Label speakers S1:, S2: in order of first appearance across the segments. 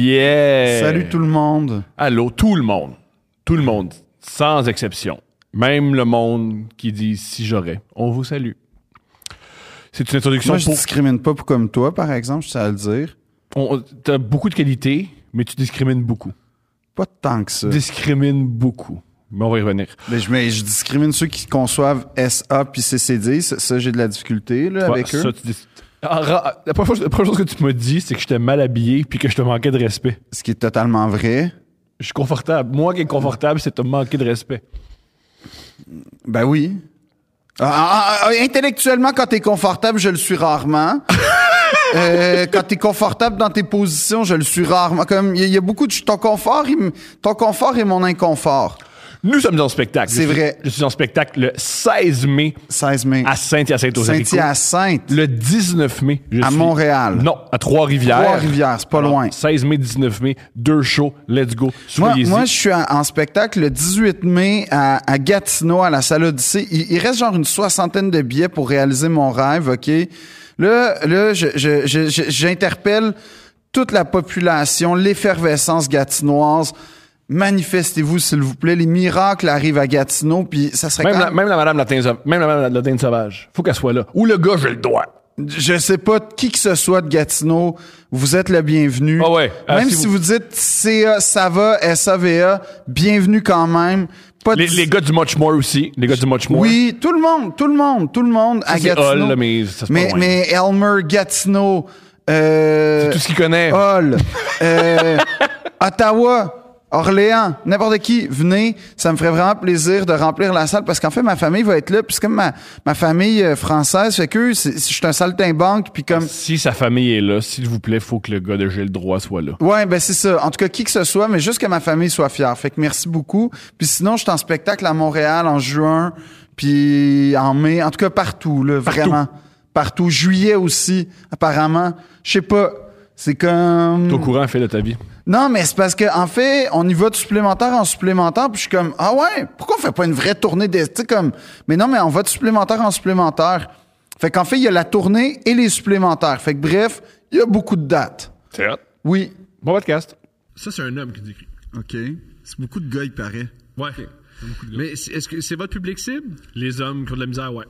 S1: Yeah!
S2: Salut tout le monde.
S1: Allô, tout le monde. Tout le monde, sans exception. Même le monde qui dit si j'aurais. On vous salue. C'est une introduction
S2: Moi, je
S1: pour.
S2: discrimine pas pour comme toi, par exemple, je sais à le dire.
S1: on- T'as beaucoup de qualités, mais tu discrimines beaucoup.
S2: Pas tant que ça.
S1: Discrimines beaucoup. Mais on va y revenir.
S2: Mais je, mais je discrimine ceux qui conçoivent SA puis CCD. Ça, ça, j'ai de la difficulté là,
S1: Toi,
S2: avec
S1: ça,
S2: eux.
S1: tu dis- Ah, ra- la, première chose, la première chose que tu m'as dit, c'est que j'étais mal habillé puis que je te manquais de respect.
S2: Ce qui est totalement vrai.
S1: Je suis confortable. Moi qui est confortable, c'est te manquer de respect.
S2: Ben oui. Ah, ah, ah, intellectuellement, quand t'es confortable, je le suis rarement. Euh, quand t'es confortable dans tes positions, je le suis rarement. Comme il y, a- il y a beaucoup de ton confort, il me- ton confort et mon inconfort.
S1: Nous sommes en spectacle.
S2: C'est
S1: Je suis-
S2: vrai.
S1: Je suis en spectacle le 16 mai
S2: 16 mai.
S1: à Saint-Hyacinthe aux
S2: Saint-Hyacinthe.
S1: Le 19 mai. je
S2: À
S1: suis-
S2: Montréal.
S1: Non, à Trois-Rivières.
S2: Trois-Rivières, c'est pas
S1: Alors,
S2: loin.
S1: 16 mai, 19 mai, deux shows, let's go.
S2: Moi,
S1: Soyez-y.
S2: moi, je suis en, en spectacle le 18 mai à, à Gatineau, à la salle Odyssée. Il, il reste genre une soixantaine de billets pour réaliser mon rêve, OK? Là, là je- je- je- je- j'interpelle toute la population, l'effervescence gatinoise. Manifestez-vous, s'il vous plaît. Les miracles arrivent à Gatineau, puis ça serait
S1: même,
S2: quand
S1: la, même la madame Latin, même la madame Latin Sauvage. Faut qu'elle soit là. Ou le gars, j'ai le doigt.
S2: je sais pas qui que ce soit de Gatineau, vous êtes le bienvenu.
S1: Ah ouais. Ah,
S2: même
S1: si
S2: si,
S1: vous-
S2: vous... dites CA, ça va, SAVA, bienvenue quand même. Pas de-
S1: Les, les gars du Much More aussi. Les gars du Much More.
S2: Oui, tout le monde, tout le monde, tout le monde à
S1: c'est
S2: Gatineau.
S1: Hall, là, mais ça, c'est pas
S2: mais,
S1: loin.
S2: mais Elmer, Gatineau, euh,
S1: Tout ce qu'il connaît.
S2: Hall, euh, Ottawa. Orléans, n'importe qui, venez, ça me ferait vraiment plaisir de remplir la salle parce qu'en fait ma famille va être là, puis c'est comme ma, ma famille euh, française, fait que c'est- je suis un saltimbanque, puis comme
S1: Si sa famille est là, s'il vous plaît, faut que le gars de J'ai le droit soit là.
S2: Ouais, ben c'est ça. En tout cas, qui que ce soit, mais juste que ma famille soit fière. Fait que merci beaucoup. Puis sinon, je suis en spectacle à Montréal en juin, puis en mai, en tout cas partout, là, vraiment. Partout. Juillet aussi, apparemment. Je sais pas. C'est comme...
S1: T'es au courant, fait de ta vie.
S2: Non, mais c'est parce que en fait, on y va de supplémentaire en supplémentaire, puis je suis comme ah ouais, pourquoi on fait pas une vraie tournée des tu sais, comme mais non, mais on va de supplémentaire en supplémentaire. Fait qu'en fait, il y a la tournée et les supplémentaires. Fait que bref, il y a beaucoup de dates.
S1: C'est hot.
S2: Oui.
S1: Bon podcast. Ça, c'est un homme qui décrit.
S3: OK. C'est beaucoup de gars, il paraît.
S4: Ouais. Mais c'est- est-ce que c'est votre public cible?
S5: Les hommes qui ont de la misère, ouais.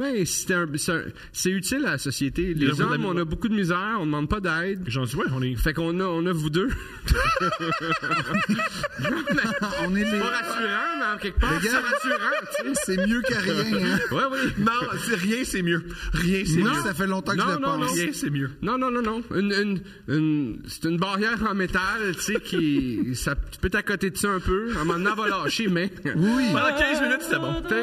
S4: Mais c'est un- c'est un- c'est utile à la société.
S5: a
S4: Les
S5: beaucoup de
S4: hommes,
S5: la-
S4: on a beaucoup de misère, on demande pas d'aide.
S5: J'en suis, ouais, on est.
S4: Fait qu'on a, on a vous deux.
S3: On est les...
S4: Pas rassurant, mais en quelque part, c'est
S3: gars-
S4: rassurant. tu sais.
S3: C'est mieux qu'à rien, hein?
S4: Ouais, oui.
S5: Non, c'est- rien, c'est mieux. Rien, c'est
S3: Non,
S5: mieux.
S3: ça fait longtemps que je le pense.
S5: Rien, c'est mieux.
S4: Non, non, non, non. Une, une, une- c'est une barrière en métal, tu sais, qui. ça, tu peux t'accoter dessus un peu. À un moment donné, elle va lâcher, mais.
S3: Oui.
S5: Pendant 15 minutes, c'était bon.
S4: T'sais.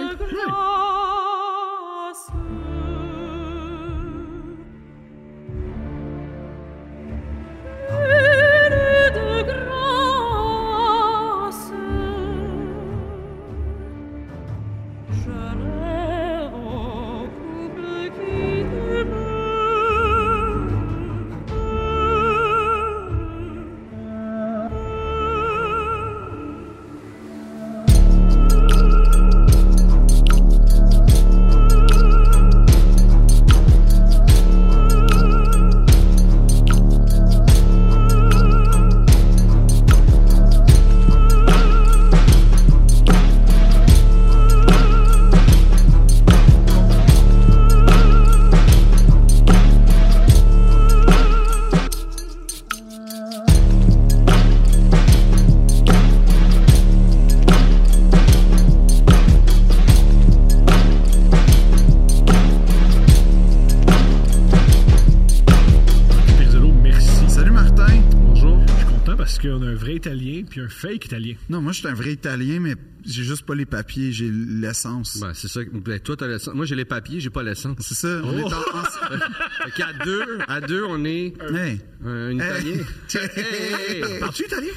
S5: Pirzolo, merci.
S3: Salut, Martin.
S5: Bonjour. Je suis content parce qu'on a un vrai Italien puis un fake Italien.
S3: Non, moi, je suis un vrai Italien, mais j'ai juste pas les papiers, j'ai l'essence.
S4: Ben, c'est ça. Ben, toi, t'as l'essence. Moi, j'ai les papiers, j'ai pas l'essence.
S3: C'est ça, on est en...
S4: Fait qu'à deux, à deux, on est
S3: en- hey.
S4: euh, un Italien. Hey, hey, hey. Oh,
S5: Parles-tu italien?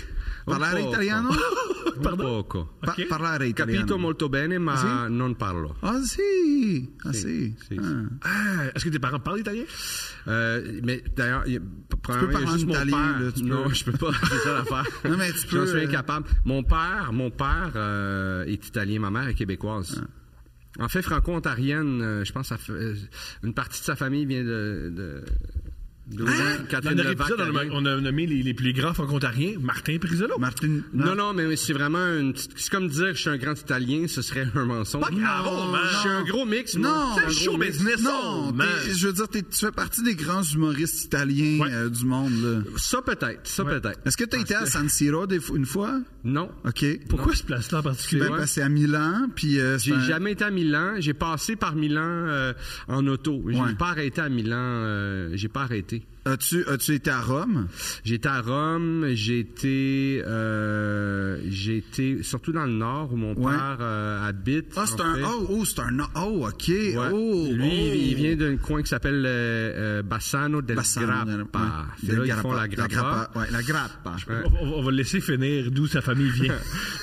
S3: Parlare
S4: poco.
S3: italiano?
S4: Poco.
S3: Pa-
S5: Ok.
S3: Parlare italiano.
S4: Capito molto bene, ma
S3: Sì.
S4: non parlo.
S3: Ah, si. Ah, si.
S4: si.
S3: Ah.
S5: Ah, est-ce que tes parents parlent italien?
S4: Euh, mais d'ailleurs, il y a- premièrement, il y a
S3: parler en
S4: juste mon
S3: italien,
S4: père.
S3: là, tu
S4: non,
S3: peux.
S4: je peux pas. C'est ça l'affaire.
S3: Non, mais tu
S4: J'en
S3: peux,
S4: suis
S3: euh,
S4: incapable. Mon père, mon père euh, est italien. Ma mère est québécoise.
S3: Ah.
S4: En fait, franco-ontarienne, euh, je pense, que ça fait- euh, une partie de sa famille vient de, de, Deux
S3: Ah!
S4: ans,
S5: Dans
S4: Catherine
S5: notre
S4: Levac,
S5: épisode, on a,
S4: elle vient.
S5: on a nommé les, les plus grands franco-ontariens, Martin Prisolot.
S3: Martin.
S4: Non, non, mais c'est vraiment une petite- C'est comme dire que je suis un grand Italien, ce serait un mensonge.
S5: Pas grave, oh, man.
S4: Ah, Je suis un gros mix, moi.
S3: Non,
S5: C'est le
S4: Un
S5: show
S4: gros mix.
S5: business,
S3: Non,
S5: oh, man.
S3: t'es- je veux dire, t'es- tu fais partie des grands humoristes italiens
S5: Ouais.
S3: euh, du monde. là.
S4: Ça peut-être, ça peut-être.
S3: Est-ce que t'as été à San Siro des fo- une fois?
S4: Non.
S3: OK.
S5: Pourquoi ce place-là en particulier?
S3: Ben,
S4: ouais.
S3: parce que c'est à Milan, puis... euh, c'est
S4: J'ai
S3: un-
S4: jamais été à Milan. J'ai passé par Milan euh, en auto. J'ai
S3: Ouais.
S4: pas arrêté à Milan. euh, j'ai pas arrêté.
S3: As-tu as-tu été à Rome?
S4: J'étais à Rome, j'étais euh, j'étais surtout dans le nord où mon
S3: Ouais.
S4: père euh, habite.
S3: Ah, c'est
S4: en
S3: un...
S4: fait.
S3: Oh, oh, c'est un... Oh, OK.
S4: Ouais.
S3: Oh,
S4: Lui,
S3: oh.
S4: il vient d'un coin qui s'appelle euh, euh, Bassano del
S3: Bassano, ouais.
S4: Grappa. Fait
S3: Del
S4: là, ils
S3: Grappa.
S4: font la
S3: La
S4: Grappa.
S3: Ouais, la grappa.
S4: Ouais.
S5: On, on- on va le laisser finir d'où sa famille vient.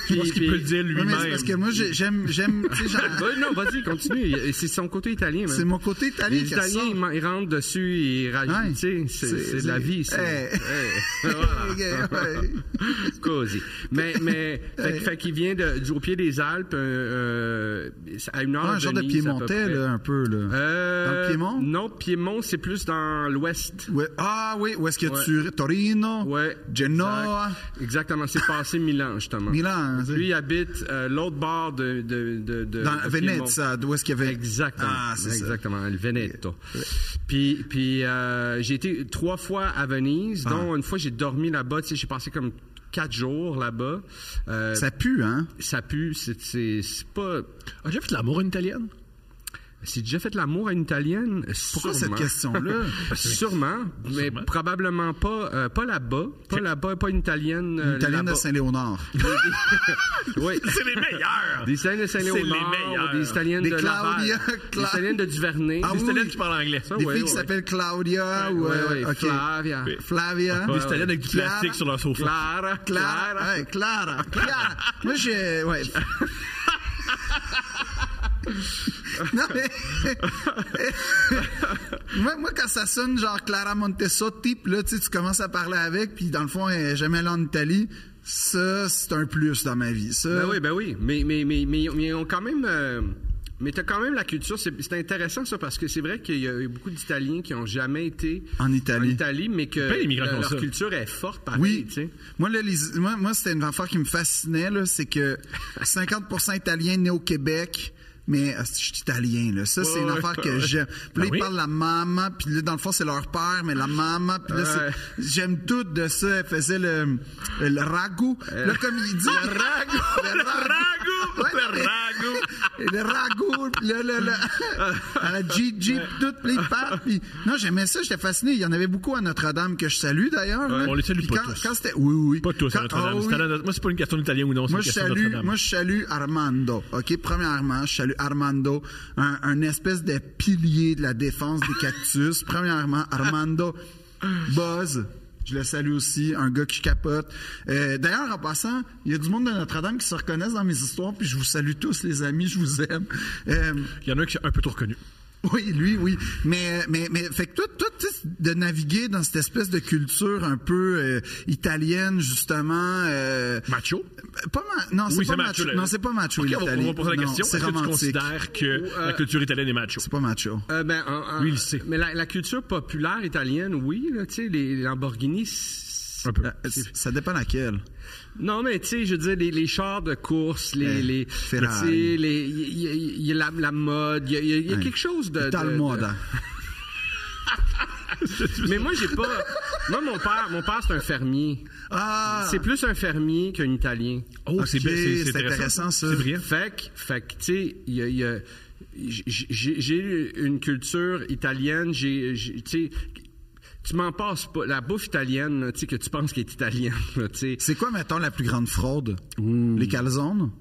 S5: Je pense
S4: Puis-
S5: qu'il peut le dire
S3: Ouais, mais c'est
S5: lui-même.
S3: parce que moi, j'ai- j'aime... j'aime tu sais, genre,
S4: Ouais, non, vas-y, continue. Il- C'est son côté italien. man.
S3: c'est mon côté italien
S4: Les
S3: qui ressort.
S4: Italiens, ils, man- ils rentrent dessus, ils
S3: Ouais.
S4: rajoutent. tu sais, C'est c'est de la vie, ça.
S3: Hey.
S4: Hey.
S3: Yeah,
S4: Voilà.
S3: ouais.
S4: Cosy. Mais, mais, fait, fait qu'il vient de, du, au pied des Alpes, euh, euh, à une heure
S3: Ah, un
S4: et
S3: genre de
S4: demie, à peu
S3: piémontais,
S4: près.
S3: là, un peu, là.
S4: Euh,
S3: Dans le Piémont?
S4: Non, Piémont, c'est plus dans l'ouest.
S3: Ouais. Ah oui, où est-ce que
S4: Ouais.
S3: tu... Torino,
S4: Ouais.
S3: Genoa,
S4: Exact. Exactement, c'est passé Milan, justement.
S3: Milan. tu sais.
S4: Lui, il habite euh, l'autre bord de. de, de, de
S3: Dans
S4: de Piémont.
S3: Venise, où est-ce qu'il y avait...
S4: Exactement.
S3: Ah, c'est ça.
S4: exactement, le Veneto. Puis, puis euh, j'ai été trois fois à Venise,
S3: Ah.
S4: dont une fois j'ai dormi là-bas. Tu sais, j'ai passé comme quatre jours là-bas. Euh, ça...
S3: Ça pue, hein?
S4: pue, c'est- c'est c'est pas.
S5: As-tu déjà Ah, fait l'amour à une italienne?
S4: J'ai déjà fait l'amour à une italienne.
S3: Pourquoi
S4: Sûrement.
S3: cette question-là?
S4: Sûrement, mais
S5: Sûrement.
S4: probablement pas, euh, pas là-bas, pas là-bas, pas une italienne. euh,
S3: Une Italienne de
S4: là-bas. Ah,
S3: Saint-Léonard.
S4: Oui.
S5: C'est les meilleurs!
S4: Des Italiennes de Saint-Léonard,
S5: C'est les meilleurs.
S4: des Italienens
S3: Des
S4: de Laval,
S3: Claudia,
S4: des
S3: Cla-
S4: Italiennes de Duvernay,
S3: Ah
S5: Des
S4: des
S3: oui.
S5: italiennes qui parlent anglais.
S4: Ça,
S3: Des
S4: ouais,
S3: filles
S4: ouais.
S3: qui s'appellent Claudia ou...
S4: Ouais,
S3: euh,
S4: ouais,
S3: ok.
S4: Flavia.
S3: Flavia.
S5: Des italiennes avec du
S3: Clara.
S5: plastique sur leur sofa.
S4: Clara, Clara.
S3: Clara. Ouais, Clara. Clara. Moi, j'ai... Ouais. non, mais... moi, moi, quand ça sonne genre Clara Montesotti, puis là, tu sais, tu commences à parler avec, puis dans le fond, elle est jamais allée en Italie, ça, c'est un plus dans ma vie. Ça,
S4: Ben oui, ben oui. Mais, mais, mais, mais, mais ils ont quand même. euh, mais t'as quand même la culture. C'est c'est intéressant, ça, parce que c'est vrai qu'il y a eu beaucoup d'Italiens qui ont jamais été
S3: En Italie.
S4: en Italie mais que
S5: Ben, les migrants
S4: le-
S5: font
S4: leur
S5: ça.
S4: culture est forte, pareil,
S3: Oui.
S4: tu sais.
S3: Moi, là, les- moi, moi, c'était une affaire qui me fascinait, là, c'est que 50% italien né au Québec, mais euh, je suis italien, là. Ça, c'est une
S4: Ouais,
S3: affaire que
S4: ouais.
S3: j'aime. Puis là,
S5: Ben
S3: ils
S5: oui.
S3: parlent la maman, puis là, dans le fond, c'est leur père, mais la maman, puis là,
S4: Ouais.
S3: c'est... J'aime tout de ça. Elle faisait le, le ragoût. Là, comme il dit... Le ragoût! Le ragoût!
S5: Le ragoût.
S3: Le ragoût, puis là, là, là, à la Gigi, puis tout, puis les pattes, puis... Non, j'aimais ça, j'étais fasciné. Il y en avait beaucoup à Notre-Dame, que je salue, d'ailleurs. là.
S5: On les salue
S3: Puis
S5: pas
S3: quand-
S5: tous.
S3: Quand c'était... Oui, oui, oui.
S5: Pas tous
S3: Quand-
S5: à Notre-Dame.
S3: ah,
S5: C'est
S3: oui.
S5: à la- Moi, c'est pas une question d'italien ou non, c'est
S3: Moi
S5: une
S3: je,
S5: question de
S3: salue,
S5: Notre-Dame.
S3: moi, je salue Armando. OK, première remarche, je salue Armando, un, un espèce de pilier de la défense des cactus. Premièrement, Armando Buzz, je le salue aussi, un gars qui capote. Euh, D'ailleurs, en passant, il y a du monde de Notre-Dame qui se reconnaissent dans mes histoires, puis je vous salue tous, les amis, je vous aime. Euh,
S5: Il y en a un qui s'est un peu trop reconnu.
S3: oui, lui, oui. Mais, euh, mais, mais, fait que toi, toi, tu sais, de naviguer dans cette espèce de culture un peu euh, italienne, justement. euh,
S5: Macho?
S3: pas ma- Non, c'est
S5: Oui,
S3: pas
S5: c'est
S3: macho.
S5: macho. là.
S3: Non, c'est pas macho.
S5: Ok, on va-
S3: l'Italie.
S5: On va poser la
S3: Non,
S5: question.
S3: C'est
S5: Est-ce que tu
S3: romantique. euh,
S5: considères que la culture italienne est macho?
S3: C'est pas macho.
S4: Euh, ben, en- en-
S5: Lui, il le sait.
S4: Mais la, la culture populaire italienne, oui, là, tu sais, les Lamborghini. c'est-
S5: Un peu.
S3: Euh, c- Ça dépend laquelle.
S4: Non, mais tu sais, je veux dire, les, les chars de course, les.
S3: Ouais.
S4: les
S3: Euh, Ferrari.
S4: tu sais, les- Il y, il y a la, la mode, il y a, il y a- il y a
S3: Ouais.
S4: quelque chose
S5: Euh,
S4: de. de- de-
S3: Talmoda.
S4: Mais moi, j'ai pas. Moi, mon père, mon père, c'est un fermier.
S3: Ah!
S4: C'est plus un fermier qu'un Italien.
S5: Oh,
S3: Ok,
S5: c'est bien, c'est-
S3: c'est
S5: c'est
S3: intéressant,
S5: intéressant.
S3: ça.
S5: C'est brillant.
S4: Fait que, fait que, tu sais, il y a. il y a- j- j- j'ai j'ai eu une culture italienne, j'ai, j'ai- tu sais, tu m'en passes pas, la bouffe italienne, là, tu sais, que tu penses qu'elle est italienne, là, tu sais.
S3: C'est quoi, mettons, la plus grande fraude? Les calzones?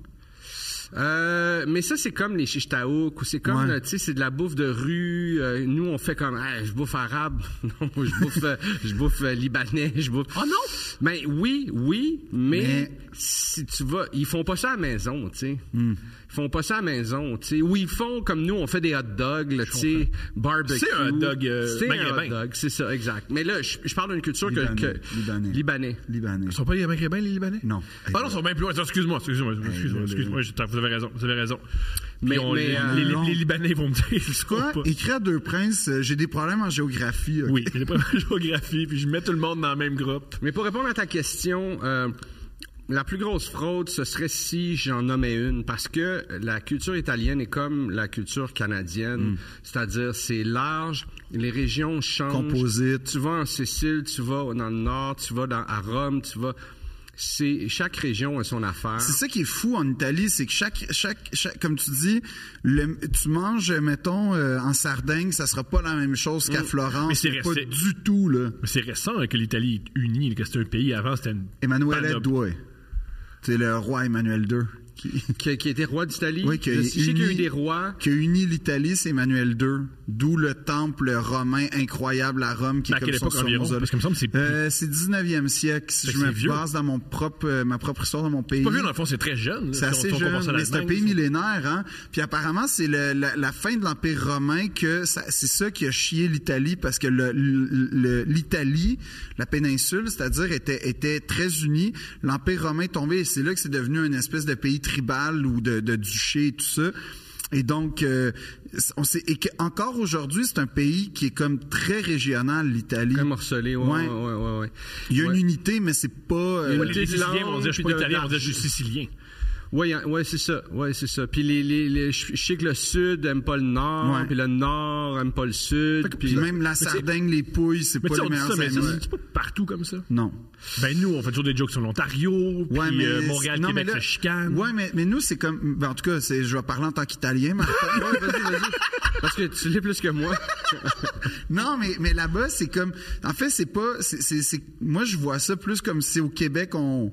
S4: Euh, mais ça, c'est comme les shish taouk, ou c'est comme,
S3: Ouais.
S4: euh, tu sais, c'est de la bouffe de rue. euh, nous, on fait comme, Ah, je bouffe arabe, non, je bouffe, euh, je bouffe euh, libanais, je bouffe.
S5: Ah,
S4: Oh non! Ben oui, oui, mais,
S3: Mais-
S4: si tu vas, ils font pas ça à la maison, tu sais.
S5: Hmm.
S4: Ils font pas ça à la maison, tu sais. Ou ils font comme nous, on fait des hot dogs, là, tu sais, barbecue.
S5: C'est un hot dog, euh,
S4: c'est un
S5: maghrébin.
S4: hot dog, c'est ça, exact. Mais là, je, je parle d'une culture que-
S3: Libanais,
S4: que,
S3: Libanais.
S4: libanais.
S3: Libanais.
S5: Ils sont pas ben, les Maghrébins, les Libanais?
S3: Non.
S5: Ah non, ils sont bien plus loin. Attends, Excuse-moi, excuse-moi, excuse-moi, excuse-moi. j'ai- Vous avez raison, vous avez raison.
S4: Mais,
S5: on-
S4: mais,
S5: les,
S4: euh,
S5: les- les-
S3: non.
S5: les Libanais vont me dire. qu'ils
S3: C'est quoi?
S5: sont pas-
S3: Écrire à deux princes, euh, j'ai des problèmes en géographie. ok?
S5: Oui, j'ai des problèmes de géographie, puis je mets tout le monde dans le même groupe.
S4: Mais pour répondre à ta question, euh, la plus grosse fraude, ce serait si j'en nommais une, parce que la culture italienne est comme la culture canadienne,
S3: Hmm.
S4: c'est-à-dire c'est large, les régions changent.
S3: Composite.
S4: Tu vas en Sicile, tu vas dans le nord, tu vas dans, à Rome, tu vas... C'est, chaque région a son affaire.
S3: C'est ça qui est fou en Italie, c'est que chaque, chaque, chaque- comme tu dis, le- tu manges, mettons, euh, en Sardaigne, ça sera pas la même chose qu'à Florence.
S5: Mm. Mais c'est
S3: pas
S5: resté-
S3: du tout, là.
S5: Mais c'est récent hein, que l'Italie est unie, que c'est un pays. Avant, c'était une.
S3: Emmanuel
S5: panop-
S3: II, ouais. C'est le roi Emmanuel II. Qui...
S4: Qui, qui était roi d'Italie.
S3: Oui, qui a
S4: Je sais qu'il y a eu
S3: uni-
S4: des rois.
S3: qui a uni l'Italie, c'est Emmanuel II, d'où le temple romain incroyable à Rome qui
S5: À
S3: est comme
S5: quelle
S3: son
S5: époque environ?
S3: mausolée.
S5: Parce que me semble que c'est plus-
S3: Euh, c'est 19e siècle. Si
S5: Fait
S3: je
S5: que
S3: me
S5: c'est vieux.
S3: base dans mon propre, euh, ma propre histoire dans mon pays.
S5: Pas vu, dans le fond, c'est très jeune. là,
S3: C'est
S5: si on-
S3: assez
S5: si on
S3: jeune,
S5: compare ça à
S3: mais c'est un
S5: l'Allemagne,
S3: pays
S5: ça.
S3: millénaire, hein. Puis apparemment, c'est le- la, la fin de l'Empire romain que ça- c'est ça qui a chié l'Italie parce que le- le- le- l'Italie, la péninsule, c'est-à-dire, était, était très unie. L'Empire romain est tombé et c'est là que c'est devenu une espèce de pays tribal ou de, de duché et tout ça. Et donc, euh, on sait, et que- encore aujourd'hui, c'est un pays qui est comme très régional, l'Italie.
S4: Très morcelés, ouais, ouais, ouais, ouais, ouais.
S3: Il y a une
S4: Ouais.
S3: unité, mais c'est pas. euh,
S5: Ouais, Les Siciliens vont dire, je suis pas
S4: Puis de
S5: italien, on dit, je suis
S4: l'argent.
S5: sicilien.
S4: Oui, hein, ouais, c'est ça. Ouais, c'est ça. Puis les, les, les- je je sais que le sud aime pas le nord,
S3: Ouais.
S4: puis le nord aime pas le sud.
S3: puis même la Sardaigne, les Pouilles, c'est
S5: Mais
S3: pas
S5: tu sais, on
S3: les
S5: dit
S3: meilleurs
S5: ça, mais ça,
S3: amis.
S5: c'est pas partout comme ça.
S3: Non.
S5: Ben, nous, on fait toujours des jokes sur l'Ontario, puis euh, Montréal,
S3: non,
S5: Québec,
S3: mais là-
S5: se chicane.
S3: Ouais, mais, mais nous, c'est comme. ben, en tout cas, c'est- je vais parler en tant qu'Italien, Martin.
S4: Ouais, vas-y, vas-y. Parce que tu l'es plus que moi.
S3: non, mais, mais là-bas, c'est comme. En fait, c'est pas. c'est- c'est- c'est- moi, je vois ça plus comme si au Québec, on.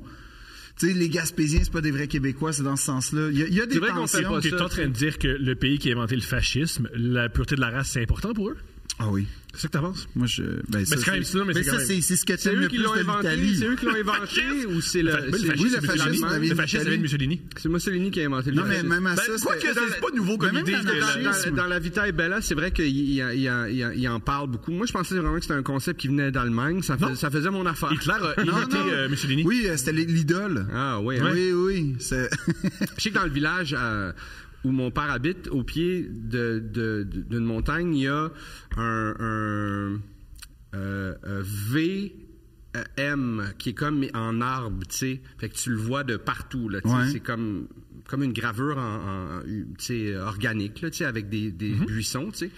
S3: Tu sais, les Gaspésiens, c'est pas des vrais Québécois, c'est dans ce sens-là. Il y a, il y a des
S4: vrai qu'on fait
S3: tensions.
S4: pas
S5: Tu es en train de dire que le pays qui a inventé le fascisme, la pureté de la race, c'est important pour eux?
S3: Ah oui.
S5: C'est ça que t'avances?
S3: Moi, je. Ben, ça,
S5: c'est quand même- non, mais c'est quand
S3: ça,
S5: même-
S3: c'est c'est ce que
S4: C'est
S3: t'aimes
S4: eux
S3: le
S4: qui
S3: plus
S4: l'ont
S3: de
S4: inventé, c'est
S3: l'Italie.
S4: eux qui l'ont inventé, ou c'est le.
S5: Fa- ben,
S4: c'est-
S5: le
S4: oui,
S5: fascisme,
S3: le
S5: c'est
S3: fascisme,
S5: Mussolini.
S3: la vie
S5: Le fascisme, c'est
S3: d'Italie.
S5: Mussolini.
S4: c'est Mussolini qui a inventé le.
S3: Non, mais
S4: fascisme.
S3: même à
S5: Ben,
S3: ça.
S5: quoi que
S3: dans
S5: c'est
S3: la-
S5: pas nouveau comme
S3: mais même
S5: idée,
S3: dans
S5: que
S3: le
S5: la-
S4: dans,
S3: fascisme.
S4: dans- dans la Vita est Bella, c'est vrai qu'il il- il- il- il- il en parle beaucoup. Moi, je pensais vraiment que c'était un concept qui venait d'Allemagne. Ça, fais-
S5: Non.
S4: ça faisait mon affaire.
S5: Hitler a
S3: Non,
S5: inventé
S3: non.
S5: euh, Mussolini.
S3: Oui, euh, c'était les- l'idole.
S4: Ah, oui, hein.
S3: Oui, oui. c'est-
S4: Je sais que dans le village euh, où mon père habite, au pied de- de- de- d'une montagne, il y a un, un, euh, euh, V. euh, M qui est comme en arbre, tu sais, fait que tu le vois de partout là, tu sais.
S3: Ouais.
S4: c'est comme comme une gravure en, en- en- tu sais organique là, tu sais avec des, des
S5: Mhm.
S4: buissons, tu sais.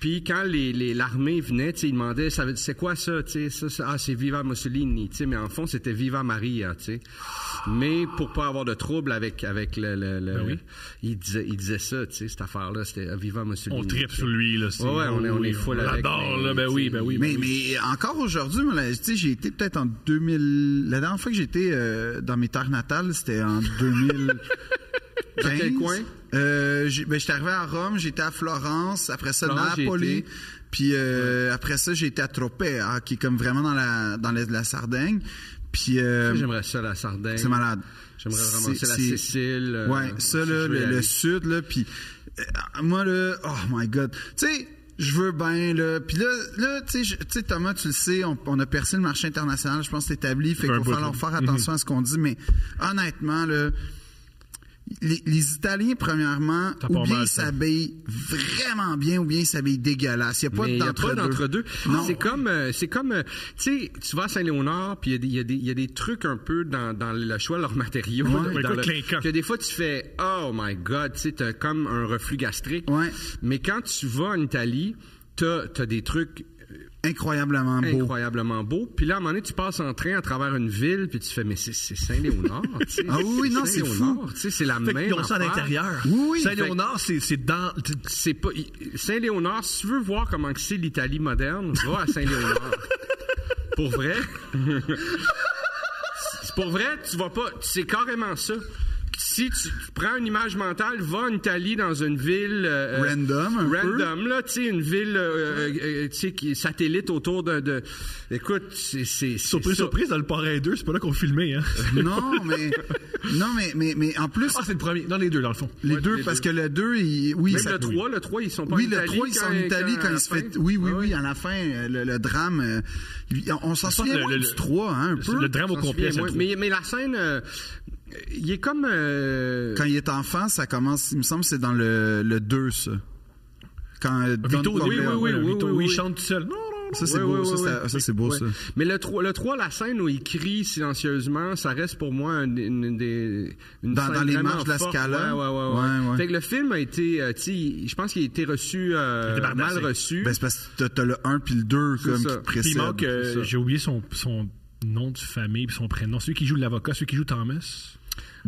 S4: Puis quand les les- l'armée venait, tu sais, ils demandaient ça veut c'est quoi ça, tu sais, ça, ça- ah c'est Viva Mussolini, tu sais, mais en fond c'était Viva Maria, tu sais. Mais pour pas avoir de trouble avec avec le, le-
S5: Ben
S4: le- il disait il disait ça, tu sais, cette affaire là, c'était ah, Viva Mussolini.
S5: On tripe sur lui, là. c'est-
S4: Ouais, ouais, on est- on est full avec,
S5: l'adore,
S4: mais-
S5: là, ben oui, ben oui. ben
S3: Mais,
S5: oui.
S3: mais encore aujourd'hui, moi, là, tu sais, j'ai été peut-être en 2000. La dernière fois que j'étais euh, dans mes terres natales, c'était en 2000.
S4: Dans quel coin?
S3: Euh, j'ai- ben, j'étais arrivé à Rome, j'étais à Florence, après ça
S4: Florence, j'ai
S3: Napoli,
S4: été.
S3: puis euh, après ça j'étais à Tropea, qui est comme vraiment dans la dans l'est de la Sardaigne. Puis euh,
S4: J'aimerais ça la Sardaigne.
S3: c'est malade.
S4: J'aimerais vraiment ça la Sicile. euh,
S3: ouais, ça
S4: si
S3: là,
S4: je veux y
S3: le, le
S4: aller.
S3: sud là, puis euh, moi là, oh my god, tu sais. Je veux bien, là. Puis là, là tu sais, je- tu sais, Thomas, tu le sais, on, on a percé le marché international, je pense, c'est établi. Fait
S5: un
S3: qu'il va
S5: bout,
S3: falloir
S5: là.
S3: faire
S4: Mhm.
S3: attention à ce qu'on dit. Mais honnêtement, là, les, les Italiens, premièrement,
S5: T'as
S3: ou
S5: pas
S3: bien
S5: mal,
S3: ils
S5: ça.
S3: s'habillent vraiment bien, ou bien ils s'habillent dégueulasse. Il n'y a pas
S4: Mais y a
S3: d'entre-deux.
S4: pas d'entre-deux.
S3: Non.
S4: C'est comme, euh, c'est comme, euh, tu sais, tu vas à Saint-Léonard, puis il y, a des- y a des trucs un peu dans, dans le choix de leurs matériaux.
S5: Ouais,
S4: dans
S5: quoi,
S4: le-
S5: clinquant.
S4: que des fois, tu fais, oh my God, tu sais, t'as comme un reflux gastrique.
S3: Ouais.
S4: Mais quand tu vas en Italie, t'as as des trucs
S3: Incroyablement beau.
S4: incroyablement beaux. Puis là, à un moment donné, tu passes en train à travers une ville, puis tu fais, mais c'est c'est Saint-Léonard, tu sais.
S3: Ah oui, non, c'est fou.
S4: Saint-Léonard, tu sais, c'est la
S5: Fait
S4: même
S5: qu'ils ont ça à
S4: affaire.
S5: l'intérieur.
S3: Oui, oui.
S5: Saint-Léonard, c'est c'est dans.
S4: c'est pas il- Saint-Léonard, si tu veux voir comment que c'est l'Italie moderne, va à Saint-Léonard. pour vrai. C'est pour vrai, tu vas pas, c'est carrément ça. Si tu prends une image mentale, va en Italie dans une ville euh, euh,
S3: Random, un peu.
S4: random là, tu sais une ville euh, euh, euh, tu sais qui est satellite autour de, de- écoute, c'est c'est c'est
S5: Surprise,
S4: ça.
S5: surprise, dans le Parrain 2, c'est pas là qu'on filmait, hein.
S3: Non, mais, non, mais, mais, mais en plus,
S5: Ah, c'est le premier. Dans les deux, dans le fond.
S3: les
S4: ouais,
S3: deux,
S4: les
S3: parce
S4: deux.
S3: que le 2, il, oui,
S4: Même
S3: ça-
S4: le 3, le 3 ils sont pas
S3: oui,
S4: en
S3: le
S4: Italie.
S3: 3, ils sont en Italie quand
S4: à la
S3: il se fait.
S4: fin.
S3: Oui, oui,
S4: Ah
S3: oui, à la fin, euh, le, le drame. euh, il- on on s'en souvient
S5: le-
S3: moins
S5: le-
S3: du 3, hein, un
S5: le-
S3: peu.
S5: le drame au
S4: J'en souviens
S5: complet, c'est le
S4: moins.
S5: trou.
S4: mais, mais la scène, euh, il est comme. euh,
S3: Quand il est enfant, ça commence, il me semble, que c'est dans le, le 2, ça. Quand euh, Don
S5: Vito, oui, oui,
S3: Corleone-
S5: oui,
S4: oui,
S5: Vito,
S4: oui,
S5: oui,
S4: oui.
S5: il chante tout seul. Non, non, non.
S3: Ça, c'est
S4: Ouais,
S3: beau,
S4: ouais,
S3: ça,
S4: ouais,
S3: c'est-
S4: ouais.
S3: ça, c'est beau,
S4: Ouais.
S3: ça.
S4: Mais le 3, le 3, la scène où il crie silencieusement, ça reste pour moi une, une- une des. Une
S3: Dans-
S4: scène
S3: dans les
S4: vraiment
S3: marches de la
S4: forte.
S3: Scala.
S4: Ouais, ouais, ouais, ouais.
S3: Ouais, ouais.
S4: Fait que le film a été. euh, tu sais, je pense qu'il a été reçu. euh,
S5: Il était bardassé.
S4: mal reçu.
S3: Ben, c'est parce que t'as- t'as le 1 puis le 2
S4: C'est
S3: comme, qui
S4: ça.
S3: te
S5: Puis il
S3: précèdent.
S5: manque, euh,
S3: C'est ça.
S5: j'ai oublié son, son nom de famille puis son prénom. Celui qui joue l'avocat, celui qui joue Thomas.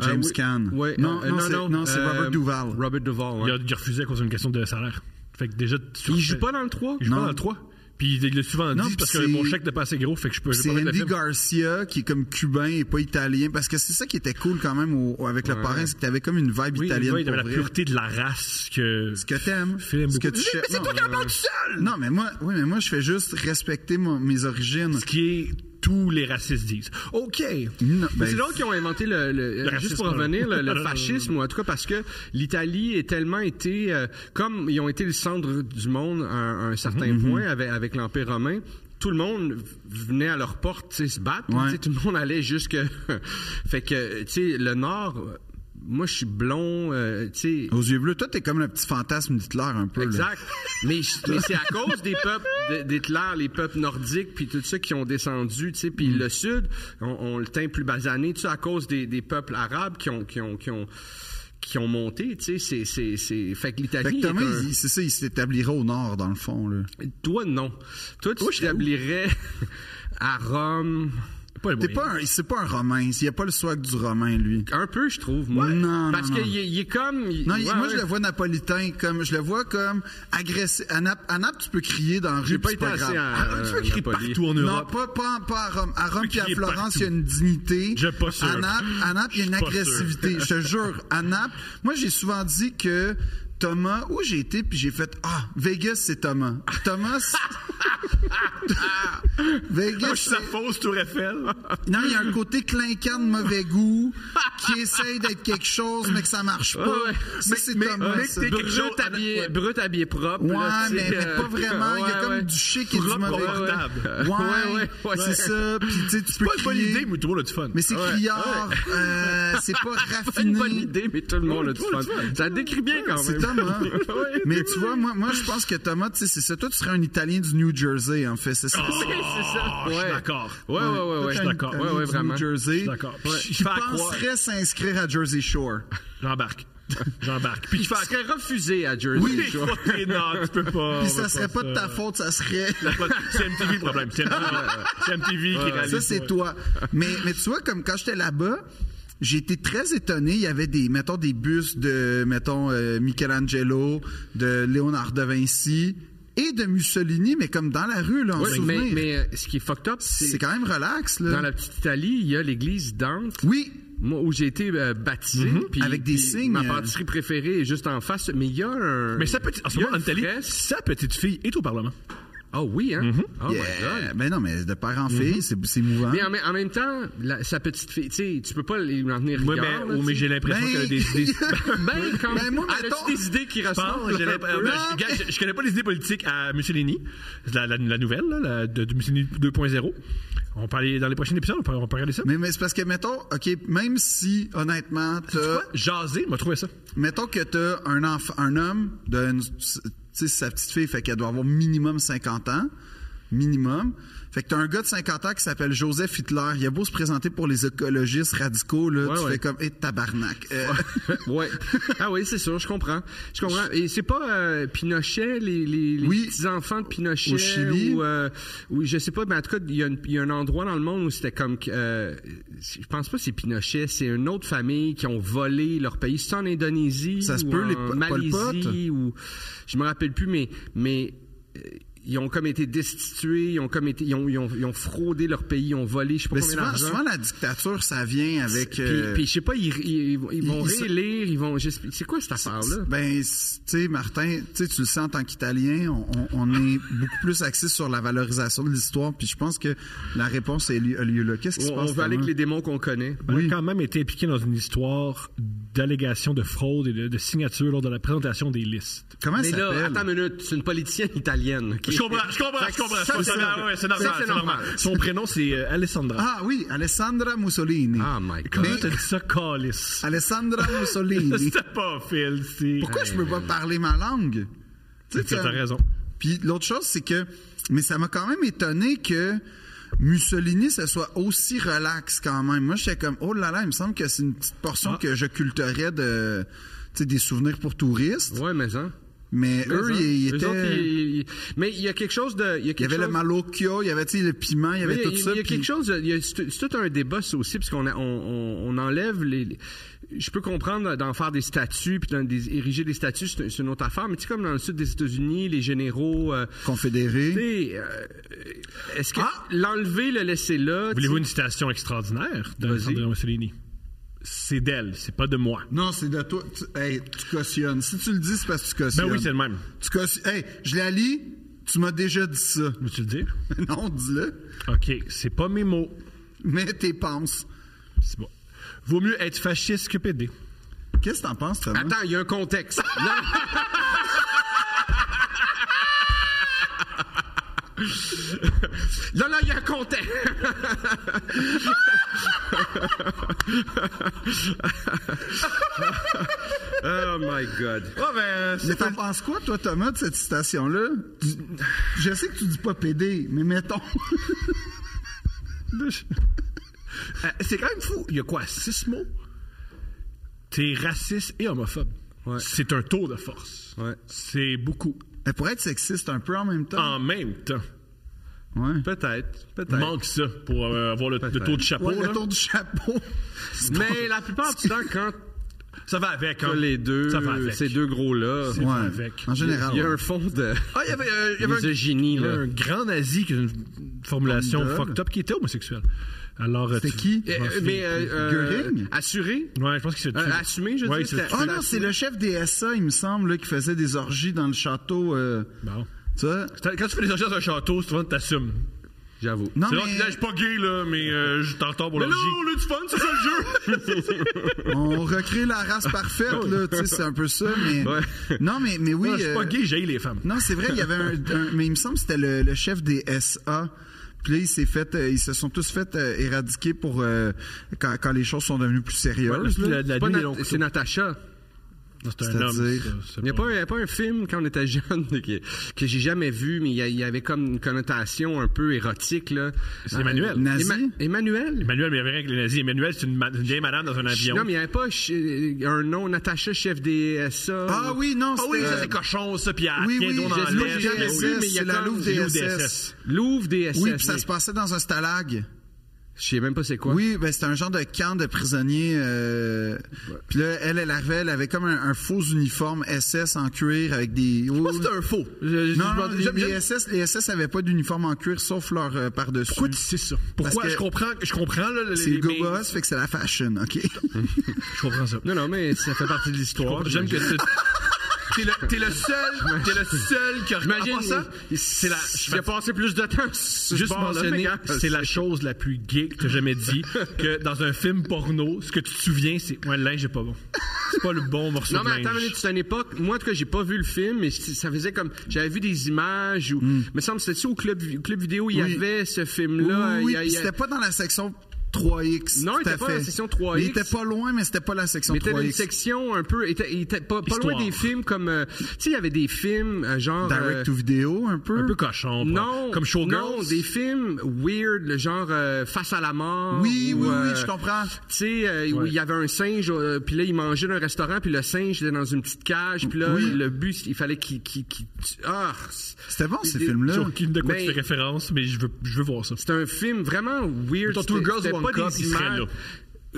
S4: Euh,
S3: James
S4: oui.
S3: Caan.
S4: Ouais,
S3: non,
S4: euh,
S3: non, c'est- non, c'est
S4: euh,
S3: Robert Duvall.
S4: Robert Duvall, ouais.
S5: Il, a, il refusait à cause d'une question de salaire. Fait que déjà, tu-
S4: Il joue pas dans le 3?
S5: Il joue
S3: Non.
S5: pas dans le 3. Puis il l'a souvent
S3: Non,
S5: dit c'est parce que
S3: puis
S5: mon
S3: c'est-
S5: chèque n'était pas assez gros, fait que je peux je peux
S3: C'est
S5: pas mettre le
S3: Andy
S5: film.
S3: Garcia qui est comme cubain et pas italien parce que c'est ça qui était cool quand même au- au- avec le parrain, c'est que t'avais comme une vibe
S5: Oui,
S3: italienne.
S5: le gars, il
S3: pour
S5: avait la
S3: vrai.
S5: pureté de la race que.
S3: Ce que t'aimes,
S5: Film
S3: ce que
S5: beaucoup.
S3: tu cherches. Mais c'est toi qui en parles tout seul. Non, mais moi, oui, mais moi je fais juste respecter mon- mes origines.
S5: Ce qui est tous les racistes disent.
S4: OK.
S3: Non,
S4: Mais
S3: ben,
S4: c'est donc qui ont inventé le, le- euh,
S5: racisme.
S4: juste pour revenir le, le
S5: Non, non,
S4: fascisme ou en tout cas parce que l'Italie est tellement été euh, comme ils ont été le centre du monde à un, à un certain point avec, avec l'empire romain. Tout le monde venait à leur porte, tu sais, se battre.
S3: Ouais.
S4: tu sais, Tout le monde allait jusque. fait que, tu sais, le Nord, euh, moi, je suis blond, euh, tu sais.
S3: Aux yeux bleus, toi, t'es comme le petit fantasme d'Hitler un peu. là.
S4: Exact. Mais, mais c'est à cause des peuples d- d'Hitler, les peuples nordiques, puis tout ça qui ont descendu, tu sais, puis
S3: Mm.
S4: le Sud, on, on le teint plus basané, tu sais, à cause des, des peuples arabes qui ont, qui ont, qui ont, qui ont monté, tu sais, c'est, c'est, c'est... Fait que
S3: Fait
S4: l'Italie...
S3: que Thomas,
S4: est un-
S3: il- c'est ça, il s'établira au nord, dans le fond. Là.
S4: Toi, non. Toi, tu t'établirais à Rome...
S5: Pas les
S3: T'es
S5: moyens.
S3: pas un, c'est pas un romain, il y a pas le swag du romain, lui.
S4: Un peu, je trouve, moi.
S3: Non,
S4: Parce
S3: non, non.
S4: qu'il est, il est comme... il-
S3: Non, il-
S4: ouais,
S3: moi,
S4: ouais.
S3: je le vois napolitain, comme, je le vois comme agressif. À Nap, à Naples, tu peux crier dans la rue,
S4: J'ai pas
S3: puis c'est
S4: été assez euh,
S3: grave.
S4: à-
S3: Ah, tu peux
S4: à
S3: crier
S4: Napoli.
S5: Partout en
S3: Non,
S5: Europe.
S3: pas, pas, pas à Rome. À Rome
S5: peux
S3: puis à
S5: crier
S3: Florence,
S5: partout.
S3: il y a une dignité.
S5: Je suis pas sûr.
S3: À Naples, à Naples, il y a une
S5: Je suis pas
S3: agressivité. Je te jure, à Naples, moi, j'ai souvent dit que Thomas, où j'ai été, puis j'ai fait Ah, Vegas, c'est Thomas. Thomas. c'est- Vegas.
S5: Sa fausse Tour Eiffel.
S3: c'est- Non, il y a un côté clinquant de mauvais goût qui essaye d'être quelque chose, mais que ça marche pas.
S4: Ouais, ouais.
S3: Ça,
S4: Mais-
S3: c'est
S4: mais-
S3: Thomas.
S4: mais que
S3: ça.
S4: t'es
S5: quelque chose-
S4: brut habillé,
S5: ouais.
S4: brut habillé propre.
S3: Ouais,
S4: là, tu
S3: mais,
S4: sais,
S3: mais
S4: euh,
S3: pas vraiment. Il y a
S4: ouais,
S3: comme
S4: ouais.
S3: du chic et du
S5: Propre,
S3: mauvais
S5: confortable.
S3: goût. Ouais,
S4: Ouais, ouais, ouais.
S3: c'est ça. Puis tu sais, tu peux
S5: Pas une bonne
S3: crier.
S5: idée, mais tout le monde a du fun.
S3: Mais c'est
S4: Ouais.
S3: criard, euh, c'est pas
S4: C'est pas une
S3: raffiné.
S4: bonne idée, mais tout le monde a du
S5: tout le
S4: fun.
S5: monde a du fun.
S4: Ça le décrit bien quand même.
S3: C'est Thomas.
S4: Ouais.
S3: Mais tu vois, moi, moi je pense que Thomas, tu sais, c'est ça. Toi, tu serais un Italien du New Jersey, en fait. C'est ça.
S4: C'est ça.
S5: Ah, je
S4: Oh,
S5: suis
S4: Ouais.
S5: d'accord.
S4: Ouais, ouais, ouais, ouais.
S5: Je suis d'accord.
S3: Un
S4: Ouais,
S3: Italien
S4: ouais,
S3: du
S4: vraiment.
S3: New Jersey.
S5: D'accord.
S3: Puis
S5: Ouais.
S3: Qui
S5: Je fais à croire.
S3: penserait s'inscrire à Jersey Shore.
S4: Ah,
S5: J'embarque. J'embarque. Puis
S4: Il
S5: tu fais à
S4: serait refusé à Jersey.
S5: Oui,
S4: tu vois.
S5: fucking non, tu peux pas.
S3: Puis
S5: on va
S3: ça serait pas de ta faute, ça serait.
S5: C'est MTV le problème. C'est MTV, euh, c'est MTV qui réalise.
S3: Ah, Ça, c'est toi. Mais, mais tu vois, comme quand j'étais là-bas, j'ai été très étonné. Il y avait des, mettons, des bus de, mettons, euh, Michelangelo, de Léonard de Vinci et de Mussolini, mais comme dans la rue, là, en
S4: Ouais,
S3: souvenir.
S4: mais, mais euh, ce qui est fucked up,
S3: c'est
S4: c'est
S3: quand même relax, là.
S4: dans la petite Italie, il y a l'église Dante.
S3: Oui,
S4: Moi, où j'ai été euh, baptisé. puis-
S3: Mhm. Avec des
S4: puis
S3: signes,
S4: Ma
S3: euh.
S4: pâtisserie préférée est juste en face. Mais il y a un.
S5: Mais sa petite, en ce
S4: il y a
S5: moment, en
S4: une
S5: Italie,
S4: fresque.
S5: sa petite fille est au Parlement.
S4: Ah oui, hein? Oh my God. Mm-hmm.
S3: mais Ben non, mais de père en fille, c'est- c'est mouvant.
S4: Mais en, mê- en même temps, la- sa petite fille, tu sais, tu peux pas lui en tenir
S5: Oui,
S4: rigueur.
S5: mais,
S4: là,
S5: oh,
S4: tu
S5: mais
S4: sais.
S5: j'ai l'impression
S3: Ben-
S5: qu'elle a des idées.
S4: Ben, quand
S3: Ben, moi,
S4: elle
S3: mettons-
S4: a des idées qui
S5: Je pense,
S4: ressemblent. Ben,
S5: j'ai l'impression-
S4: un peu, là?
S5: je, regarde, je- je connais pas les idées politiques à Mussolini, la, la- la nouvelle, là, la- de, de Mussolini 2.0. On parlait dans les prochains épisodes, on peut, on peut regarder ça.
S3: Mais, mais c'est parce que, mettons, OK, même si, honnêtement, t'as,
S5: Quoi? Jaser, m'a trouvé ça.
S3: mettons que t'as un enfant, un homme, de, une- tu sais, sa petite fille, fait qu'elle doit avoir minimum 50 ans, minimum. Fait que t'as un gars de 50 ans qui s'appelle Joseph Hitler. Il a beau se présenter pour les écologistes radicaux, là,
S4: Ouais,
S3: tu
S4: ouais.
S3: fais comme, hé, tabarnak. Euh,
S4: ouais. Ah oui, c'est sûr, je comprends. Je comprends. Et c'est pas euh, Pinochet, les, les, les
S3: Oui.
S4: petits-enfants de Pinochet.
S3: Au Chili.
S4: Ou, euh, ou je sais pas, mais en tout cas, il y, a une- il y a un endroit dans le monde où c'était comme... que, Euh, je pense pas que c'est Pinochet, c'est une autre famille qui ont volé leur pays. C'est en Indonésie
S3: Ça se
S4: ou
S3: peut, les
S4: en
S3: Pol- Pol Pot?
S4: Malaisie ou... Je me rappelle plus, mais... mais euh, ils ont comme été destitués, ils ont comme été, ils ont, ils ont, ils ont fraudé leur pays, ils ont volé, je sais pas
S3: mais
S4: combien
S3: souvent,
S4: d'argent.
S3: souvent, la dictature, ça vient avec...
S4: Puis,
S3: euh,
S4: puis je sais pas, ils, ils, ils vont
S3: ils se-
S4: rélire, ils vont. je sais- C'est quoi cette affaire-là?
S3: Ben, c- tu sais, Martin, tu sais, tu le sais en tant qu'Italien, on, on- on est beaucoup plus axé sur la valorisation de l'histoire, puis je pense que la réponse est lieu- a lieu là. Qu'est-ce qui se
S4: On, on
S3: passe
S4: veut aller
S3: Thomas?
S4: avec les démons qu'on connaît.
S5: On a quand même été impliqué dans une histoire d'allégations de fraude et de, de signature lors de la présentation des listes.
S3: Comment
S4: Mais
S3: ça
S4: là,
S3: s'appelle
S4: attends une minute, c'est une politicienne italienne. ok?
S5: Je comprends, je comprends, je comprends.
S3: Ça,
S5: Je
S3: c'est
S5: comprends. Ah ouais, C'est normal,
S3: Ça, c'est
S5: c'est normal.
S3: normal.
S5: Son prénom, c'est euh, Alessandra.
S3: Ah oui, Alessandra Mussolini.
S4: Oh my God.
S5: Comment t'as dit ça, Calis?
S3: Alessandra Mussolini.
S5: C'était pas Phil, c'est.
S3: Ah, Pourquoi je peux pas parler ma langue? Tu sais,
S5: Parce que
S3: tu-
S5: T'as raison.
S3: Puis l'autre chose, c'est que, mais ça m'a quand même étonné que Mussolini se soit aussi relax quand même. Moi, j'étais comme, oh là là, il me semble que c'est une petite portion
S5: Ah.
S3: que je culterais de, tu sais, des souvenirs pour touristes.
S4: Ouais, mais hein.
S3: Mais
S4: Mais,
S3: eux,
S4: hein.
S3: ils, ils
S4: Eux
S3: étaient.
S4: autres, ils- ils- Mais il y a quelque chose de. Il y, a
S3: Il y
S4: quelque
S3: avait le
S4: chose-
S3: malocchio, il y avait, tu sais, le piment, il y
S4: Mais
S3: avait
S4: Il y a-
S3: tout ça.
S4: il y a
S3: puis-
S4: quelque chose, il y a- c'est c'est tout un débat ça aussi, parce qu'on a- on, on- on enlève les... les- Je peux comprendre d'en faire des statues, puis d'en des- ériger des statues, c'est c'est une autre affaire, mais tu sais, comme dans le sud des États-Unis, les généraux... euh, tu
S3: Confédéré.
S4: sais, euh, Est-ce que
S3: Ah!
S4: l'enlever, le laisser là... tu sais,
S5: Voulez-vous une citation extraordinaire d'Alessandra Mussolini? C'est d'elle, c'est pas de moi.
S3: Non, c'est de toi. Tu, hey, tu cautionnes. Si tu le dis, c'est parce que tu
S5: Ben
S3: cautionnes.
S5: oui, c'est le même.
S3: Tu cautionnes. Hey, je la lis, tu m'as déjà dit ça.
S5: Veux-tu le dire?
S3: non, dis-le.
S5: OK, c'est pas mes mots.
S3: Mais t'y penses.
S5: C'est bon. Vaut mieux être fasciste que pédé.
S3: Qu'est-ce que t'en penses, Thomas?
S4: Attends, il y a un contexte. Non, non, non, il y a un contexte. oh my God.
S3: Mais t'en penses quoi, toi, Thomas, de cette citation-là? Tu- Je sais que tu dis pas PD, mais mettons.
S5: Euh, c'est quand même fou. Il y a quoi, six mots? T'es raciste et homophobe.
S4: Ouais.
S5: C'est un tour de force.
S4: Ouais.
S5: C'est beaucoup.
S3: Elle pourrait être sexiste un peu en même temps.
S5: En même temps,
S3: Ouais.
S4: Peut-être, peut-être.
S5: manque ça pour euh, avoir le, le tour de chapeau.
S3: Ouais, le
S5: là.
S3: tour du chapeau.
S4: Mais la plupart du temps, quand
S5: Ça va avec.
S4: t'as
S5: Hein.
S4: les deux,
S5: Ça va avec.
S4: ces deux gros-là,
S5: C'est-
S3: Ouais.
S5: avec.
S3: En général.
S4: il y a
S3: ouais.
S4: un fond de...
S5: Ah, il y avait, euh, il y avait un,
S4: Misogynie,
S5: il y avait
S4: là.
S5: un grand nazi qui a une formulation
S3: Formidable.
S5: fucked up qui était homosexuel. Alors, euh,
S3: C'était
S5: tu-
S3: qui?
S4: Euh, euh, Mais euh, euh,
S3: Göring?
S4: assuré,
S5: Ouais, je pense qu'il s'est
S4: Euh,
S5: tué.
S4: assumé, je
S5: Ouais,
S4: dis,
S5: il s'est
S4: c'était-
S5: tué.
S3: Oh non, c'est le chef des SA, il me semble, là, qui faisait des orgies dans le château. euh,
S5: Bon.
S3: Tu vois?
S5: T'as- Quand tu fais des orgies dans un château, souvent t'assumes.
S4: j'avoue.
S3: Non,
S5: C'est là qu'il dit, je suis pas gay, là, mais euh, je t'entends pour l'orgie.
S4: le fun, c'est ça le jeu!
S3: on recrée la race parfaite, là, tu sais, c'est un peu ça, mais...
S4: Ouais.
S3: Non, mais, mais oui...
S5: Non, je suis
S3: euh,
S5: pas gay, j'ai les femmes.
S3: Non, c'est vrai, il y avait un, un- mais il me semble que c'était le, le chef des SA. Puis là, il s'est fait, euh, ils se sont tous fait euh, éradiquer pour euh, quand, quand les choses sont devenues plus sérieuses.
S5: Ouais,
S3: là.
S5: la- la-
S4: C'est pas
S5: nuit,
S4: Nat-
S5: les longs couteaux.
S4: C'est Natacha.
S5: Non, C'est un homme.
S3: C'est-à-dire?
S5: ça, c'est
S4: Il n'y a pas, il y a pas un film quand on était jeune qui- que j'ai jamais vu, mais il y, a- il y avait comme une connotation un peu érotique. Là. Euh,
S5: C'est Emmanuel.
S3: Nazi?
S4: Emmanuel?
S5: Emmanuel, mais il y avait rien avec les nazis. Emmanuel, c'est une, ma- une vieille madame dans un avion.
S4: Non, mais il n'y avait pas ch- euh, un nom, Natacha, chef des SA.
S3: Ah oui, non,
S5: Ah
S3: c'était...
S5: oui, ça,
S3: euh,
S5: c'est cochon, ça, puis
S3: oui,
S5: elle tient
S3: oui,
S5: d'eau dans
S3: j'ai-
S5: l'est.
S3: Louvre
S4: j'ai jamais
S3: DSS,
S4: vu, mais il y a
S3: c'est la
S4: comme-
S3: Louvre
S5: J'ai
S3: DSS.
S5: vu DSS.
S4: Louvre des SS.
S3: Oui, puis ça
S4: oui.
S3: se passait dans un stalag.
S4: Je sais même pas c'est quoi.
S3: Oui, ben c'était un genre de camp de prisonniers. euh, Puis là, elle, elle arrivait, elle avait comme un, un faux uniforme SS en cuir avec des...
S5: Moi, c'est un faux. Je- je-
S3: Non,
S5: je-
S3: non,
S5: je-
S3: les, les SS, les SS avaient pas d'uniforme en cuir sauf leur euh, par-dessus.
S5: Pourquoi tu sais ça? Pourquoi?
S3: que-
S5: Je comprends, je comprends, là, les-
S3: C'est Hugo
S5: mais-
S3: Boss, fait que c'est la fashion, OK?
S5: Je comprends ça.
S4: Non, non, mais ça fait partie de l'histoire.
S5: J'aime que tu... T'es le, t'es le seul, t'es le seul qui a...
S4: J'imagine.
S5: En passant,
S4: C'est la.
S5: je-
S4: J'ai passé plus de temps sur ce
S5: Juste
S4: bord-là,
S5: mentionner,
S4: mais gars,
S5: c'est la chose la plus gay que t'as jamais dit, que dans un film porno, ce que tu te souviens, c'est ouais, le linge est pas bon. C'est pas le bon morceau
S4: Non,
S5: de
S4: mais attends, une
S5: linge.
S4: minute, c'est une époque. Moi, en tout cas, j'ai pas vu le film, mais c- ça faisait comme. J'avais vu des images ou. Me semble, c'était au club, club vidéo, il y
S3: Hmm. Oui.
S4: avait ce
S3: Là,
S4: film-là.
S3: oui,
S4: il y a-
S3: puis
S4: il y a-
S3: c'était pas dans la section 3X.
S4: Non, il
S3: tout
S4: était
S3: à
S4: pas
S3: fait.
S4: dans la section 3X.
S3: Il était pas loin, mais c'était pas la section
S4: Mais était dans
S3: 3X.
S4: une section un peu. était- il était pas, pas
S5: Histoire.
S4: loin des films comme. euh, tu sais, il y avait des films euh, genre.
S3: Direct
S4: euh,
S3: to vidéo, un peu.
S5: Un peu cochon.
S4: non,
S5: Comme Showgirls.
S4: non, des films weird, le genre euh, Face à la mort.
S3: oui, oui,
S4: ou,
S3: oui,
S4: euh,
S3: je comprends.
S4: Tu sais, euh, où il y avait un singe, euh, puis là, il mangeait dans un restaurant, puis le singe était dans une petite cage, puis là,
S3: Oui.
S4: le but, il fallait qu'il... qu'il- qu'il- ah! c'est-
S3: C'était bon, ces
S4: des-
S3: films-là.
S5: J'ai aucune de quoi
S4: Mais-
S5: tu fais référence, mais je veux, je veux voir ça.
S4: C'est un film vraiment weird.
S5: Mettons, Two
S4: C'était-
S5: Girls,
S4: c'était
S5: One
S4: pas
S5: Cup,
S4: des
S5: il serait
S4: images.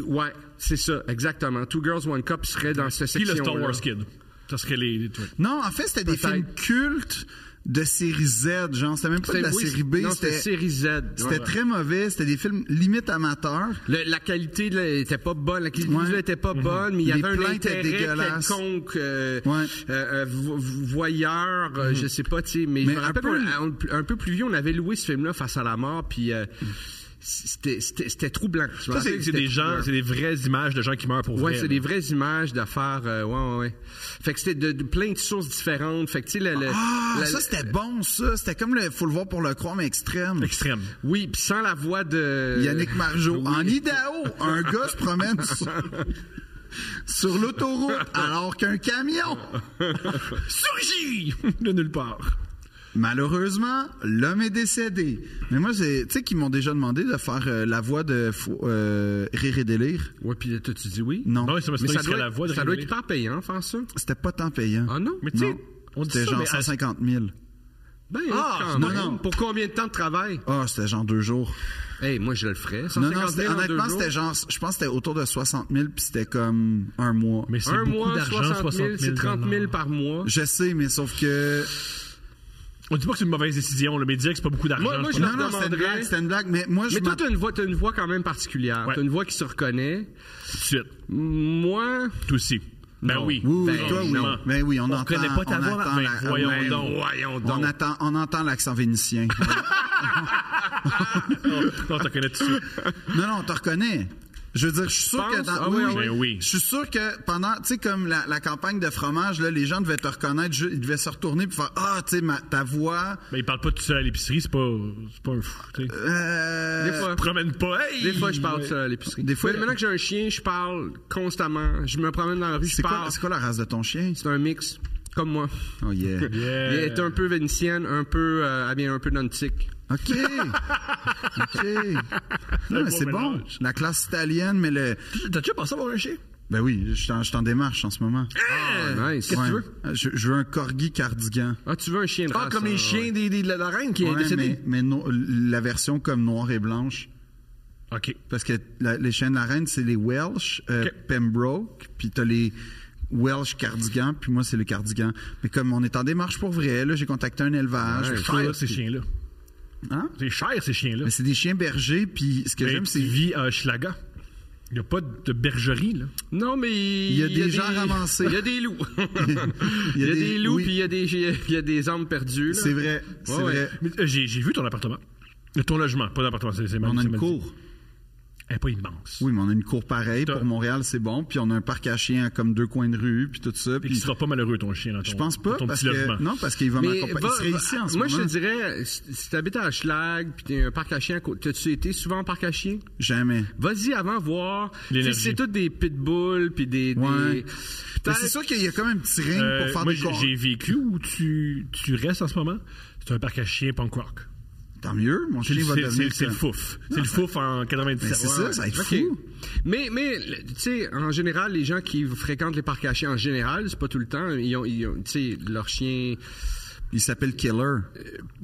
S4: Ouais, c'est ça, exactement. Two Girls, One Cup serait dans cette
S5: Puis
S4: section
S5: le Star Wars Kid. Ça serait les. les trucs.
S3: Non, en fait, c'était des
S4: Peut-être.
S3: films cultes de série Z, genre. C'était même pas de la série B.
S4: c'était
S3: C'était
S4: série Z.
S3: c'était
S4: Ouais.
S3: très mauvais. C'était des films limite amateurs.
S4: Le- la qualité là, était pas bonne, la qualité
S3: Ouais.
S4: visuelle était
S5: Mhm.
S4: pas bonne, mais il y
S3: Les
S4: avait un
S3: plans étaient
S4: intérêt
S3: dégueulasses.
S4: quelconque, euh,
S3: Ouais.
S4: euh, euh, vo- voyeur, euh,
S5: Mhm.
S4: je sais pas, tu sais, mais, je
S3: Mais
S4: me
S3: un
S4: rappelle
S3: peu-
S4: qu'on- un, un peu plus vieux, on avait loué ce film-là face à la mort, puis euh, c'était- c'était c'était troublant. Je me
S5: Ça,
S4: rappelle
S5: c'est
S4: que
S5: c'est
S4: c'était
S5: des gens,
S4: troublant.
S5: c'est des vraies images de gens qui meurent pour vrai.
S4: Ouais, c'est des vraies images d'affaires. euh, ouais, ouais, ouais. Fait que c'était de, de plein de sources différentes. Fait que, tu sais, le- le-
S3: Ah,
S4: la-
S3: ça c'était bon, ça. C'était comme le faut le voir pour le croire, mais extrême.
S5: extrêmes.
S4: Oui, puis sans la voix de.
S3: Yannick Margeau.
S4: Oui.
S3: En Idaho, un gars se promène sur, sur l'autoroute alors qu'un camion.
S5: Surgit de nulle part.
S3: Malheureusement, l'homme est décédé. Mais moi, c'est- tu sais qu'ils m'ont déjà demandé de faire euh, la voix de Fou- euh, Rire et délire.
S4: Ouais, puis euh, toi, tu dis oui.
S3: Non,
S5: Non, c'est parce
S4: Mais
S5: que
S4: ça
S5: ça serait
S4: doit,
S5: la voix de
S4: ça doit
S5: Ridley.
S4: être pas payant, faire ça.
S3: c'était pas tant payant.
S4: Ah non?
S5: Mais tu sais,
S3: Non.
S5: on dit
S3: C'était
S5: ça,
S3: genre
S5: mais à-
S3: 150 000.
S4: Ben,
S3: Ah,
S4: quand
S3: non,
S4: même.
S3: non.
S4: Pour combien de temps de travail?
S3: Ah, c'était genre deux jours.
S4: Hey, moi, je le ferais.
S3: Non,
S4: 150
S3: non,
S4: 000
S3: c'était-
S4: en deux
S3: honnêtement,
S4: jours.
S3: c'était genre, je pense que c'était autour de 60 000, puis c'était comme un mois.
S5: Mais c'est
S4: Un
S5: beaucoup
S4: mois,
S5: d'argent,
S4: 60 000, c'est 30 000
S5: dollars.
S4: par mois.
S3: Je sais, mais sauf que.
S5: On dit pas que c'est une mauvaise décision, le média, que c'est pas beaucoup d'argent.
S4: Moi- moi,
S5: je
S4: je
S5: pense.
S3: Non, non, c'était une blague, c'était une blague, mais moi, je
S4: Mais toi,
S3: m'en-
S4: t'as une voix, t'as une voix quand même particulière.
S5: Ouais.
S4: T'as une voix qui se reconnaît.
S5: tout de suite.
S4: Moi,
S5: Tout aussi. Ben oui.
S3: Oui,
S4: Ben,
S3: toi, oui.
S5: non.
S3: Ben oui, on,
S5: On
S3: entend.
S5: connaît pas ta
S3: on
S5: voix,
S3: entend
S5: ben,
S3: la-
S5: voyons
S3: ben,
S5: donc.
S4: voyons
S3: On,
S4: donc.
S3: attend, on entend l'accent vénitien.
S5: non, t'en connais tout de suite.
S3: non, non, on te reconnaît. Je veux dire, je suis sûr
S4: Pense?
S3: que dans-
S4: Ah oui, ah
S5: oui. Ben oui.
S3: Je suis sûr que pendant, tu sais, comme la, la campagne de fromage, là, les gens devaient te reconnaître, ju- ils devaient se retourner puis faire Ah, tu sais, ma- ta voix.
S5: Ben, il parle pas tout seul à l'épicerie, c'est pas, c'est pas un fou, tu sais.
S3: euh,
S4: des fois.
S5: Tu te promènes pas, hey!
S4: Des fois, je parle ça à l'épicerie.
S3: Des fois-
S4: Mais maintenant que j'ai un chien, je parle constamment. Je me promène dans la rue, je
S3: c'est quoi,
S4: parle.
S3: c'est quoi la race de ton chien?
S4: C'est un mix, comme moi.
S3: Oh yeah.
S5: Yeah.
S4: Elle est un peu vénitienne, un peu, euh, elle vient un peu d'antique.
S3: OK. OK. Non, mais
S5: beau
S3: c'est bon.
S5: mélange.
S3: La classe italienne, mais le.
S5: T'as déjà pensé avoir un chien?
S3: Ben oui, je suis en- je suis en démarche en ce moment.
S4: Ah, nice. Qu'est-ce que tu
S3: Ouais.
S4: veux?
S3: Je, je veux un corgi cardigan.
S4: Ah, tu veux un chien de race. hein, ouais.
S5: des, des- de la, la reine qui
S3: Ouais, mais, mais no- la version comme noire et blanche.
S5: OK.
S3: Parce que la- les chiens de la reine, c'est les Welsh, euh,
S5: Ok.
S3: Pembroke, puis t'as les Welsh cardigan, puis moi, c'est le cardigan. Mais comme on est en démarche pour vrai, là, j'ai contacté un élevage.
S5: C'est
S3: puis
S5: cher,
S3: tout,
S5: ces
S3: puis-
S5: chiens-là.
S3: Hein?
S5: C'est cher, ces chiens-là.
S3: Mais c'est des chiens bergers, puis ce que
S5: Mais
S3: j'aime,
S5: tu
S3: c'est...
S5: vis à Schlaga. Il n'y a pas de bergerie, là.
S4: Non, mais. Il
S3: y a des gens ramassés.
S4: Il y a des loups. Il y a des loups,
S3: oui.
S4: puis il y a des- il y a des âmes perdues. là.
S3: C'est vrai, c'est
S4: Ouais, ouais.
S3: vrai.
S5: Mais, euh, J'ai j'ai vu ton appartement. Euh, Ton logement, pas d'appartement, c'est c'est mal-
S3: On a
S5: c'est
S3: une
S5: mal dit.
S3: cour.
S5: Elle est pas immense.
S3: Oui, mais on a une cour pareille.
S5: T'as-
S3: Pour Montréal, c'est bon. Puis on a un parc à chiens à comme deux coins de rue, puis tout ça.
S5: Puis il
S3: Puis
S5: sera pas malheureux, ton chien, dans ton,
S3: je pense
S5: dans
S3: pas,
S5: ton
S3: parce
S5: petit logement.
S3: que... Non, parce qu'il va
S4: Mais
S3: m'accompagner. Il
S4: va-
S3: serait
S4: va-
S3: ici en ce
S4: moi,
S3: moment.
S4: je te dirais, si si t'habites à Schlag, puis t'es un parc à chiens, à côté- t'as-tu été souvent en parc à chiens?
S3: Jamais.
S4: Vas-y avant voir.
S5: L'énergie.
S4: Tu sais, C'est tout des pitbulls, puis des... Ben, des-
S3: Ouais. Mais
S4: Peut-être-
S3: c'est sûr qu'il y a quand même un petit ring
S5: Euh,
S3: pour faire
S5: moi,
S3: des
S5: j'ai
S3: cours.
S5: j'ai vécu où tu, tu restes en ce moment. C'est un parc à chiens punk rock.
S3: Tant mieux, mon
S5: C'est
S3: chien
S5: le,
S3: va
S5: c'est- c'est-
S3: devenir
S5: c'est le
S3: ça.
S5: fouf. C'est le fouf en
S3: Mais
S4: Ben,
S5: 97.
S3: c'est ça, ça va être
S4: Ok.
S3: fou.
S4: Mais, mais le- tu sais, en général, les gens qui fréquentent les parcs à chiens, en général, c'est pas tout le temps, ils ont, ils ont- tu sais, leurs chiens...
S3: Il s'appelle Killer.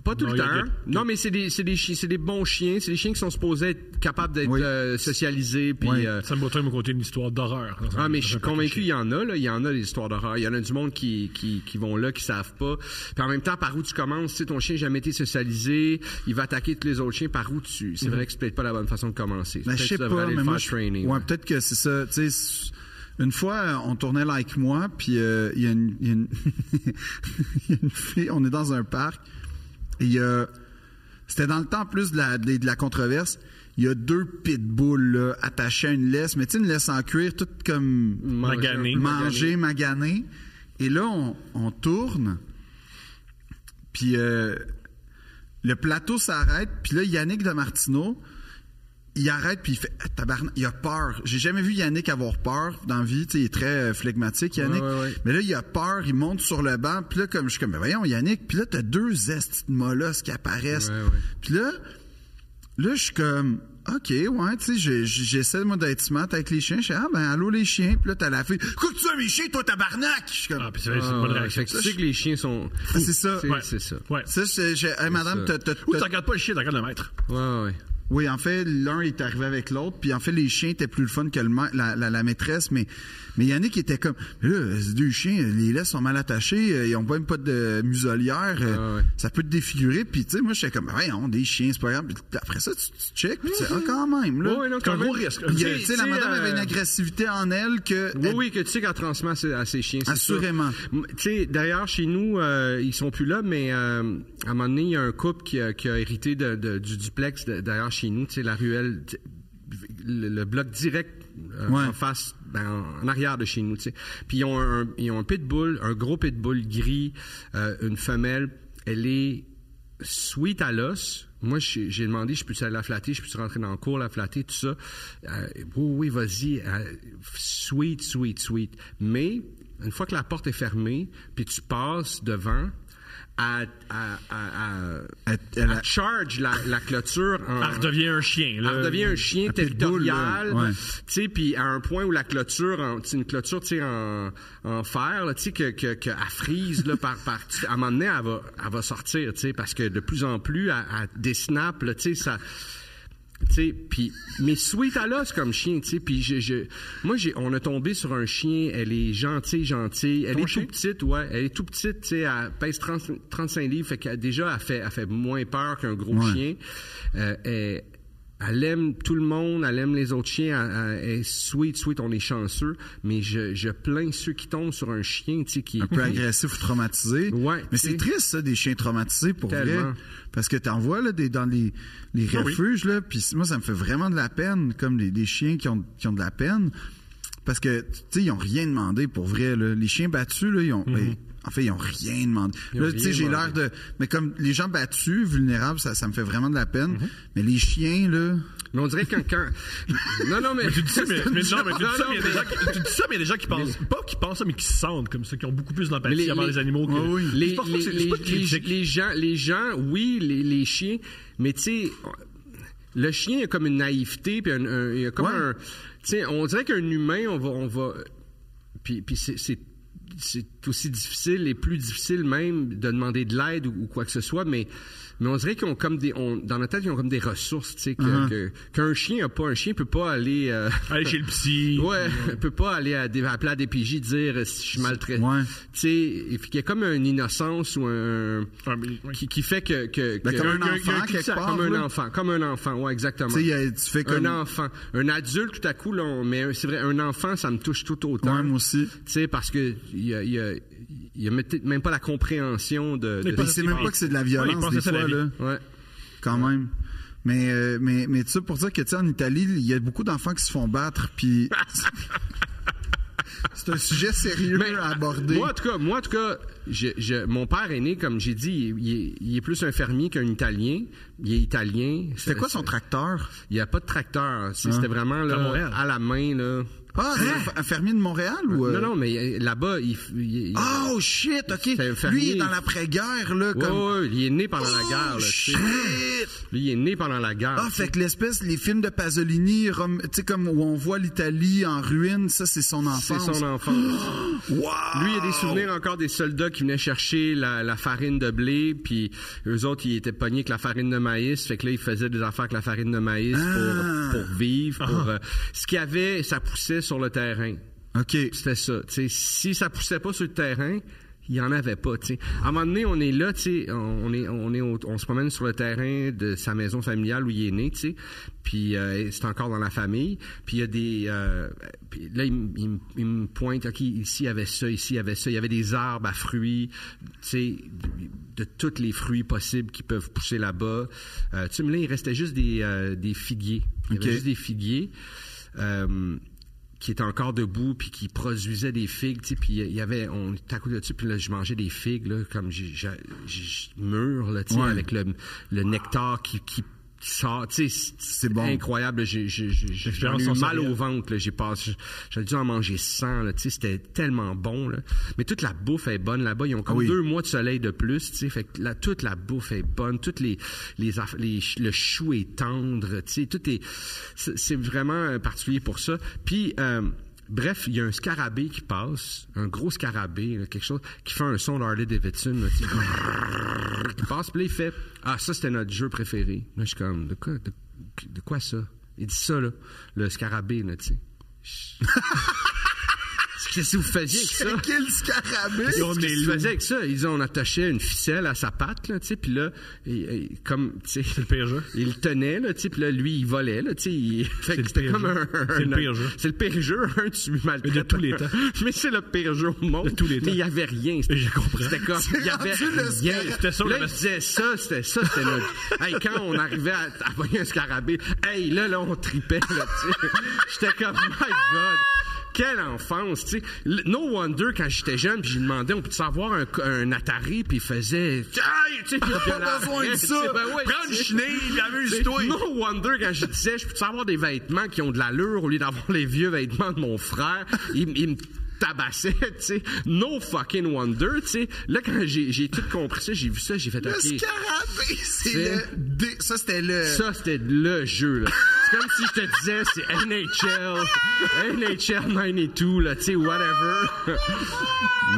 S4: Pas tout
S5: Non,
S4: le
S5: il y
S4: temps.
S5: a-
S4: Non, mais c'est des, c'est des, chi- c'est des bons chiens. C'est des chiens qui sont supposés être capables d'être
S3: Oui.
S4: euh, socialisés. Puis,
S3: Oui.
S4: euh,
S5: Ça me m'a conté une histoire d'horreur. dans un-
S4: Ah, mais
S5: dans
S4: je
S5: un
S4: suis
S5: parc à
S4: convaincu,
S5: chiens.
S4: il y en a, là. Il y en a des histoires d'horreur. Il y en a du monde qui, qui, qui vont là, qui savent pas. Puis en même temps, par où tu commences, tu sais, ton chien n'a jamais été socialisé. Il va attaquer tous les autres chiens. Par où tu. C'est vrai que c'est peut-être pas la bonne façon de commencer.
S3: Mhm. Ben,
S4: Peut-être
S3: je
S4: que
S3: sais
S4: tu
S3: pas,
S4: devrais aller
S3: mais
S4: le
S3: moi,
S4: faire
S3: je-
S4: trainer,
S3: ouais,
S4: là.
S3: peut-être que c'est ça. Tu sais, s- une fois, euh, on tournait like moi, puis euh, il y a une, il y a une- il y a une fille. On est dans un parc. et il y a- c'était dans le temps plus de la, de, de la controverse. Il y a deux pitbulls là, attachés à une laisse, mais tu sais, une laisse en cuir, toute comme
S5: Magané.
S3: manger, magané. Et là, on, on tourne. Puis euh, le plateau s'arrête. Puis là, Yannick de Martineau, il arrête puis il fait Ah, tabarnak, il a peur. J'ai jamais vu Yannick avoir peur dans la vie, tu sais, il est très euh, flegmatique Yannick.
S4: ouais, ouais.
S3: Mais là il a peur, il monte sur le banc, puis là comme je suis comme mais voyons Yannick, puis là t'as deux estis de molosses qui apparaissent.
S4: Ouais, ouais.
S3: Puis là là je suis comme OK, ouais, tu sais, j'ai- j'ai- j'essaie moi d'être smart avec les chiens, je suis ah ben allô les chiens, puis là t'as la fille, coupe ça mes chiens toi tabarnak. Je suis comme
S5: Ah, puis c'est vrai, c'est une
S4: Ah,
S5: bonne
S4: ouais,
S5: réaction.
S4: fait que tu sais que les chiens sont.
S3: Ah, c'est ça.
S4: C'est
S5: Ouais.
S4: c'est ça.
S5: Ouais.
S3: ça c'est j'ai- hey, madame
S4: ça.
S3: t'as- t'as-
S5: Ou
S3: t'as-
S5: tu regardes pas le chien, tu regardes le maître.
S4: Ouais, ouais.
S3: Oui, en fait, l'un est arrivé avec l'autre, puis en fait, les chiens étaient plus le fun que le ma- la, la, la maîtresse, mais mais Yannick était comme, Mais là, ces deux chiens, les laisses sont mal attachés, euh, ils ont même pas de muselière, euh,
S4: Ah ouais.
S3: ça peut te défigurer, puis tu sais, moi, j'étais comme, ouais, on des chiens, c'est pas grave, Puis après ça, tu, tu checkes, puis tu sais, ah, quand même, là.
S4: Ouais, ouais, non,
S5: C'est un
S4: quand
S5: gros
S4: même.
S5: risque.
S3: Puis,
S5: Tu
S3: euh,
S5: sais,
S3: tu sais, la
S4: tu sais,
S3: madame
S4: euh,
S3: avait une agressivité en elle que...
S4: Oui, oui, que tu sais qu'elle transmet à ses- à ses chiens. c'est
S3: Assurément.
S4: sûr. M- Tu sais, d'ailleurs, chez nous, euh, ils sont plus là, mais euh, à un moment donné, il y a un couple qui a, qui a hérité de- de- du duplex de- derrière chez nous, tu sais, la ruelle, tu sais, le, le bloc direct euh,
S3: Ouais.
S4: en face, ben, en, en arrière de chez nous, tu sais. Puis ils ont un, ils ont un pitbull, un gros pitbull gris, euh, une femelle. Elle est sweet à l'os. Moi, j'ai j'ai demandé, je peux-tu aller la flatter, je peux-tu rentrer dans le cours, la flatter, tout ça. Euh, oui, oui, vas-y. Euh, sweet, sweet, sweet. Mais une fois que la porte est fermée, puis tu passes devant, à, à, à, à-
S3: Elle- elle-
S4: à charge la, la clôture en,
S5: Elle redevient un chien. Là.
S4: Ah. elle redevient un chien
S3: pitbull, là.
S4: territorial,
S3: Ouais.
S4: tu sais, puis à un point où la clôture, en- tu sais, une clôture, tu sais, en, en fer, là, tu sais, que, que, que elle frise, là, par, par, tu sais, à un moment donné, elle va, elle va sortir, tu sais, parce que de plus en plus, à, des snaps, là, tu sais, ça, tu sais, puis mais sweet à l'os comme chien, tu sais, puis je, je- moi, j'ai, on a tombé sur un chien, elle est gentille, gentille, elle est
S5: chien?
S4: tout petite, ouais, elle est tout petite, tu sais, elle pèse 30 35 livres, fait qu'elle, déjà, elle fait, elle fait moins peur qu'un gros chien. Euh, elle, elle aime tout le monde, elle aime les autres chiens, elle, elle est sweet, sweet, on est chanceux, mais je, je plains ceux qui tombent sur un chien, tu sais, qui...
S3: un peu
S4: qui-
S3: agressif ou traumatisé.
S4: Mhm. Ouais,
S3: Mais
S4: tu
S3: c'est
S4: sais.
S3: triste, ça, des chiens traumatisés, pour vrai.
S4: Tellement.
S3: Parce que t'en vois, là, des, dans les, les
S5: Ah oui.
S3: refuges, là, puis moi, ça me fait vraiment de la peine, comme les, des chiens qui ont, qui ont de la peine. Parce que, tu sais, ils ont rien demandé, pour vrai, là. Les chiens battus, là, ils ont... ben, en fait, ils ont rien demandé.
S4: Mhm. ont
S3: Là, tu sais,
S4: rien
S3: j'ai l'air
S4: demandé.
S3: de... Mais comme les gens battus, vulnérables, ça, ça me fait vraiment de la peine.
S4: Mhm.
S3: Mais les chiens, là...
S4: Mais on dirait que quand... quand- Non, non, mais...
S5: Tu dis ça, mais, mais non, mais tu dis ça, mais il y a des
S4: mais-
S5: gens qui- tu dis ça, mais il y a des gens qui pensent, pas qui pensent ça, mais qui se sentent comme ça, qui ont beaucoup plus d'empathie
S4: Mais
S5: envers les, animaux que.
S4: Ouais, oui. Les,
S5: je pense pas que c'est
S4: les-
S5: c'est pas une
S4: les-
S5: critique.
S4: les gens, les gens, oui, les, les chiens, mais tu sais, le chien a comme une naïveté, puis un- un- il y a comme
S3: Ouais.
S4: un, tu sais, on dirait qu'un humain, on va, on va, puis, puis c'est, c'est- c'est aussi difficile et plus difficile même de demander de l'aide ou, ou quoi que ce soit, mais mais on dirait qu'ils ont comme des, on- dans notre tête, ils ont comme des ressources, tu sais, que-
S5: Mm-hmm.
S4: que- qu'un chien a pas, un chien peut pas aller. euh,
S5: Aller chez le psy.
S4: Ouais,
S3: Euh,
S4: on peut pas aller à des, appeler à des PJ dire euh, si je suis maltraité.
S3: Ouais.
S4: Tu sais, il fait qu'il y a comme une innocence ou un
S5: Ah, mais- oui.
S4: qui, qui fait que, que,
S3: Ben,
S4: que-
S3: comme un
S4: que- que-
S3: enfant,
S4: que-
S3: quelque part,
S4: comme
S3: là.
S4: un enfant, comme un enfant, ouais, exactement.
S3: Tu sais, il y a- tu fais comme-
S4: un enfant, un adulte tout à coup là, on- mais c'est vrai, un enfant ça me touche tout autant.
S3: Ouais, moi aussi.
S4: Tu sais parce que il y a, il y a- il y a peut-être même pas la compréhension de. de-
S5: pas-
S3: Ils savent même pas que c'est de la
S5: Ouais, ils
S3: violence,
S5: pensent
S3: des
S5: que c'est la
S3: fois,
S5: vie.
S3: là.
S4: ouais.
S3: quand même. Mais, euh, mais, mais tu sais, pour dire que, tu sais, en Italie, il y a beaucoup d'enfants qui se font battre, puis... C'est un sujet sérieux
S4: Mais,
S3: à aborder.
S4: Moi, en tout cas, moi, en tout cas je, je- mon père est né, comme j'ai dit, il, il est, il est plus un fermier qu'un Italien. Il est italien.
S3: C'était quoi son tracteur?
S4: Il n'y a pas de tracteur. hein. C'est- C'était vraiment là,
S5: À Montréal.
S4: à la main. Là.
S3: Ah, c'est un f- un fermier de Montréal ou... euh?
S4: Hein? Non, non, mais euh, là-bas, il. f- il- il-
S3: Oh, shit, OK.
S4: C'est un fermier.
S3: Lui, il est dans l'après-guerre, là,
S4: Ouais,
S3: comme...
S4: ouais, il est né pendant la
S3: Oh,
S4: guerre. Là, tu sais.
S3: shit!
S4: Lui, il est né pendant la guerre.
S3: Ah,
S4: tu sais.
S3: fait que l'espèce, les films de Pasolini, Rome- tu sais, comme où on voit l'Italie en ruine, ça, c'est son
S4: C'est
S3: enfance.
S4: son enfant.
S3: Wow!
S4: Lui, il y a des souvenirs encore des soldats qui venaient chercher la, la farine de blé, puis eux autres, ils étaient pognés avec la farine de maïs. Fait que là, ils faisaient des affaires avec la farine de maïs
S3: Ah.
S4: pour, pour vivre. Pour, euh, ce qu'il y avait, ça poussait sur le terrain.
S3: OK.
S4: C'était ça. Tu sais, si ça poussait pas sur le terrain, il y en avait pas. tu sais. À un moment donné, on est là, tu sais, on est, on est, au- on se promène sur le terrain de sa maison familiale où il est né, tu sais. Puis euh, c'est encore dans la famille. Puis il y a des, euh, puis là il, me- il me- il me pointe, ok, ici il y avait ça, ici il y avait ça. Il y avait des arbres à fruits, tu sais, de tous les fruits possibles qui peuvent pousser là-bas. Euh, tu sais, mais là il restait juste des, euh, des figuiers. Il y avait
S3: Ok.
S4: juste des figuiers. Euh, qui était encore debout puis qui produisait des figues, tu sais, puis il y avait on était à côté de ça, puis là je mangeais des figues là comme j'ai j'ai- j'ai- mûr là, tu sais,
S3: Ouais.
S4: avec le, le nectar qui, qui sort, tu sais,
S3: C'est bon.
S4: incroyable, j'ai j'ai- j'ai- j'ai- j'ai
S5: L'expérience
S4: eu mal
S5: sensorielle.
S4: au ventre, là, j'ai passé j'ai dû en manger 100 là, tu sais, c'était tellement bon là. Mais toute la bouffe est bonne là-bas, ils ont comme
S3: Ah oui.
S4: deux mois de soleil de plus, tu sais, fait que là, toute la bouffe est bonne, toutes les les, aff- les ch- le chou est tendre, tu sais, tout est c'est c'est vraiment euh, particulier pour ça. Puis euh, bref, il y a un scarabée qui passe, un gros scarabée, là, quelque chose qui fait un son d'Harley Davidson, là, tu sais, brrrr, qui passe, puis là, il fait ah ça c'était notre jeu préféré. Là je suis comme de quoi de, de quoi ça Il dit ça là, le scarabée là, tu sais. Qu'est-ce que vous faisiez avec ça?
S3: Checker le scarabée.
S4: Qu'est-ce qu'ils faisaient avec ça? Ils ont attaché une ficelle à sa patte, là, tu sais, puis là, il- il- comme, tu sais... C'est le
S5: pire jeu.
S4: Il le tenait, là, tu sais, puis là, lui, il volait, là, tu sais, il- fait
S5: le
S4: que c'était
S5: pire
S4: comme
S5: jeu.
S4: un...
S5: C'est le
S4: un-
S5: pire jeu.
S4: C'est le pire jeu, un, tu maltraites.
S5: de tous les temps.
S4: Mais c'est le pire jeu au monde.
S5: De tous les temps.
S4: Mais il y avait rien. C'était-
S5: Je comprends.
S4: C'était comme, il y avait
S3: rendu le
S4: rien.
S3: scarabée.
S5: C'était ça,
S4: Là,
S5: le-
S4: il disait ça, c'était ça, c'était notre... hey, quand on arrivait à, à pogner un scarabée, hey, là, là, on tripait, là, tu sais. J'étais comme, my God! Quelle enfance, tu sais. L- No wonder, quand j'étais jeune, puis j'ai demandé, on peut savoir un, un Atari, puis il faisait... Hey! Tu sais, puis il
S3: Pas besoin de
S4: gueulait.
S3: ça.
S4: Ben ouais,
S3: Prends
S4: tu
S3: une
S4: sais.
S3: chenille,
S4: C'est
S3: amuse-toi.
S4: No wonder quand je disais, je peux avoir des vêtements qui ont de l'allure au lieu d'avoir les vieux vêtements de mon frère. Il, m- il me tabassait, tu sais. No fucking wonder, tu sais. Là, quand j'ai j'ai tout compris ça, j'ai vu ça, j'ai fait,
S3: Le
S4: OK,
S3: scarabée, ben, c'est
S4: C'est-
S3: le. dé- Ça, c'était le.
S4: ça, c'était le jeu, là. C'est comme si je te disais, c'est NHL, NHL 92, là, tu sais, whatever.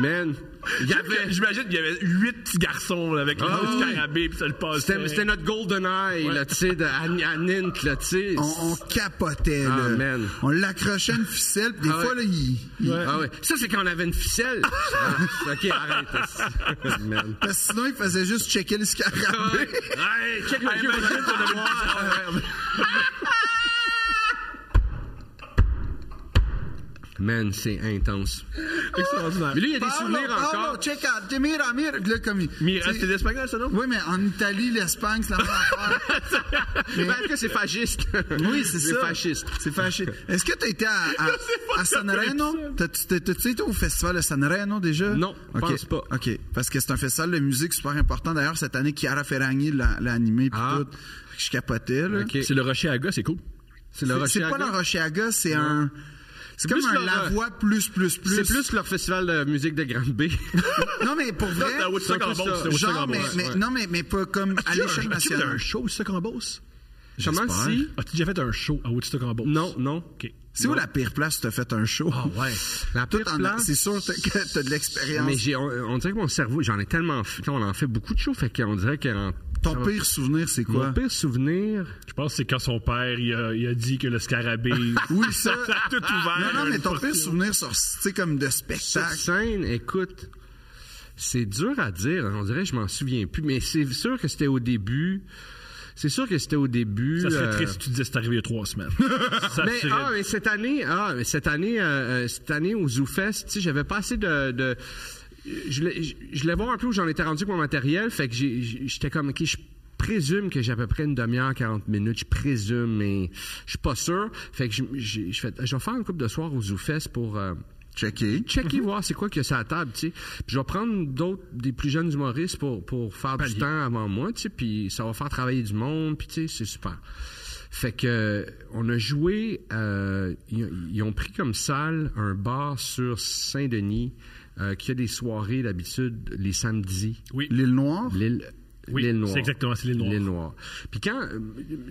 S4: Man, il y avait...
S5: J'imagine qu'il y avait huit petits garçons là, avec le
S4: Ah,
S5: le
S4: oui.
S5: scarabée, puis ça le passait.
S4: C'était c'était notre Golden Eye, là, tu sais, de- à, à Nint, là, tu sais.
S3: On, on capotait,
S4: Ah,
S3: là.
S4: man.
S3: On l'accrochait à une ficelle, puis des
S4: Ah,
S3: fois, là,
S4: ouais.
S3: il. il-
S4: Ah ouais. Ça, c'est quand on avait une ficelle. Ah, ok, arrête. Man.
S3: Parce que sinon, il faisait juste checker le scarabée.
S4: Hey, check le vieux bonhomme, ton devoir. Man, c'est intense.
S5: extraordinaire.
S4: Mais lui, il y a des
S3: Paolo,
S4: souvenirs
S3: Paolo,
S4: encore.
S3: check out. Mira, mira. Là, comme il-
S5: Mira,
S3: tu sais-
S5: c'était l'espagnol, ça, non?
S3: Oui, mais en Italie, l'Espagne, c'est la même affaire.
S4: Mais est-ce que c'est fasciste?
S3: Oui, c'est ça.
S4: C'est fasciste.
S3: C'est fasciste. Est-ce que t'as été à, à, à San Reno? T'as-tu t'as- t'as-tu été au festival de San Reno déjà?
S4: Non,
S3: Ok.
S4: pense pas.
S3: OK. Parce que c'est un festival de musique super important. D'ailleurs, cette année, Chiara Ferragni l'a l'a animé puis
S4: Ah.
S3: tout. Je capotais, là.
S4: Ok.
S5: C'est le rocher à gars, c'est cool.
S4: C'est
S3: C'est-
S4: le
S3: C'est pas
S4: Rochiaga.
S3: la Rochiaga, c'est un... C'est comme
S4: plus
S3: un
S4: leur-
S3: la voix plus, plus, plus.
S4: C'est plus leur festival de musique de Grande B.
S3: Non, mais pour vrai...
S5: c'est à Woodstock
S4: C'est un peu
S5: en
S4: ça.
S5: Beauce. c'est à Woodstock en
S3: Genre, mais,
S5: Beauce.
S3: mais- non, mais, mais pas comme à l'échelle
S5: As-tu fait un
S3: nationale.
S5: show, Woodstock en Beauce?
S4: Comment si?
S5: As-tu déjà fait un show à Woodstock en Beauce?
S4: Non, non.
S5: OK.
S3: C'est où la pire place où t'as fait un show?
S5: Ah ouais.
S4: La
S3: Tout
S4: pire
S3: en-
S4: place-
S3: C'est sûr t'as- que t'as de l'expérience.
S4: Mais j'ai, on, on dirait que mon cerveau, j'en ai tellement, fait- on en fait beaucoup de choses, fait qu'on dirait qu'en
S3: Ton pire souvenir, c'est quoi?
S4: mon pire souvenir,
S5: Je pense que c'est quand son père il a, il a dit que le scarabée.
S3: Oui, ça.
S5: Ça a tout ouvert.
S3: Non, non, mais ton
S5: Une
S3: pire
S5: portion.
S3: souvenir sur, tu sais, comme de
S4: Cette
S3: spectacle.
S4: scène, écoute, c'est dur à dire. hein. On dirait que je m'en souviens plus, mais c'est sûr que c'était au début. C'est sûr que c'était au début.
S5: Ça serait
S4: euh,
S5: triste si tu disais c'est arrivé il y a trois semaines. Ça
S4: mais,
S5: serait-
S4: ah, mais cette année, ah, mais cette année, euh, euh, cette année au ZooFest, tu sais, j'avais pas assez de. de- je, voulais, je- je voulais voir un peu où j'en étais rendu avec mon matériel, fait que j'ai- j'ai- j'étais comme, ok, je présume que j'ai à peu près une demi-heure, 40 minutes, je présume, mais je suis pas sûr. Fait que je, j'ai- je fais- je vais faire une coupe de soir au ZooFest pour. euh,
S3: Checké.
S4: checker
S5: Mhm.
S4: voir c'est quoi qu'il y a sur la table, tu sais. Puis je vais prendre d'autres des plus jeunes humoristes pour pour faire du temps avant moi, tu sais, puis ça va faire travailler du monde, puis tu sais, c'est super. Fait que on a joué euh, ils, ils ont pris comme salle un bar sur Saint-Denis euh, qui a des soirées d'habitude les samedis.
S5: oui.
S3: L'île Noire.
S4: L'île
S5: Oh. Oui,
S4: l'île Noire.
S5: c'est exactement, c'est l'île Noire.
S4: L'île Noire. Puis quand euh,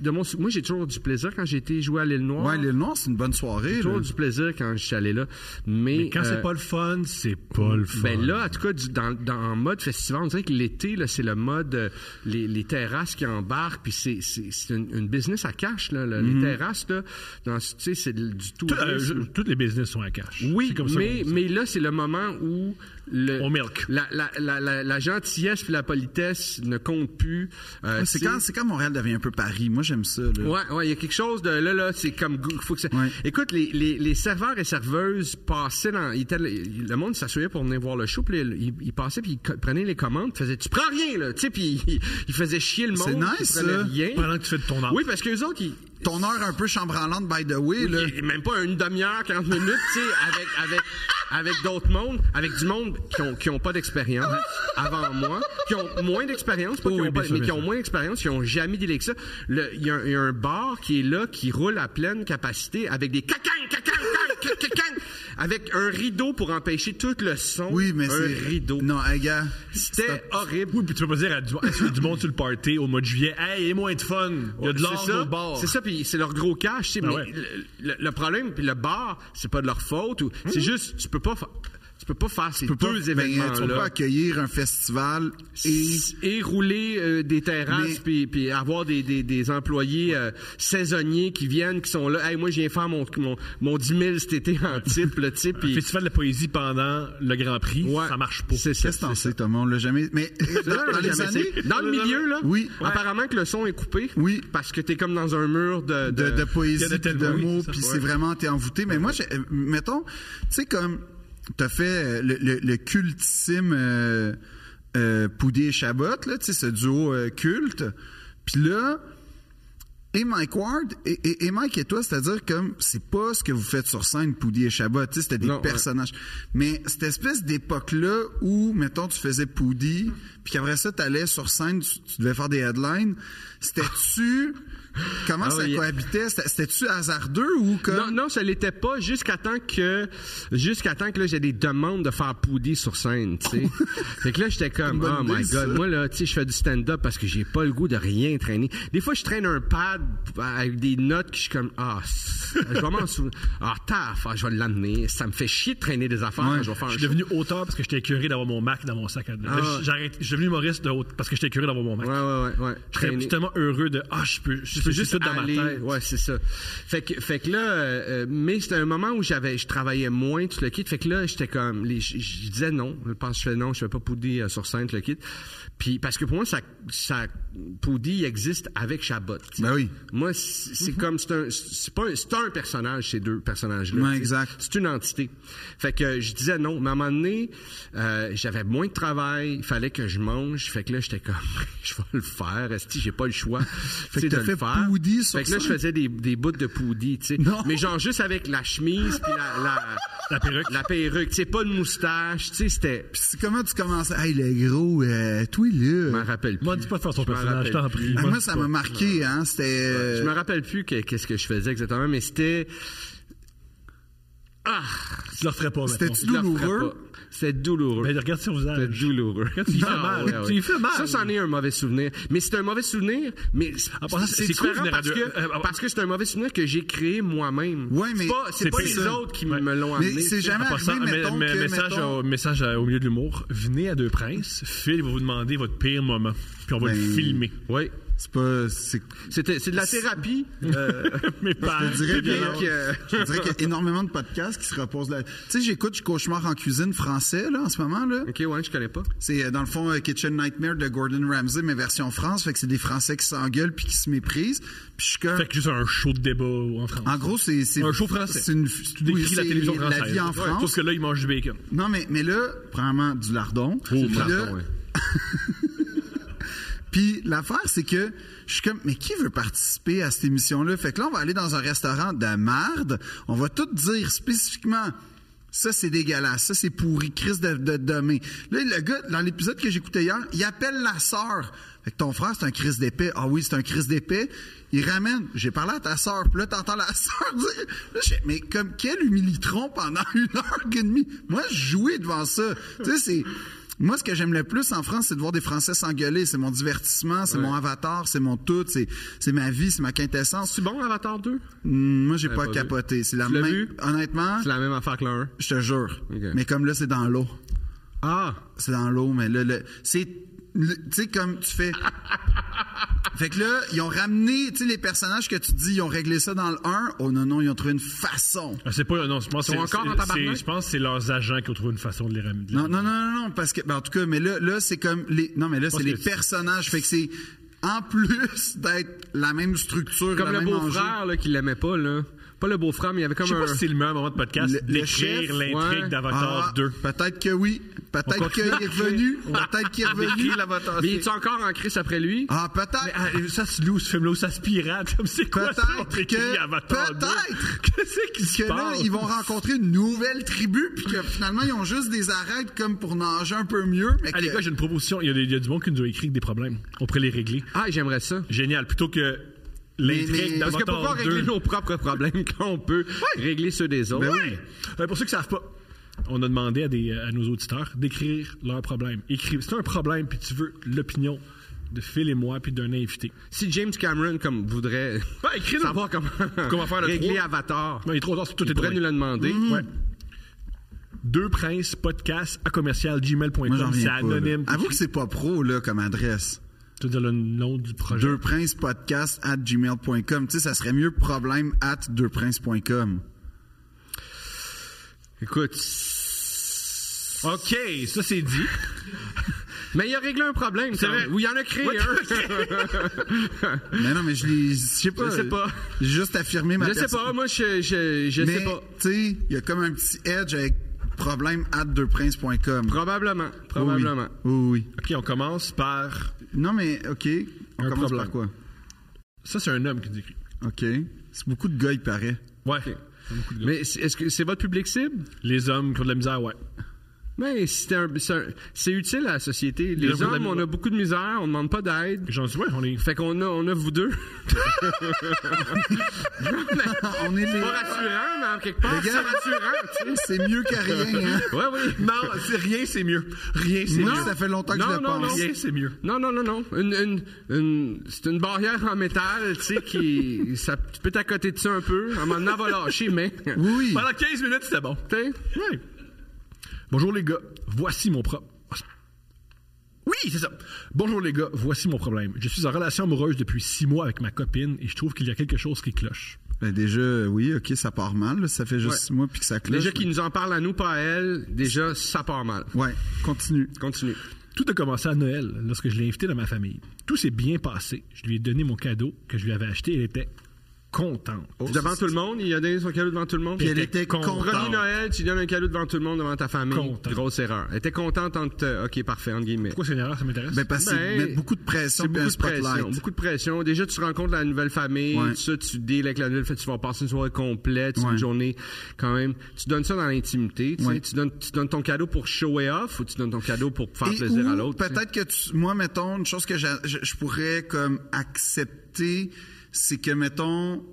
S4: de mon sou- moi j'ai toujours du plaisir quand j'ai été jouer à l'île Noire.
S3: Ouais, l'île Noire, c'est une bonne soirée.
S4: j'ai
S3: là.
S4: toujours du plaisir quand je suis allé là, mais,
S5: Mais quand
S4: euh,
S5: c'est pas le fun, c'est pas le fun.
S4: ben là, en tout cas, du- dans, dans en mode festival, on dirait que l'été, là, c'est le mode euh, les, les terrasses qui embarquent, puis c'est, c'est, c'est une, une business à cash, là, le- les terrasses, là, dans, tu sais, c'est de- du tout.
S5: Mm-hmm. Tout- euh, je- toutes les business sont à cash.
S4: oui,
S5: C'est comme ça
S4: mais,
S5: qu'on dit.
S4: mais là, c'est le moment où le,
S5: On milk.
S4: La, la, la, la, la gentillesse puis la politesse ne comptent plus. Euh,
S5: Ah,
S3: Ouais, C'est
S4: tu sais,
S3: quand, c'est quand Montréal devient un peu Paris. Moi, j'aime ça. là.
S4: Ouais, ouais, il y a quelque chose de là, là, c'est comme go- faut que ça-
S3: Ouais.
S4: Écoute, les, les, les serveurs et serveuses passaient dans, ils étaient- le monde s'asseyait pour venir voir le show, puis ils, ils passaient puis ils co- prenaient les commandes, faisaient tu prends rien là, tu sais, puis ils, ils faisaient chier le monde,
S3: C'est
S4: ils
S3: nice,
S4: prenaient
S3: ça.
S4: rien.
S5: Pendant que tu fais de ton art.
S4: Oui, parce que les autres, ils,
S3: Ton heure un peu chambranlante, by the way. là.
S4: il- Même pas une demi-heure, 40 minutes, tu sais, avec, avec, avec d'autres mondes, avec du monde qui ont, qui ont pas d'expérience avant moi, qui ont moins d'expérience, pas
S5: Oui,
S4: qui ont
S5: bien
S4: pas-
S5: sûr,
S4: mais
S5: bien
S4: qui ont
S5: sûr.
S4: moins d'expérience, qui ont jamais dit que ça. Le- Il y, a un- il y a un bar qui est là, qui roule à pleine capacité avec des cacan, cacan, cacan, cacan, avec un rideau pour empêcher tout le son.
S3: Oui, mais
S4: un
S3: c'est.
S4: rideau.
S3: Non, hey, gars.
S4: C'était horrible.
S5: Oui, puis tu peux pas dire à du, à ceux- du monde sur le party au mois de juillet, hey, il y a moins de fun. Il y a de l'or
S4: C'est ça,
S5: au bord.
S4: C'est ça, puis c'est leur gros cash.
S3: Ah
S4: tu sais,
S5: Ben
S4: mais
S5: ouais.
S4: le, le- le problème, puis le bar, c'est pas de leur faute. ou C'est juste, tu peux pas. fa- Tu peux pas faire ces
S3: Mm-hmm. Tu peux pas-
S4: deux
S3: ben, Tu peux pas
S4: événements-là.
S3: accueillir un festival et.
S4: Et, et rouler euh, des terrasses
S3: Mais-
S4: puis, puis avoir des, des, des employés euh, saisonniers qui viennent, qui sont là. Hey, moi, je viens faire mon, mon, mon 10 000 cet été en type, le type.
S5: Le
S4: puis-
S5: Festival de la poésie pendant le Grand Prix,
S4: Ouais.
S5: ça marche pas.
S4: C'est ça.
S3: Qu'est-ce que t'en sais, Thomas? On l'a jamais. Mais
S4: Ça,
S3: dans,
S4: on l'a
S3: dans les
S4: jamais
S3: années.
S4: essayé. Dans le milieu, là,
S3: Oui.
S4: apparemment que le son est coupé.
S3: Oui.
S4: Parce que t'es comme dans un mur de.
S3: de, de
S5: Il y
S3: poésie,
S5: en a
S3: puis de,
S5: tellement, oui,
S3: mots,
S5: c'est ça,
S3: puis
S5: ouais.
S3: c'est vraiment, t'es envoûté. Mais moi, j'ai- euh, mettons, tu sais, comme, t'as fait euh, le, le- le cultissime euh, euh, Poudy et Chabot, là, tu sais, ce duo euh, culte. Puis là, et Mike Ward, et, et- et Mike et toi, c'est-à-dire comme, c'est pas ce que vous faites sur scène, Poudy et Chabot, tu sais, c'était des
S4: Non, ouais.
S3: personnages. Mais cette espèce d'époque-là où, mettons, tu faisais Poudy, puis qu'après ça, t'allais sur scène, tu, tu devais faire des headlines, c'était-tu... Comment
S4: Ah
S3: ça
S4: oui.
S3: cohabitait? C'était- C'était-tu hasardeux ou comme...
S4: Non, non, ça l'était pas jusqu'à temps que jusqu'à temps que là j'ai des demandes de faire pouder sur scène, tu sais. fait que là j'étais comme
S3: bonne
S4: oh
S3: idée,
S4: my
S3: ça.
S4: god, moi là, tu sais, je fais du stand-up parce que j'ai pas le goût de rien traîner. Des fois je traîne un pad avec des notes que je suis comme ah, c'est- je vais m'en souvenir. Ah taf, ah, je vais l'amener, ça me fait chier de traîner des affaires, je vais faire un
S5: Je suis
S4: show.
S5: devenu auteur parce que j'étais écœuré d'avoir mon Mac dans mon sac. à dos. Là,
S4: Ah.
S5: j'arrête- Je suis devenu humoriste de haute- parce que j'étais écœuré d'avoir mon Mac.
S4: Ouais ouais ouais ouais.
S5: Je serais
S4: Traîner.
S5: tellement heureux de ah je peux je
S4: Je peux
S5: peux
S4: juste
S5: juste tout dans ma
S4: aller-
S5: tête.
S4: Ouais, c'est ça. Fait que, fait que là, euh, euh, mais c'était un moment où j'avais, je travaillais moins, tu le quittes. Fait que là, j'étais comme, les, je, je disais non. Je pense que je fais non, je vais pas Poudy euh, sur scène, tu le quittes. Puis parce que pour moi, ça, ça, Poudy il existe avec Chabot. tu sais.
S3: Ben oui.
S4: Moi, c'est c'est comme, c'est un, c'est pas, un- c'est un personnage ces deux personnages-là.
S3: Ouais,
S4: tu sais.
S3: exact.
S4: C'est une entité. Fait que euh, je disais non. Mais à un moment donné, euh, j'avais moins de travail. Il fallait que je mange. Fait que là, j'étais comme, je vais le faire. Esti, j'ai pas le choix. fait
S3: que t'as fait Poudy sur
S4: Fait que là, je
S3: scène.
S4: faisais des, des bouts de poudi, tu sais.
S3: Non.
S4: Mais genre juste avec la chemise puis la, la,
S5: La perruque.
S4: La perruque. Tu sais, pas de moustache. Tu sais, c'était.
S3: Puis c'est- comment tu commençais? Hey, le gros, euh, toi, là...
S4: Je m'en rappelle plus.
S5: Moi dis pas de faire son
S4: Je m'en
S5: personnage,
S4: rappelle
S5: t'en
S4: plus.
S5: prie.
S3: Ah,
S5: Moi,
S3: moi,
S5: dis
S3: ça
S5: pas.
S3: m'a marqué, hein? C'était... euh,
S4: Je me rappelle plus que- qu'est-ce que je faisais exactement, mais c'était. Ah!
S5: Tu le referais pas maintenant.
S3: C'était-tu-
S4: je le referais
S3: Douloureux?
S4: pas. C'était douloureux.
S5: Mais regarde son
S4: C'était
S5: visage.
S4: douloureux.
S5: Ben,
S4: Ah,
S5: Tu y fais mal.
S4: ouais, ouais.
S5: Tu y fais mal.
S4: Ça, c'en est un mauvais souvenir. Mais c'est un mauvais souvenir, mais c'est
S5: Ah, bon, ça,
S4: c'est
S5: c'est cool,
S4: différent
S5: venir à
S4: parce
S5: deux. Euh,
S4: que,
S5: ah,
S4: parce que c'est un mauvais souvenir que j'ai créé moi-même.
S3: Ouais, mais
S4: C'est pas, c'est
S3: c'est
S4: pas
S3: pas
S4: les
S3: ça.
S4: autres qui
S5: Ouais.
S4: me l'ont amené.
S3: Mais c'est
S4: tu sais.
S3: jamais
S5: En passant,
S3: arrivé,
S5: mais-
S3: mettons,
S5: mais-
S3: que,
S5: message,
S3: mettons-
S5: au, message euh, au milieu de l'humour. Venez à Deux Princes. Phil va vous demander votre pire moment. Puis on va le
S3: Ben-
S5: filmer.
S4: Oui.
S3: C'est pas... c'est-
S4: C'était, c'est de la thérapie. Euh,
S5: Mais pas.
S3: Je dirais
S4: bien
S3: que-
S4: que-
S3: je dirais qu'il y a énormément de podcasts qui se reposent là. Tu sais, j'écoute du cauchemar en cuisine français, là, en ce moment, là.
S4: ok, ouais, je connais pas.
S3: C'est, euh, dans le fond, euh, Kitchen Nightmare de Gordon Ramsay, mais version France. Fait que c'est des Français qui s'engueulent puis qui se méprisent. Puis je suis comme...
S5: Fait que juste un show de débat en France.
S3: En gros, c'est... c'est-
S5: un show français.
S3: C'est une...
S5: Tu décris
S3: oui,
S5: la
S3: c'est
S5: télévision française.
S3: La vie en
S5: Ouais,
S3: France.
S5: Sauf que là, il mange du bacon.
S3: Non, mais, mais là, premièrement, du lardon. Puis
S4: Pardon,
S3: là-
S4: ouais.
S3: Puis l'affaire, c'est que je suis comme, mais qui veut participer à cette émission-là? Fait que là, on va aller dans un restaurant de marde. On va tout dire spécifiquement. Ça, c'est dégueulasse. Ça, c'est pourri. Chris de, de Domé. Là, le gars, dans l'épisode que j'écoutais hier, il appelle la sœur. Fait que ton frère, c'est un Chris d'épée. Ah oui, c'est un Chris d'épée. Il ramène. J'ai parlé à ta sœur. Puis là, t'entends la sœur dire. Là, je fais, mais comme quel humilitron pendant une heure et demie. Moi, je jouais devant ça. Tu sais, c'est. Moi, ce que j'aime le plus en France, c'est de voir des Français s'engueuler. C'est mon divertissement, c'est mon avatar, c'est mon tout, c'est c'est ma vie, c'est ma quintessence.
S4: C'est bon, Avatar 2?
S3: Hmm, Moi, j'ai pas,
S4: pas vu.
S3: capoté. C'est la
S4: Tu l'as
S3: même.
S4: vu?
S3: Honnêtement,
S4: C'est la même affaire que le 1.
S3: je te jure.
S4: Ok.
S3: Mais comme là, c'est dans l'eau.
S4: Ah!
S3: C'est dans l'eau, mais là, le- c'est. le- Tu sais, comme tu fais. Fait que là, ils ont ramené, tu sais, les personnages que tu dis, ils ont réglé ça dans le 1. Oh non, non, ils ont trouvé une façon.
S5: Ah, C'est pas. Non, je pense que
S4: Ils sont
S5: c'est-
S4: encore en
S5: c'est-
S4: tabarnak?
S5: c'est- Je pense que c'est leurs agents qui ont trouvé une façon de les ramener.
S3: Non, non, non, non, non, parce que, ben, en tout cas, mais là, là, c'est comme les, non, mais là, c'est
S5: Parce
S3: les
S5: que-
S3: personnages. Fait que c'est, en plus d'être la même structure,
S4: Comme
S3: le,
S4: le
S3: même enjeu.
S4: beau-frère, là, qui l'aimait pas, là. Pas le beau-frère, mais il y avait comme
S5: Je sais
S4: un.
S5: pas si c'est le meilleur moment de podcast
S3: euh, Le- le chef,
S5: d'écrire l'intrigue
S4: ouais.
S5: d'Avatar
S3: Ah,
S5: 2.
S3: Peut-être que oui.
S5: On
S3: Peut-être qu'il
S5: continue
S3: est revenu. Peut-être qu'il est revenu.
S4: mais il est encore en crise après lui?
S3: Ah,
S5: Mais,
S3: peut-être.
S5: ah, ça se loue, ce film-là, où ça se pirate. Comme c'est quoi ça?
S3: Peut-être
S5: entre écrit
S3: que-
S5: Avatar 2?
S3: peut-être
S5: Qu'est-ce qui se
S3: Que là,
S5: passe?
S3: ils vont rencontrer une nouvelle tribu, puis que finalement, ils ont juste des arêtes comme pour nager un peu mieux. Mais
S5: Ah, les
S3: que-
S5: gars, j'ai une proposition. Il y, a des- il y a du monde qui nous a écrit des problèmes. On pourrait les régler.
S4: Ah, j'aimerais ça.
S5: Génial. Plutôt que
S3: Mais- mais-
S5: l'intrigue
S4: Parce que pourquoi
S5: d'Avatar
S4: régler
S5: 2.
S4: nos propres problèmes quand on peut régler ceux des autres?
S5: Ouais. Euh, pour ceux qui savent pas, on a demandé à, des, euh, à nos auditeurs d'écrire leurs problèmes. Écrire. C'est un problème, puis tu veux l'opinion de Phil et moi, puis d'un invité.
S4: Si James Cameron comme voudrait
S5: Ben, écris-le.
S4: savoir comment,
S5: Comment faire le
S4: régler
S5: trois.
S4: Avatar,
S5: Non, il est trop tard, c'est Mhm. tout
S4: il
S5: est
S4: pourrait
S5: trop
S4: nous
S5: loin.
S4: le demander.
S5: Ouais. deux princes podcast à commercial
S3: Moi, j'en
S5: gmail.com. C'est
S3: reviens pas. là.
S5: anonyme.
S3: Avoue que c'est pas pro, là, comme adresse.
S5: Tu veux dire le nom du projet.
S3: Deux princes podcast at gmail.com. Tu sais, ça serait mieux problème at deuxprinces.com.
S4: Écoute.
S5: OK, ça c'est dit.
S4: Mais il a réglé un problème, ça.
S5: vrai.
S4: Ou il en a créé un.
S3: Mais non, mais je l'ai- je sais pas.
S4: Je sais pas.
S3: J'ai juste affirmé ma
S4: je sais
S3: perso-
S4: pas, moi, je, je, je
S3: Mais,
S4: sais pas.
S3: tu sais, il y a comme un petit edge avec problème at deuxprinces.com.
S4: Probablement,
S3: Oui,
S4: probablement.
S3: Oui, oui. oui.
S5: OK, on commence par.
S3: Non, mais, OK. On
S5: Un
S3: commence
S5: problème.
S3: par quoi?
S5: Ça, c'est un homme qui décrit.
S3: OK. C'est beaucoup de gars, il paraît.
S5: Ouais.
S4: Mais c'est- est-ce que c'est votre public cible?
S5: Les hommes qui ont de la misère, ouais.
S4: Mais Ben, c'est un- c'est un- c'est utile à la société.
S5: Le
S4: Les
S5: gros de la
S4: hommes, on a
S5: misère.
S4: beaucoup de misère, on demande pas d'aide.
S5: J'en suis, ouais, on est.
S4: Fait qu'on a, on a vous deux.
S3: On est les...
S4: Pas rassurant, mais en quelque part,
S3: Les
S4: c'est
S3: gars-
S4: rassurant, tu sais.
S3: C'est mieux qu'à rien, hein?
S4: Ouais, oui.
S5: Non, c'est rien, c'est mieux. Rien, c'est
S3: Moi,
S5: mieux.
S3: ça fait longtemps que
S4: Non,
S3: je le
S4: non,
S3: pense.
S5: Rien, c'est mieux.
S4: Non, non, non, non. Une, une, une- c'est une barrière en métal, tu sais, qui. ça, tu peux t'accoter de ça un peu. À un moment donné, elle va lâcher, mais.
S3: Oui.
S5: Pendant 15 minutes, c'était bon.
S4: Tu sais,
S5: Ouais. Bonjour les gars, voici mon propre. Oui, c'est ça. Bonjour les gars, voici mon problème. Je suis en relation amoureuse depuis six mois avec ma copine et je trouve qu'il y a quelque chose qui cloche.
S3: Ben déjà, oui, ok, ça part mal. là. Ça fait juste
S4: Ouais.
S3: six mois puis que ça cloche.
S4: Déjà qu'ils nous en parlent à nous, pas à elle, déjà, ça part mal.
S3: Ouais, continue.
S4: Continue.
S5: Tout a commencé à Noël, lorsque je l'ai invitée dans ma famille. Tout s'est bien passé. Je lui ai donné mon cadeau que je lui avais acheté. Elle était contente.
S4: devant tout le monde, il a donné son cadeau devant tout le monde.
S3: Puis elle était
S4: Premier
S3: contente.
S4: Noël, tu donnes un cadeau devant tout le monde, devant ta famille.
S5: Contente.
S4: Grosse erreur. Elle était contente entre. euh, ok, parfait, entre guillemets.
S5: Pourquoi c'est une erreur, ça m'intéresse?
S3: Ben parce que
S4: Ben,
S3: c'est mettre beaucoup de pression
S4: C'est
S3: puis
S4: beaucoup
S3: un
S4: de pression.
S3: spotlight.
S4: Beaucoup de pression. Déjà, tu rencontres la nouvelle famille.
S3: Ouais.
S4: tout Ça, tu deals avec la nouvelle famille. Tu vas passer une soirée complète,
S3: Ouais.
S4: une journée quand même. Tu donnes ça dans l'intimité. tu sais.
S3: Ouais.
S4: Tu, donnes, tu donnes ton cadeau pour show it off ou tu donnes ton cadeau pour faire
S3: Et
S4: plaisir
S3: ou,
S4: à l'autre. tu sais.
S3: Peut-être que tu- moi, mettons, une chose que j'a- je, je pourrais comme accepter, c'est que mettons,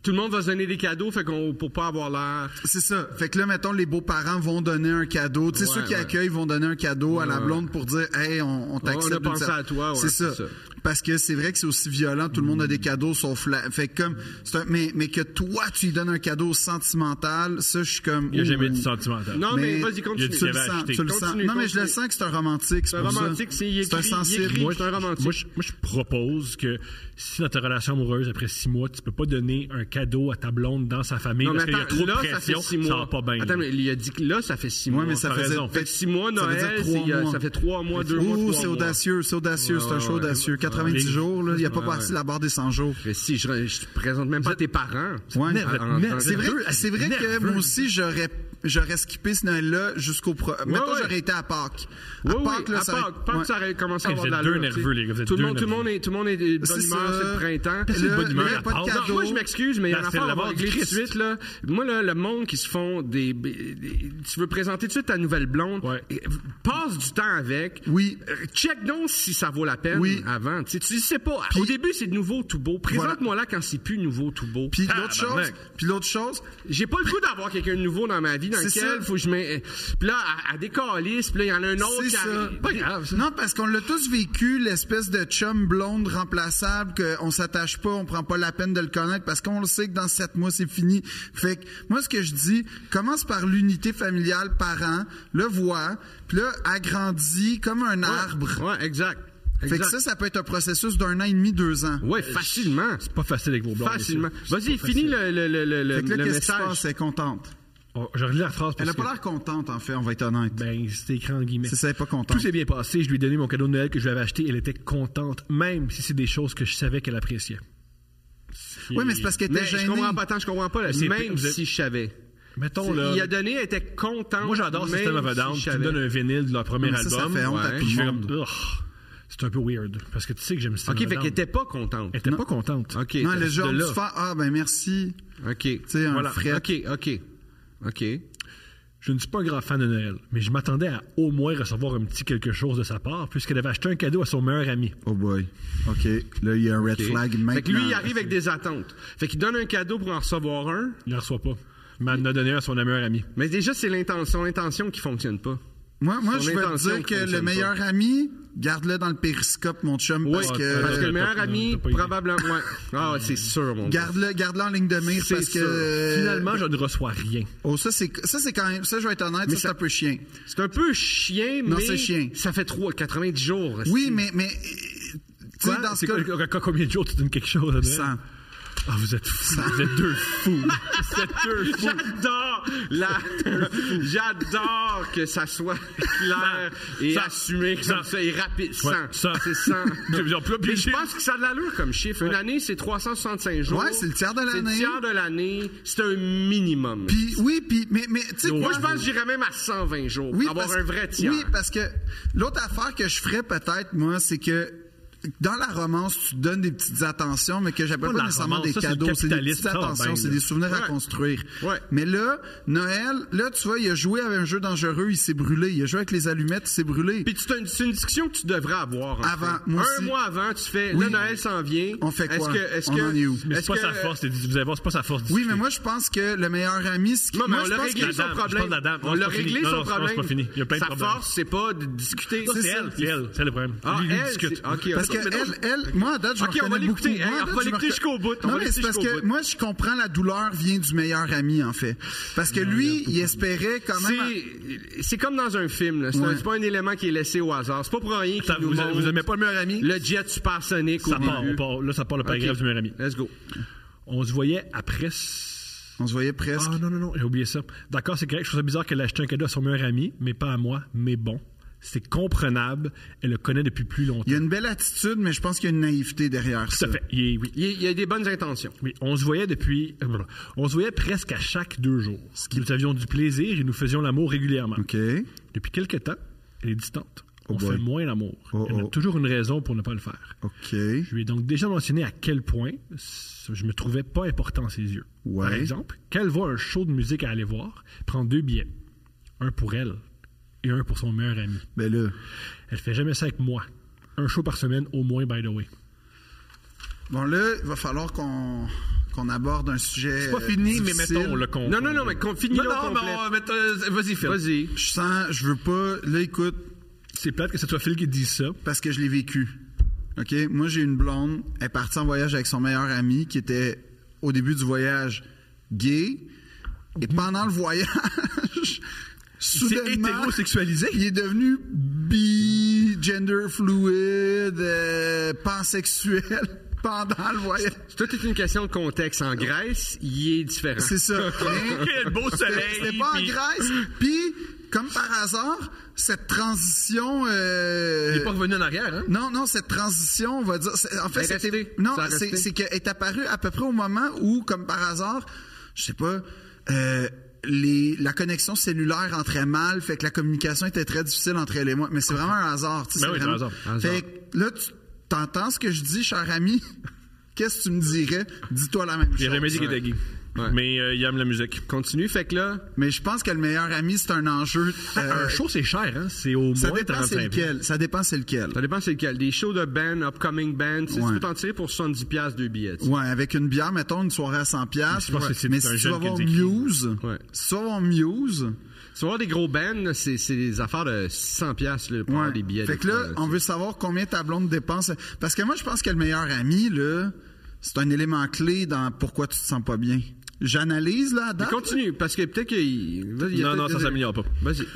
S4: Tout le monde va se donner des cadeaux fait qu'on, pour pas avoir l'air.
S3: c'est ça. Fait que là, mettons, les beaux-parents vont donner un cadeau. Tu sais,
S4: Ouais,
S3: ceux qui
S4: ouais.
S3: accueillent vont donner un cadeau à la blonde pour dire, hey, on, on t'accepte.
S4: On a
S3: d'une
S4: pensé
S3: certaine-
S4: à toi, ouais,
S3: c'est
S4: c'est
S3: ça.
S4: ça.
S3: Parce que c'est vrai que c'est aussi violent. Tout le monde a des cadeaux sauf la. Fait que comme, c'est un- mais mais que toi, tu lui donnes un cadeau sentimental, ça, je suis comme.
S5: Il n'y a jamais
S3: ouh.
S5: dit sentimental.
S4: Non, mais,
S3: Mais
S4: vas-y,
S5: il y a
S4: continue.
S5: du
S3: Tu le
S5: avait
S3: sens,
S5: acheté.
S3: tu le sens.
S4: Continue,
S3: Non, mais je le
S4: continue.
S3: sens que c'est un romantique.
S4: C'est un
S3: pour ça.
S4: romantique, c'est- il
S3: C'est un
S4: écrit- il
S3: sensible.
S4: écrit.
S5: Moi,
S4: je suis un romantique.
S5: Moi je, moi, je propose que si dans ta relation amoureuse, après six mois, tu peux pas donner un cadeau à ta blonde dans sa famille
S4: Non, mais
S5: parce qu'il y a
S4: attends,
S5: trop
S4: là,
S5: de
S4: ça fait
S5: pression,
S4: six mois.
S5: va pas bien.
S4: Attends,
S5: là.
S4: mais il a dit que là, ça fait six
S3: Ouais,
S4: mois.
S3: mais ça
S5: t'as
S3: faisait
S5: raison.
S4: Fait que six mois,
S3: ça veut
S4: Noël,
S3: dire
S4: c'est,
S3: trois
S4: euh,
S3: mois.
S4: ça fait trois mois, deux mois,
S3: Oh,
S4: trois
S3: c'est
S4: mois.
S3: audacieux, c'est audacieux, c'est un
S4: Ouais,
S3: show
S4: ouais.
S3: audacieux. 90
S5: Ouais.
S3: jours, là, il a pas
S4: Ouais,
S3: passé
S4: ouais.
S3: la barre des 100 jours.
S4: Mais si, je, je te présente même pas tes parents.
S3: Ouais.
S5: nerveux.
S4: En- en-
S5: Nerveux.
S3: C'est vrai, c'est vrai que
S5: Nerveux.
S3: moi aussi, j'aurais, j'aurais skippé ce Noël-là jusqu'au pro. mettons,
S4: ouais.
S3: j'aurais été à Pâques.
S4: Oui,
S3: À
S4: oui,
S3: Pâques, là,
S4: à
S3: ça aurait-
S4: Pâques, Pâques,
S3: ouais.
S4: ça aurait commencé à
S5: Hey,
S4: avoir
S5: vous
S4: de
S5: êtes
S4: la
S5: deux nerveux, les gars, vous êtes
S4: tout le
S5: deux
S4: monde, tout le monde est, tout le monde est de bonne
S3: C'est
S4: humeur,
S3: ça.
S4: c'est le printemps.
S3: Qu'est-ce que c'est de
S4: Là,
S3: bonne humeur,
S4: là,
S3: y a pas de
S4: non,
S3: cadeaux.
S4: Moi, je m'excuse, mais il y en
S5: Là,
S4: a
S5: c'est
S4: pas à
S5: la
S4: avoir
S5: mort
S4: réglé tout de
S5: triste.
S4: suite, là. Moi, là, le monde qui se font des, des- des- tu veux présenter tout de suite ta nouvelle blonde.
S5: Ouais.
S4: et- Passe du temps avec.
S3: Oui.
S4: Euh, Check donc si ça vaut la peine
S3: Oui.
S4: avant. Tu sais, tu sais pas. Au début, c'est nouveau tout beau. Présente-moi là quand c'est plus nouveau tout beau.
S3: Puis
S4: Ah,
S3: l'autre chose,
S4: barnac.
S3: puis l'autre chose,
S4: J'ai pas le goût d'avoir quelqu'un de nouveau dans ma vie dans
S3: C'est
S4: lequel
S3: ça.
S4: faut que je mets. euh, Puis là, à, à décalisse, puis là, il y en a un autre
S3: C'est
S4: qui
S3: ça.
S4: arrive. Pas grave, ça.
S3: Non, parce qu'on l'a tous vécu, l'espèce de chum blonde remplaçable qu'on s'attache pas, on prend pas la peine de le connaître parce qu'on le sait que dans sept mois, c'est fini. Fait que moi, ce que je dis, commence par l'unité familiale parent, le voit, puis là, agrandit comme un arbre.
S4: Ouais, exact.
S3: Fait
S4: exact.
S3: que ça, ça peut être un processus d'un an et demi, deux ans.
S4: ouais, facilement.
S5: C'est pas facile avec vos blondes.
S4: Facilement.
S5: messieurs.
S4: Vas-y,
S5: C'est pas facile.
S4: finis le, le, le, le,
S3: Fait que
S4: le
S3: là, qu'est-ce qui se passe?
S4: message.
S3: Elle est contente.
S5: Oh, je relis la phrase
S3: Elle
S5: parce
S3: a pas
S5: que-
S3: l'air contente, en fait, on va être honnête.
S5: Ben, c'était écrit en guillemets.
S3: C'est ça, elle est pas contente.
S5: Tout s'est bien passé. Je lui ai donné mon cadeau de Noël que je lui avais acheté. Elle était contente, même si c'est des choses que je savais qu'elle appréciait.
S3: Oui, mais c'est parce qu'elle
S4: Mais
S3: était
S4: je
S3: gênée.
S4: comprends pas, attends, je comprends pas. là.
S5: C'est-
S4: Même
S5: vous êtes-
S4: si je savais.
S5: Mettons, là.
S4: Il a donné, elle était contente.
S5: Moi, j'adore
S4: même
S5: System of a Down.
S4: si je
S5: tu
S4: savais.
S5: me donnes un vinyle de leur premier
S3: Mais ça,
S5: album.
S3: ça fait honte à
S5: puis
S3: tout le
S5: je fais
S3: monde.
S5: comme, Ugh, C'est un peu weird. Parce que tu sais que j'aime System
S4: OK,
S5: of a
S4: fait
S5: Down.
S4: qu'elle était pas contente.
S5: Elle était pas contente.
S4: OK.
S3: Non,
S4: de-
S3: le genre
S4: de
S3: de
S4: là.
S3: faire, ah, ben merci.
S4: OK. Tu
S3: sais, un fret.
S4: OK, OK. OK.
S5: Je ne suis pas un grand fan de Noël, mais je m'attendais à au moins recevoir un petit quelque chose de sa part, puisqu'elle avait acheté un cadeau à son meilleur ami.
S3: Oh boy. OK. Là, il y a un red
S4: OK.
S3: flag maintenant.
S4: Fait que lui, il arrive avec des attentes. Fait qu'il donne un cadeau pour en recevoir un.
S5: Il ne reçoit pas. Mais elle en a donné un à son meilleur ami.
S4: Mais déjà, c'est l'intention, l'intention qui fonctionne pas.
S3: Moi, moi
S4: Son
S3: je vais te
S4: intention
S3: dire
S4: qui
S3: que le
S4: fonctionne
S3: meilleur ami, garde-le dans le périscope, mon chum,
S4: Oui, Ah,
S3: parce que.
S4: parce que le meilleur
S5: t'as-
S4: ami,
S5: t'as pas idée.
S4: probablement. ouais. Ah, c'est sûr, mon gars.
S3: Garde-le, garde-le en ligne de mire
S4: C'est
S3: parce que.
S4: sûr.
S5: Finalement, je ne reçois rien.
S3: Oh, ça, c'est, ça, c'est quand même. Ça, je vais être honnête, ça, c'est un peu chien.
S4: C'est un peu chien,
S3: Non,
S4: mais.
S3: c'est chien.
S4: Ça fait 3, 90 jours.
S3: Oui, mais. mais tu sais, dans ce
S5: C'est
S3: cas.
S5: quoi, quoi- combien de jours tu donnes quelque chose? Adrien?
S3: Cent.
S5: Ah, vous êtes fous. Vous êtes deux fous.
S4: C'est un fou. J'adore la... J'adore que ça soit clair et
S5: Ça.
S4: assumé comme ça,
S5: Ça.
S4: et rapide. 100.
S5: ça.
S4: C'est 100.
S5: J'ai bien plus
S4: Mais je
S5: obligé.
S4: pense que ça a de l'allure comme chiffre. Une année, c'est 365 jours.
S3: Ouais, c'est le tiers de
S4: C'est le
S3: l'année.
S4: tiers de l'année. C'est un minimum.
S3: Puis, oui, puis. Mais, mais tu sais,
S4: Moi, je pense que j'irais même à 120 jours.
S3: Oui,
S4: pour avoir
S3: parce-
S4: un vrai tiers.
S3: Oui, parce que l'autre affaire que je ferais peut-être, moi, c'est que dans la romance, tu te donnes des petites attentions, mais que j'appelle
S5: Pas
S3: pas
S5: la
S3: nécessairement
S5: romance,
S3: des
S5: ça, c'est le
S3: cadeaux. C'est des
S5: capitalisme,
S3: petites
S5: ça,
S3: attentions,
S5: ben,
S3: c'est
S5: là.
S3: des souvenirs à
S4: Ouais.
S3: construire.
S4: Ouais.
S3: Mais là, Noël, là, tu vois, il a joué avec un jeu dangereux, il s'est brûlé. Il a joué avec les allumettes, il s'est brûlé.
S4: Puis tu t'as une- c'est une discussion que tu devrais avoir. en
S3: Avant,
S4: fait.
S3: moi
S4: Un
S3: aussi.
S4: mois avant, tu fais
S3: Oui.
S4: le Noël s'en vient.
S3: On fait
S4: Est-ce
S3: quoi?
S4: que, est-ce
S3: On
S4: que,
S3: en est où?
S5: Mais c'est
S4: est-ce
S5: pas
S4: que-
S5: sa force. c'est- Vous allez voir, c'est pas sa force.
S3: oui, mais
S5: discuter.
S3: moi, je pense que le meilleur ami, c'est
S4: Non, mais
S3: moi,
S4: on
S3: je
S4: l'a
S3: pense
S4: réglé
S3: que-
S5: la
S4: son
S5: dame, je
S4: problème.
S5: parle de la dame.
S4: On
S5: Non, c'est
S4: l'a
S5: pas fini.
S4: réglé
S5: Non,
S4: son
S5: non, c'est pas- c'est
S4: problème.
S5: pas fini. Il y a plein de
S4: Sa
S5: problèmes.
S4: force, c'est pas de discuter.
S5: C'est elle, c'est elle, c'est le problème.
S4: Ah,
S5: Lui, lui, il
S4: elle,
S5: discute.
S4: c'est- ok,
S3: Parce
S4: ok,
S3: que
S4: mais non,
S3: elle, elle, moi, à date, je
S4: Ok, on va
S3: reconnais beaucoup.
S4: l'écouter. Hey,
S3: Moi, à
S4: on
S3: date,
S4: va
S3: je
S4: l'écouter
S3: reconnais-
S4: jusqu'au bout. On
S3: Non,
S4: va
S3: mais
S4: l'écouter
S3: c'est parce
S4: jusqu'au
S3: que
S4: bout.
S3: moi, je comprends la douleur vient du meilleur ami, en fait. Parce
S4: Euh,
S3: que lui, il espérait quand même.
S4: C'est- C'est comme dans un film. là. C'est un-
S3: Ouais.
S4: c'est pas un élément qui est laissé au hasard. C'est pas pour rien qu'il
S5: Ça,
S4: nous
S5: vous-
S4: montre
S5: vous aimez pas le meilleur ami?
S4: Le jet supersonique au
S5: Ça part,
S4: début.
S5: on part- Là, ça part le paragraphe
S4: Ok.
S5: du meilleur ami.
S4: Let's go.
S5: On se voyait après. c-
S3: On se voyait presque.
S5: Ah non, non, non, j'ai oublié ça. D'accord, c'est correct. Je trouve ça bizarre qu'elle ait acheté un cadeau à son meilleur ami, mais pas à moi. Mais bon, c'est comprenable. Elle le connaît depuis plus longtemps.
S3: Il y a une belle attitude, mais je pense qu'il y a une naïveté derrière
S5: Tout
S3: ça.
S5: à fait. Il est- oui.
S4: Il y a- il y a des bonnes intentions.
S5: Oui, on se voyait depuis. euh, voilà. On se voyait presque à chaque deux jours. Nous avions du plaisir et nous faisions l'amour régulièrement.
S3: OK.
S5: Depuis quelque temps, elle est distante.
S3: Oh
S5: on
S3: boy.
S5: fait moins l'amour.
S3: Oh,
S5: elle
S3: oh.
S5: a toujours une raison pour ne pas le faire.
S3: OK.
S5: Je lui ai donc déjà mentionné à quel point ce- je me trouvais pas important à ses yeux.
S3: Ouais.
S5: Par exemple, qu'elle voit un show de musique à aller voir, prend deux billets. Un pour elle et un pour son meilleur ami.
S3: Ben là.
S5: Elle fait jamais ça avec moi. Un show par semaine au moins, by the way.
S3: Bon, là, il va falloir qu'on qu'on aborde un sujet. euh,
S5: C'est pas fini, mais mettons le compte.
S4: Non, non, non, mais qu'on finit
S5: Non,
S4: là au
S5: non,
S4: complet.
S5: mais on- mais t'as- vas-y, Phil.
S4: Vas-y.
S3: Je sens, je veux pas. Là, écoute,
S5: C'est plate que ce soit Phil qui dise ça.
S3: parce que je l'ai vécu. OK? Moi, j'ai une blonde. Elle est partie en voyage avec son meilleur ami qui était au début du voyage gay. Et
S5: Mhm.
S3: pendant le voyage, soudainement.
S5: hétérosexualisé.
S3: Il est devenu bi, gender fluid, euh, pansexuel pendant le voyage.
S4: Tout est une question de contexte. En Grèce, il est différent.
S3: C'est ça.
S5: Quel beau soleil,
S3: C'était pas en
S5: puis-
S3: Grèce. Puis, comme par hasard, cette transition. euh,
S5: Il est pas revenu en arrière, hein?
S3: Non, non, cette transition, on va dire. c'est- En fait,
S5: Ben,
S4: Elle est
S3: c'était-
S4: restée.
S3: Non,
S4: Ça a
S3: c'est
S4: resté.
S3: c'est qu'elle est apparue à peu près au moment où, comme par hasard, je sais pas, euh, les, la connexion cellulaire entrait mal, fait que la communication était très difficile entre elle et moi. Mais c'est vraiment un hasard, tu sais. c'est
S5: Ben oui, c'est
S3: vraiment-
S5: un hasard, un
S3: Fait que là, tu t'entends ce que je dis, cher ami. Qu'est-ce que tu me dirais? Dis-toi la même chose.
S5: Il a jamais dit qu'il était gay.
S4: Ouais.
S5: Mais euh, il aime la musique.
S4: Continue, fait que là,
S3: Mais je pense que le meilleur ami, c'est un enjeu. euh,
S5: un show, c'est cher, hein? C'est au
S3: ça
S5: moins
S3: dépend
S5: 35
S3: c'est lequel. Ça dépend c'est lequel.
S4: ça dépend c'est lequel. Des shows de band, upcoming band, tu sais,
S3: Ouais.
S4: tu peux t'en tirer pour 70$ piastres deux billets. tu sais.
S3: Ouais, avec une bière, mettons, une soirée à 100 piastres.
S5: Je pense que c'est
S3: Mais si
S5: un
S3: tu
S5: jeune
S3: vas
S5: qui a
S3: voir
S5: dit qu'il-
S3: Muse,
S4: Ouais.
S3: si tu vas voir Muse,
S4: Tu vas voir des gros bands, là, c'est c'est des affaires de 600$ piastres, là, pour avoir
S3: ouais.
S4: des Ah, billets.
S3: fait
S4: des
S3: que là,
S4: fois,
S3: on
S4: tu
S3: veut savoir combien ta blonde dépense. Parce que moi, je pense que le meilleur ami, là, c'est un élément clé dans pourquoi tu te sens pas bien. J'analyse, là, à
S4: sais.
S3: date.
S4: Continue, parce que peut-être qu'il... vas-y, il y a
S5: Non, non,
S4: peut-être-
S5: ça s'améliore pas.
S4: Vas-y.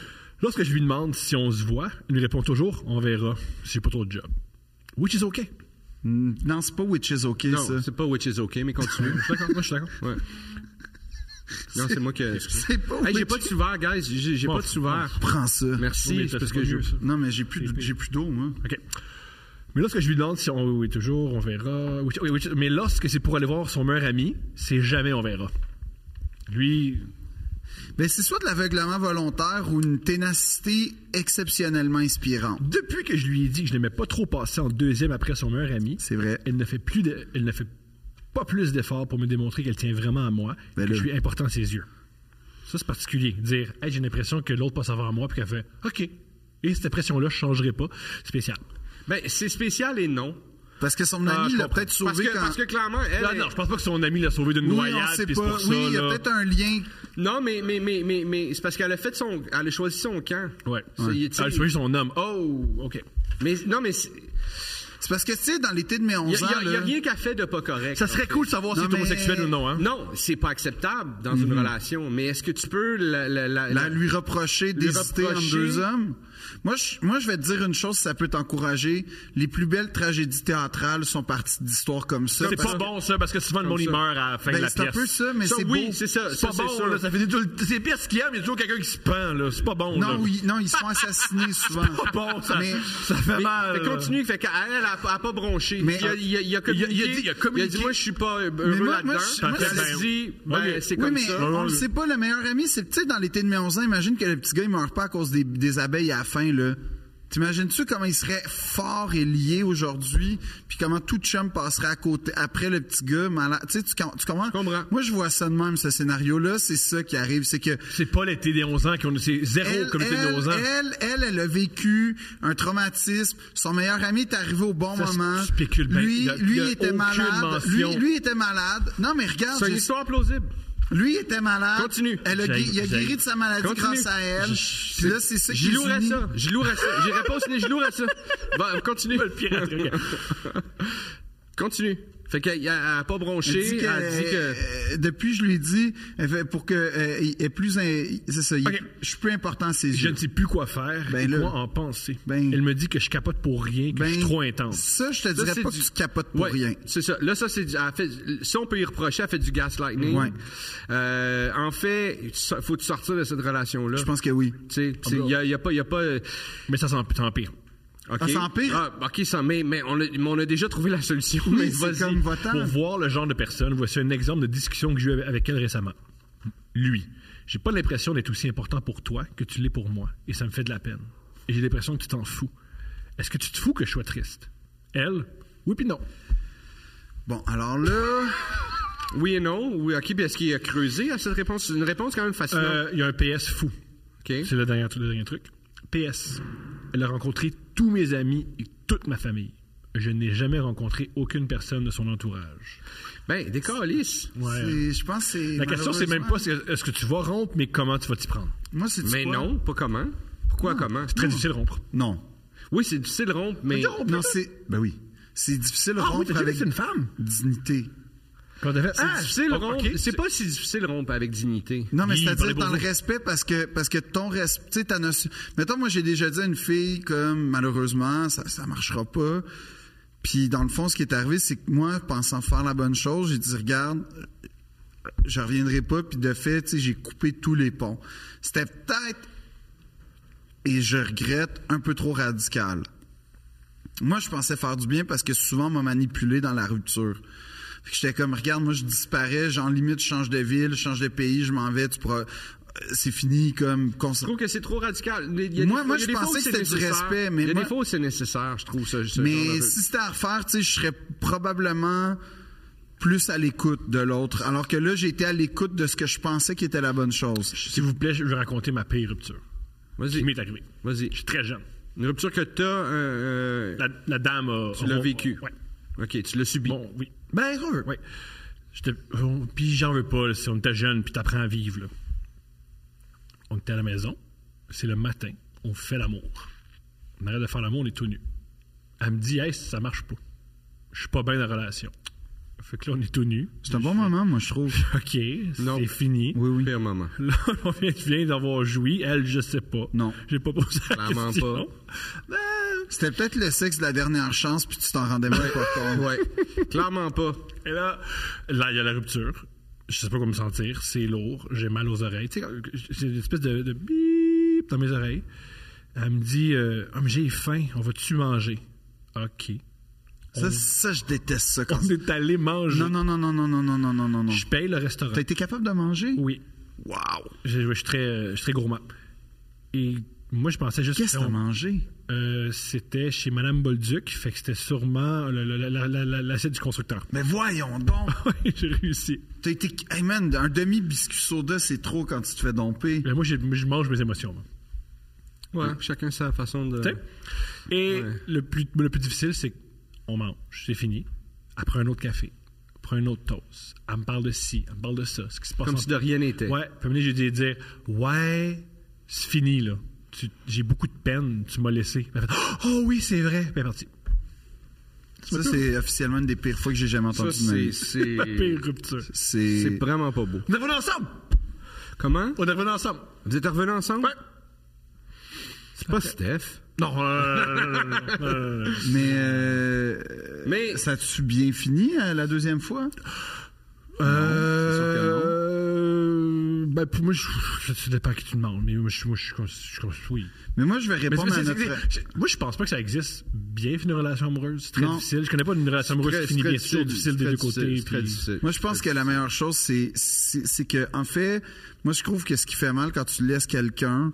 S5: Lorsque je lui demande si on se voit, il me répond toujours on verra, j'ai pas trop de job. Which is okay.
S3: Mm, Non, c'est pas Which is OK, ça.
S4: Non, c'est pas Which is OK, mais continue.
S5: Je suis d'accord, moi, je suis d'accord.
S4: ouais. Non, c'est moi qui...
S3: C'est pas
S4: Hey, j'ai
S3: Which-
S4: pas de souverain, guys. J'ai j'ai
S5: Bon,
S4: pas de souverain.
S3: Prends ça.
S5: Oui,
S4: Merci,
S5: mais
S4: c'est
S5: ça,
S4: parce
S5: c'est
S4: que
S5: pas
S4: je...
S5: mieux, ça.
S3: Non, mais j'ai plus, de- j'ai plus d'eau, moi.
S5: OK. Mais lorsque je lui demande si on oui, toujours, on verra. Oui, oui, oui, mais lorsque c'est pour aller voir son meilleur ami, c'est jamais on verra. Lui,
S3: Ben, c'est soit de l'aveuglement volontaire ou une ténacité exceptionnellement inspirante.
S5: depuis que je lui ai dit que je n'aimais pas trop passer en deuxième après son meilleur ami,
S3: C'est vrai.
S5: elle ne fait plus de- elle ne fait pas plus d'efforts pour me démontrer qu'elle tient vraiment à moi,
S3: Ben
S5: que
S3: là.
S5: je suis important à ses yeux. Ça, c'est particulier. Dire, hey, j'ai l'impression que l'autre passe avant moi, puis qu'elle fait, OK. Et cette impression-là, je changerai pas. Spécial.
S4: Ben, c'est spécial et non.
S3: Parce que son
S5: Ah,
S3: ami
S5: je
S3: l'a
S5: comprends.
S3: peut-être
S4: Parce
S3: sauvé
S4: que,
S3: quand.
S4: parce que clairement, elle.
S5: Ah, non, je pense pas que son ami l'a sauvé d'une
S3: oui, on
S5: noyade,
S3: sait
S5: puis c'est
S3: pas.
S5: pour ça,
S3: oui, il y a
S5: là.
S3: peut-être un lien.
S4: Non, mais, mais, mais, mais, mais c'est parce qu'elle a fait son. Elle a choisi son camp.
S5: Ouais.
S4: C'est- il- tu sais,
S5: Elle a choisi son homme. Oh, OK.
S4: Mais non, mais c'est-
S3: C'est parce que, tu sais, dans l'été de mes
S4: il n'y
S3: 11 ans.
S4: a, il y a
S3: là,
S4: rien qu'elle fait de pas correct.
S5: Ça serait
S4: en fait.
S5: cool de savoir si
S3: Non,
S5: t'es
S3: mais-
S5: homosexuel ou non, hein? Mhm.
S4: Non, c'est pas acceptable dans une relation. Mais est-ce que tu peux la, la, la-
S3: la-
S4: la-
S3: lui reprocher d'hésiter entre
S4: reprocher.
S3: deux hommes. Moi je, moi, je vais te dire une chose, si ça peut t'encourager. Les plus belles tragédies théâtrales sont parties d'histoires comme ça.
S5: C'est
S3: parce
S5: pas
S3: que-
S5: bon, ça, parce que souvent, le monde,
S4: Comme ça.
S5: il meurt à la fin
S3: Ben,
S5: de la
S3: c'est
S5: pièce.
S3: un peu ça, mais
S4: Ça,
S3: c'est
S4: oui,
S3: beau.
S4: c'est ça.
S5: C'est
S4: ça,
S5: pas
S4: c'est
S5: bon,
S4: sûr.
S5: là. Ça fait tout le- C'est pire ce qu'il y a, mais il y a toujours quelqu'un qui se pend, là. C'est pas bon, là.
S3: Non, oui, non, ils se font assassiner souvent.
S5: C'est pas bon, ça,
S3: Mais-
S5: ça fait
S4: Mais-
S5: mal.
S4: fait continue, fait qu'elle, elle, elle a, elle a pas bronché.
S3: Mais-
S4: il, a, il, a, il a communiqué.
S5: Il a- il a dit- il a communiqué.
S4: dit, moi, je suis pas heureux
S3: moi-
S4: là-dedans.
S3: moi, je-
S5: moi,
S4: Elle
S5: c'est-
S4: a dit, ben,
S5: Ok.
S4: c'est
S3: Oui,
S4: comme
S3: mais
S4: ça.
S3: on le sait pas, le meilleur ami, c'est, tu sais, dans l'été de mes 11 ans, imagine que le petit gars, il meurt pas à cause des, des abeilles à la fin, là. T'imagines-tu comment il serait fort et lié aujourd'hui, puis comment tout chum passerait à côté, après le petit gars malade. Tu sais, tu, com- tu comprends?
S4: comprends.
S3: Moi, je vois ça de même, ce scénario-là, c'est ça qui arrive, c'est que...
S5: C'est pas l'été des 11 ans qu'on C'est zéro
S3: Elle,
S5: comme l'été des
S3: elle,
S5: 11 ans.
S3: elle, elle, elle a vécu un traumatisme. Son meilleur ami est arrivé au bon
S5: Ça, je
S3: moment.
S5: spécule bien.
S3: Lui,
S5: Il y a-
S3: lui
S5: il y a
S3: était
S5: aucune
S3: malade. Lui,
S5: mention.
S3: lui était malade. Non, mais regarde,
S4: C'est une
S3: j'ai-
S4: histoire plausible.
S3: lui était malade.
S4: Continue.
S3: Elle a,
S5: J'aille,
S3: gui- il a
S5: j'aille.
S3: guéri de sa maladie
S4: Continue.
S3: grâce à elle.
S5: Je-
S3: Puis là, c'est ça qui
S4: J'y
S3: les
S4: louerais
S3: unit.
S4: ça. J'y louerais ça. J'irai pas au ciné, j'y louerais ça. Va, continue. Le pirate, Continue. Fait qu'elle elle a pas
S3: Elle
S4: bronché.
S3: dit que,
S4: Elle dit que.
S3: euh, depuis, je lui ai dit, elle fait pour que euh, il est plus, in- c'est ça, il est-
S5: Ok.
S3: je suis plus important à ses
S5: Je
S3: yeux.
S5: ne sais plus quoi faire
S3: Ben
S5: et
S3: là.
S5: quoi en penser.
S3: Ben.
S5: Elle me dit que je capote pour rien, que je suis trop intense.
S3: Ça, je te
S4: Ça,
S3: dirais
S4: c'est
S3: pas
S4: du-
S3: que tu capotes pour
S4: Ouais,
S3: rien.
S4: C'est ça. Là, ça, c'est du- elle fait- si on peut y reprocher, elle fait du gaslighting.
S3: Ouais.
S4: Euh, en fait, so- faut-tu sortir de cette relation-là?
S3: Je pense que Ah, oui.
S4: Tu sais, tu sais, il y a, il y a pas, il y a pas. euh,
S5: Mais ça s'en- s'empire.
S4: ok.
S3: Ça s'empire?
S4: Ah, ok, ça, mais, mais on a, mais on a déjà trouvé la solution. mais
S3: Oui, c'est
S4: vas-y.
S3: comme votant.
S5: Pour voir le genre de personne, voici un exemple de discussion que j'ai eue avec elle récemment. Lui, j'ai pas l'impression d'être aussi important pour toi que tu l'es pour moi, et ça me fait de la peine. Et j'ai l'impression que tu t'en fous. Est-ce que tu te fous que je sois triste? Elle, oui puis non.
S3: Bon, alors là,
S4: Oui et non. Oui, ok. Puis est-ce qu'il a creusé à cette réponse? C'est une réponse quand même facile.
S5: Euh, Il y a un PS fou.
S4: ok.
S5: C'est le dernier, le dernier truc. PS, elle a rencontré tous mes amis et toute ma famille. Je n'ai jamais rencontré aucune personne de son entourage.
S4: Ben, des calices.
S3: c'est- je pense que c'est
S5: La question, c'est même
S3: malheureusement-
S5: pas c'est- est-ce que tu vas rompre, mais comment tu vas t'y prendre.
S3: Moi, c'est
S4: Mais non, pas comment. Pourquoi comment?
S5: Très difficile de rompre.
S3: Non.
S4: Oui, c'est difficile de rompre, mais.
S3: Non, c'est. Ben oui. C'est difficile de
S5: Ah oui,
S3: rompre
S5: t'as dit que
S3: avec
S5: c'est une femme.
S3: dignité.
S5: Quand t'as fait,
S4: C'est difficile de
S5: oh,
S4: rompre.
S5: ok,
S4: C'est pas si difficile de rompre avec dignité.
S3: Ah, Non, mais
S5: Oui,
S3: c'est-à-dire
S5: parlez pour
S3: dans le
S5: vous.
S3: respect parce que parce que ton respect, tu sais, ta notion. Mettons, moi, j'ai déjà dit à une fille comme malheureusement, ça ça marchera pas. Puis dans le fond, ce qui est arrivé, c'est que moi, pensant faire la bonne chose, j'ai dit regarde, je reviendrai pas. Puis de fait, tu sais, j'ai coupé tous les ponts. C'était peut-être et je regrette un peu trop radical. Moi, je pensais faire du bien parce que souvent, on m'a manipulé dans la rupture. Fait que j'étais comme, regarde, moi, je disparais, j'en limite, je change de ville, je change de pays, je m'en vais, tu pourras... euh, C'est fini, comme... cons-
S4: Je trouve que c'est trop radical. Il y a
S3: Moi-
S4: des-
S3: moi,
S4: il y
S3: je
S4: a des fois
S3: pensais
S4: où
S3: que
S4: c'est
S3: c'était du
S4: nécessaire.
S3: respect, mais
S4: Il y a
S3: moi-
S4: des fois où c'est nécessaire, je trouve, ça.
S3: Mais si c'était à refaire, tu sais, je serais probablement plus à l'écoute de l'autre. Alors que là, j'étais à l'écoute de ce que je pensais qui était la bonne chose.
S5: S'il vous plaît, je vais raconter ma pire rupture. Qui
S4: Vas-y,
S5: m'est arrivée.
S4: vas-y.
S5: Je suis très jeune.
S4: Une rupture que t'as... euh, euh,
S5: La, la dame a.
S4: tu l'as
S5: on-
S4: vécue.
S5: Ouais.
S4: OK, tu l'as subi.
S5: Bon, oui. Ben, heureux. Oui. J'étais- on- Puis j'en veux pas, là, si on était jeune, puis t'apprends à vivre. là. On était à la maison, c'est le matin, on fait l'amour. On arrête de faire l'amour, on est tout nu. Elle me dit, hey, ça marche pas. Je suis pas bien dans la relation. Fait que là, on est tout nu.
S3: C'est un bon moment, moi, je trouve.
S5: OK,
S4: Non.
S5: c'est fini.
S4: oui, oui. Pire moment.
S5: Là, on vient, vient d'avoir joui. Elle, je sais pas.
S3: Non.
S5: J'ai pas posé la
S4: Clairement
S5: question. Ben,
S3: C'était peut-être le sexe de la dernière chance, puis tu t'en rendais même pas compte.
S4: Ouais, clairement pas.
S5: Et là, là, il y a la rupture. Je sais pas comment me sentir. C'est lourd. J'ai mal aux oreilles. Tu sais, j'ai une espèce de, de bip dans mes oreilles. Elle me dit euh, Ah, mais j'ai faim. On va-tu manger OK.
S3: Ça, ça, je déteste ça. Quand...
S5: On est allé manger.
S3: Non, non, non, non, non, non, non, non, non, non, non.
S5: Je paye le restaurant.
S3: T'as été capable de manger?
S5: Oui.
S3: Wow!
S5: Je, je suis très, euh, je suis très gourmand. Et moi, je pensais juste.
S3: Qu'est-ce que t'as
S5: on-
S3: mangé?
S5: Euh, C'était chez Madame Bolduc. Fait que c'était sûrement le- le- la- la- la- la- l'assiette du constructeur.
S3: Mais voyons donc!
S5: Oui, j'ai réussi.
S3: T'as été. Hey man, un demi-biscuit soda, c'est trop quand tu te fais domper.
S5: Mais Ben, moi, j'ai- je mange mes émotions. moi.
S4: Ouais, chacun sa façon de...
S5: Tu sais? Et
S4: Ouais.
S5: le, plus, le plus difficile, c'est qu'on on mange, c'est fini. Après un autre café, après un autre toast. Elle me parle de ci, elle me parle de ça, ce qui se passe.
S4: Comme
S5: en-
S4: si de rien n'était.
S5: Ouais, puis à un moment donné, j'ai dû dire Ouais, c'est fini, là. Tu- J'ai beaucoup de peine, tu m'as laissé. Puis Elle fait Oh oui, c'est vrai. Puis elle est partie.
S3: Ça, c'est officiellement une des pires fois que j'ai jamais
S4: Ça,
S3: entendu de ma
S4: c'est.
S3: vie.
S4: C'est
S5: La pire rupture.
S4: c'est
S3: C'est.
S4: vraiment pas beau.
S5: On est revenus ensemble
S4: Comment?
S5: On est revenus ensemble
S4: Vous êtes revenus ensemble?
S5: Ouais.
S4: C'est pas Steph.
S5: Non, euh, euh,
S3: Mais. euh,
S4: Mais-
S3: Ça a-tu bien fini euh, la deuxième fois?
S5: euh, ben, pour moi, je, je, ça dépend à qui tu demandes, mais moi, je, moi, je, suis cons- je, suis cons- oui.
S3: Mais moi, je vais
S5: Mais c'est-
S3: répondre
S5: mais
S3: à
S5: c'est-
S3: notre.
S5: c'est- moi, je pense pas que ça existe bien, finir une relation amoureuse. C'est très
S3: Non.
S5: difficile. Je connais pas une relation amoureuse
S4: Très-
S5: qui finit
S4: très
S5: bien. C'est toujours difficile des
S4: très
S5: deux côtés.
S4: difficile, très
S5: puis-
S4: difficile.
S3: Moi, je pense que la meilleure chose, c'est, c'est, c'est que, en fait, moi, je trouve que ce qui fait mal quand tu laisses quelqu'un,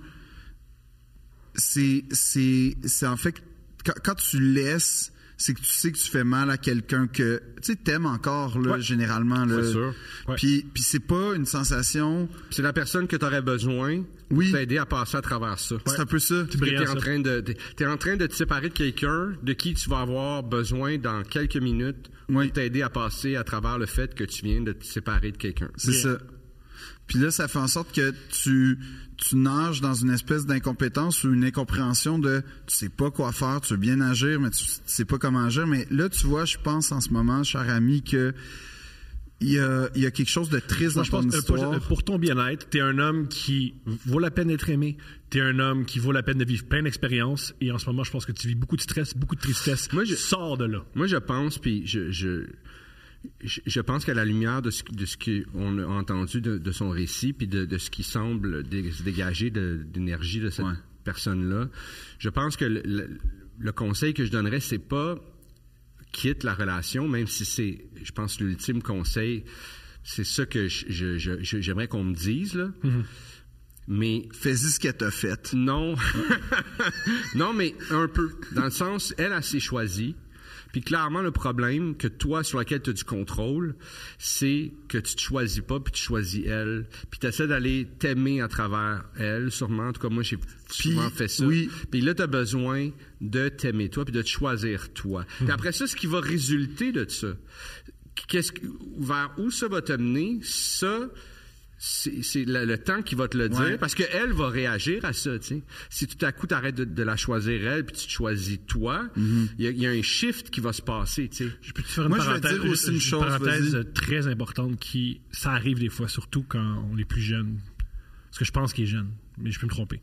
S3: c'est, c'est, c'est en fait, que quand, quand tu laisses, c'est que tu sais que tu fais mal à quelqu'un que, tu sais, t'aimes encore, là,
S5: Ouais.
S3: généralement, là.
S4: C'est sûr.
S5: Ouais.
S3: Puis, puis c'est pas une sensation.
S4: C'est la personne que tu aurais besoin
S3: Oui.
S4: pour t'aider à passer à travers ça.
S3: C'est un peu ça.
S5: C'est
S4: Tu
S5: brillant,
S4: es en
S5: ça.
S4: train de t'es- t'es en train de te séparer de quelqu'un de qui tu vas avoir besoin dans quelques minutes
S3: Oui.
S4: pour t'aider à passer à travers le fait que tu viens de te séparer de quelqu'un.
S3: C'est ça. Puis là, ça fait en sorte que tu, tu nages dans une espèce d'incompétence ou une incompréhension de tu sais pas quoi faire, tu veux bien agir, mais tu, tu sais pas comment agir. Mais là, tu vois, je pense en ce moment, cher ami, que il y a, il y a quelque chose de triste
S5: Moi,
S3: dans
S5: je
S3: ton
S5: pense euh, pour,
S3: histoire.
S5: euh, pour ton bien-être, t'es un homme qui vaut la peine d'être aimé. T'es un homme qui vaut la peine de vivre plein d'expériences. Et en ce moment, je pense que tu vis beaucoup de stress, beaucoup de tristesse.
S4: Moi, je-
S5: Sors de là.
S4: Moi, je pense, puis je, je, je, je pense qu'à la lumière de ce, de ce qu'on a entendu de, de son récit, puis de, de ce qui semble dé- se dégager de- d'énergie de, cette
S3: Ouais.
S4: personne-là, je pense que le, le- le conseil que je donnerais, c'est pas quitte la relation, même si c'est, je pense, l'ultime conseil. C'est ça que je- je- je- je- j'aimerais qu'on me dise, là. Mais
S3: Fais-y ce qu'elle t'a fait.
S4: non. non, mais un peu. Dans le sens, elle, elle s'est choisie. Puis clairement, le problème que toi, sur lequel tu as du contrôle, c'est que tu te choisis pas, puis tu choisis elle. Puis tu essaies d'aller t'aimer à travers elle, sûrement. En tout cas, moi, j'ai souvent fait ça.
S3: oui.
S4: Puis là, tu as besoin de t'aimer toi, puis de te choisir toi.
S3: Hmm.
S4: Puis après ça, ce qui va résulter de ça, qu'est-ce que- vers où ça va te mener, ça, c'est c'est le, le temps qui va te le dire,
S3: Ouais.
S4: parce qu'elle va réagir à ça, tu sais. Si tout à coup, tu arrêtes de, de la choisir elle, puis tu te choisis toi, il
S3: Mm-hmm.
S4: y a- il y, a un shift qui va se passer, tu sais.
S5: Je peux te faire une
S3: Moi, je vais
S5: parenthèse,
S3: dire aussi une
S5: une
S3: chose,
S5: parenthèse
S3: vas-y.
S5: très importante qui, ça arrive des fois, surtout quand on est plus jeune. Parce que je pense qu'il est jeune, mais je peux me tromper.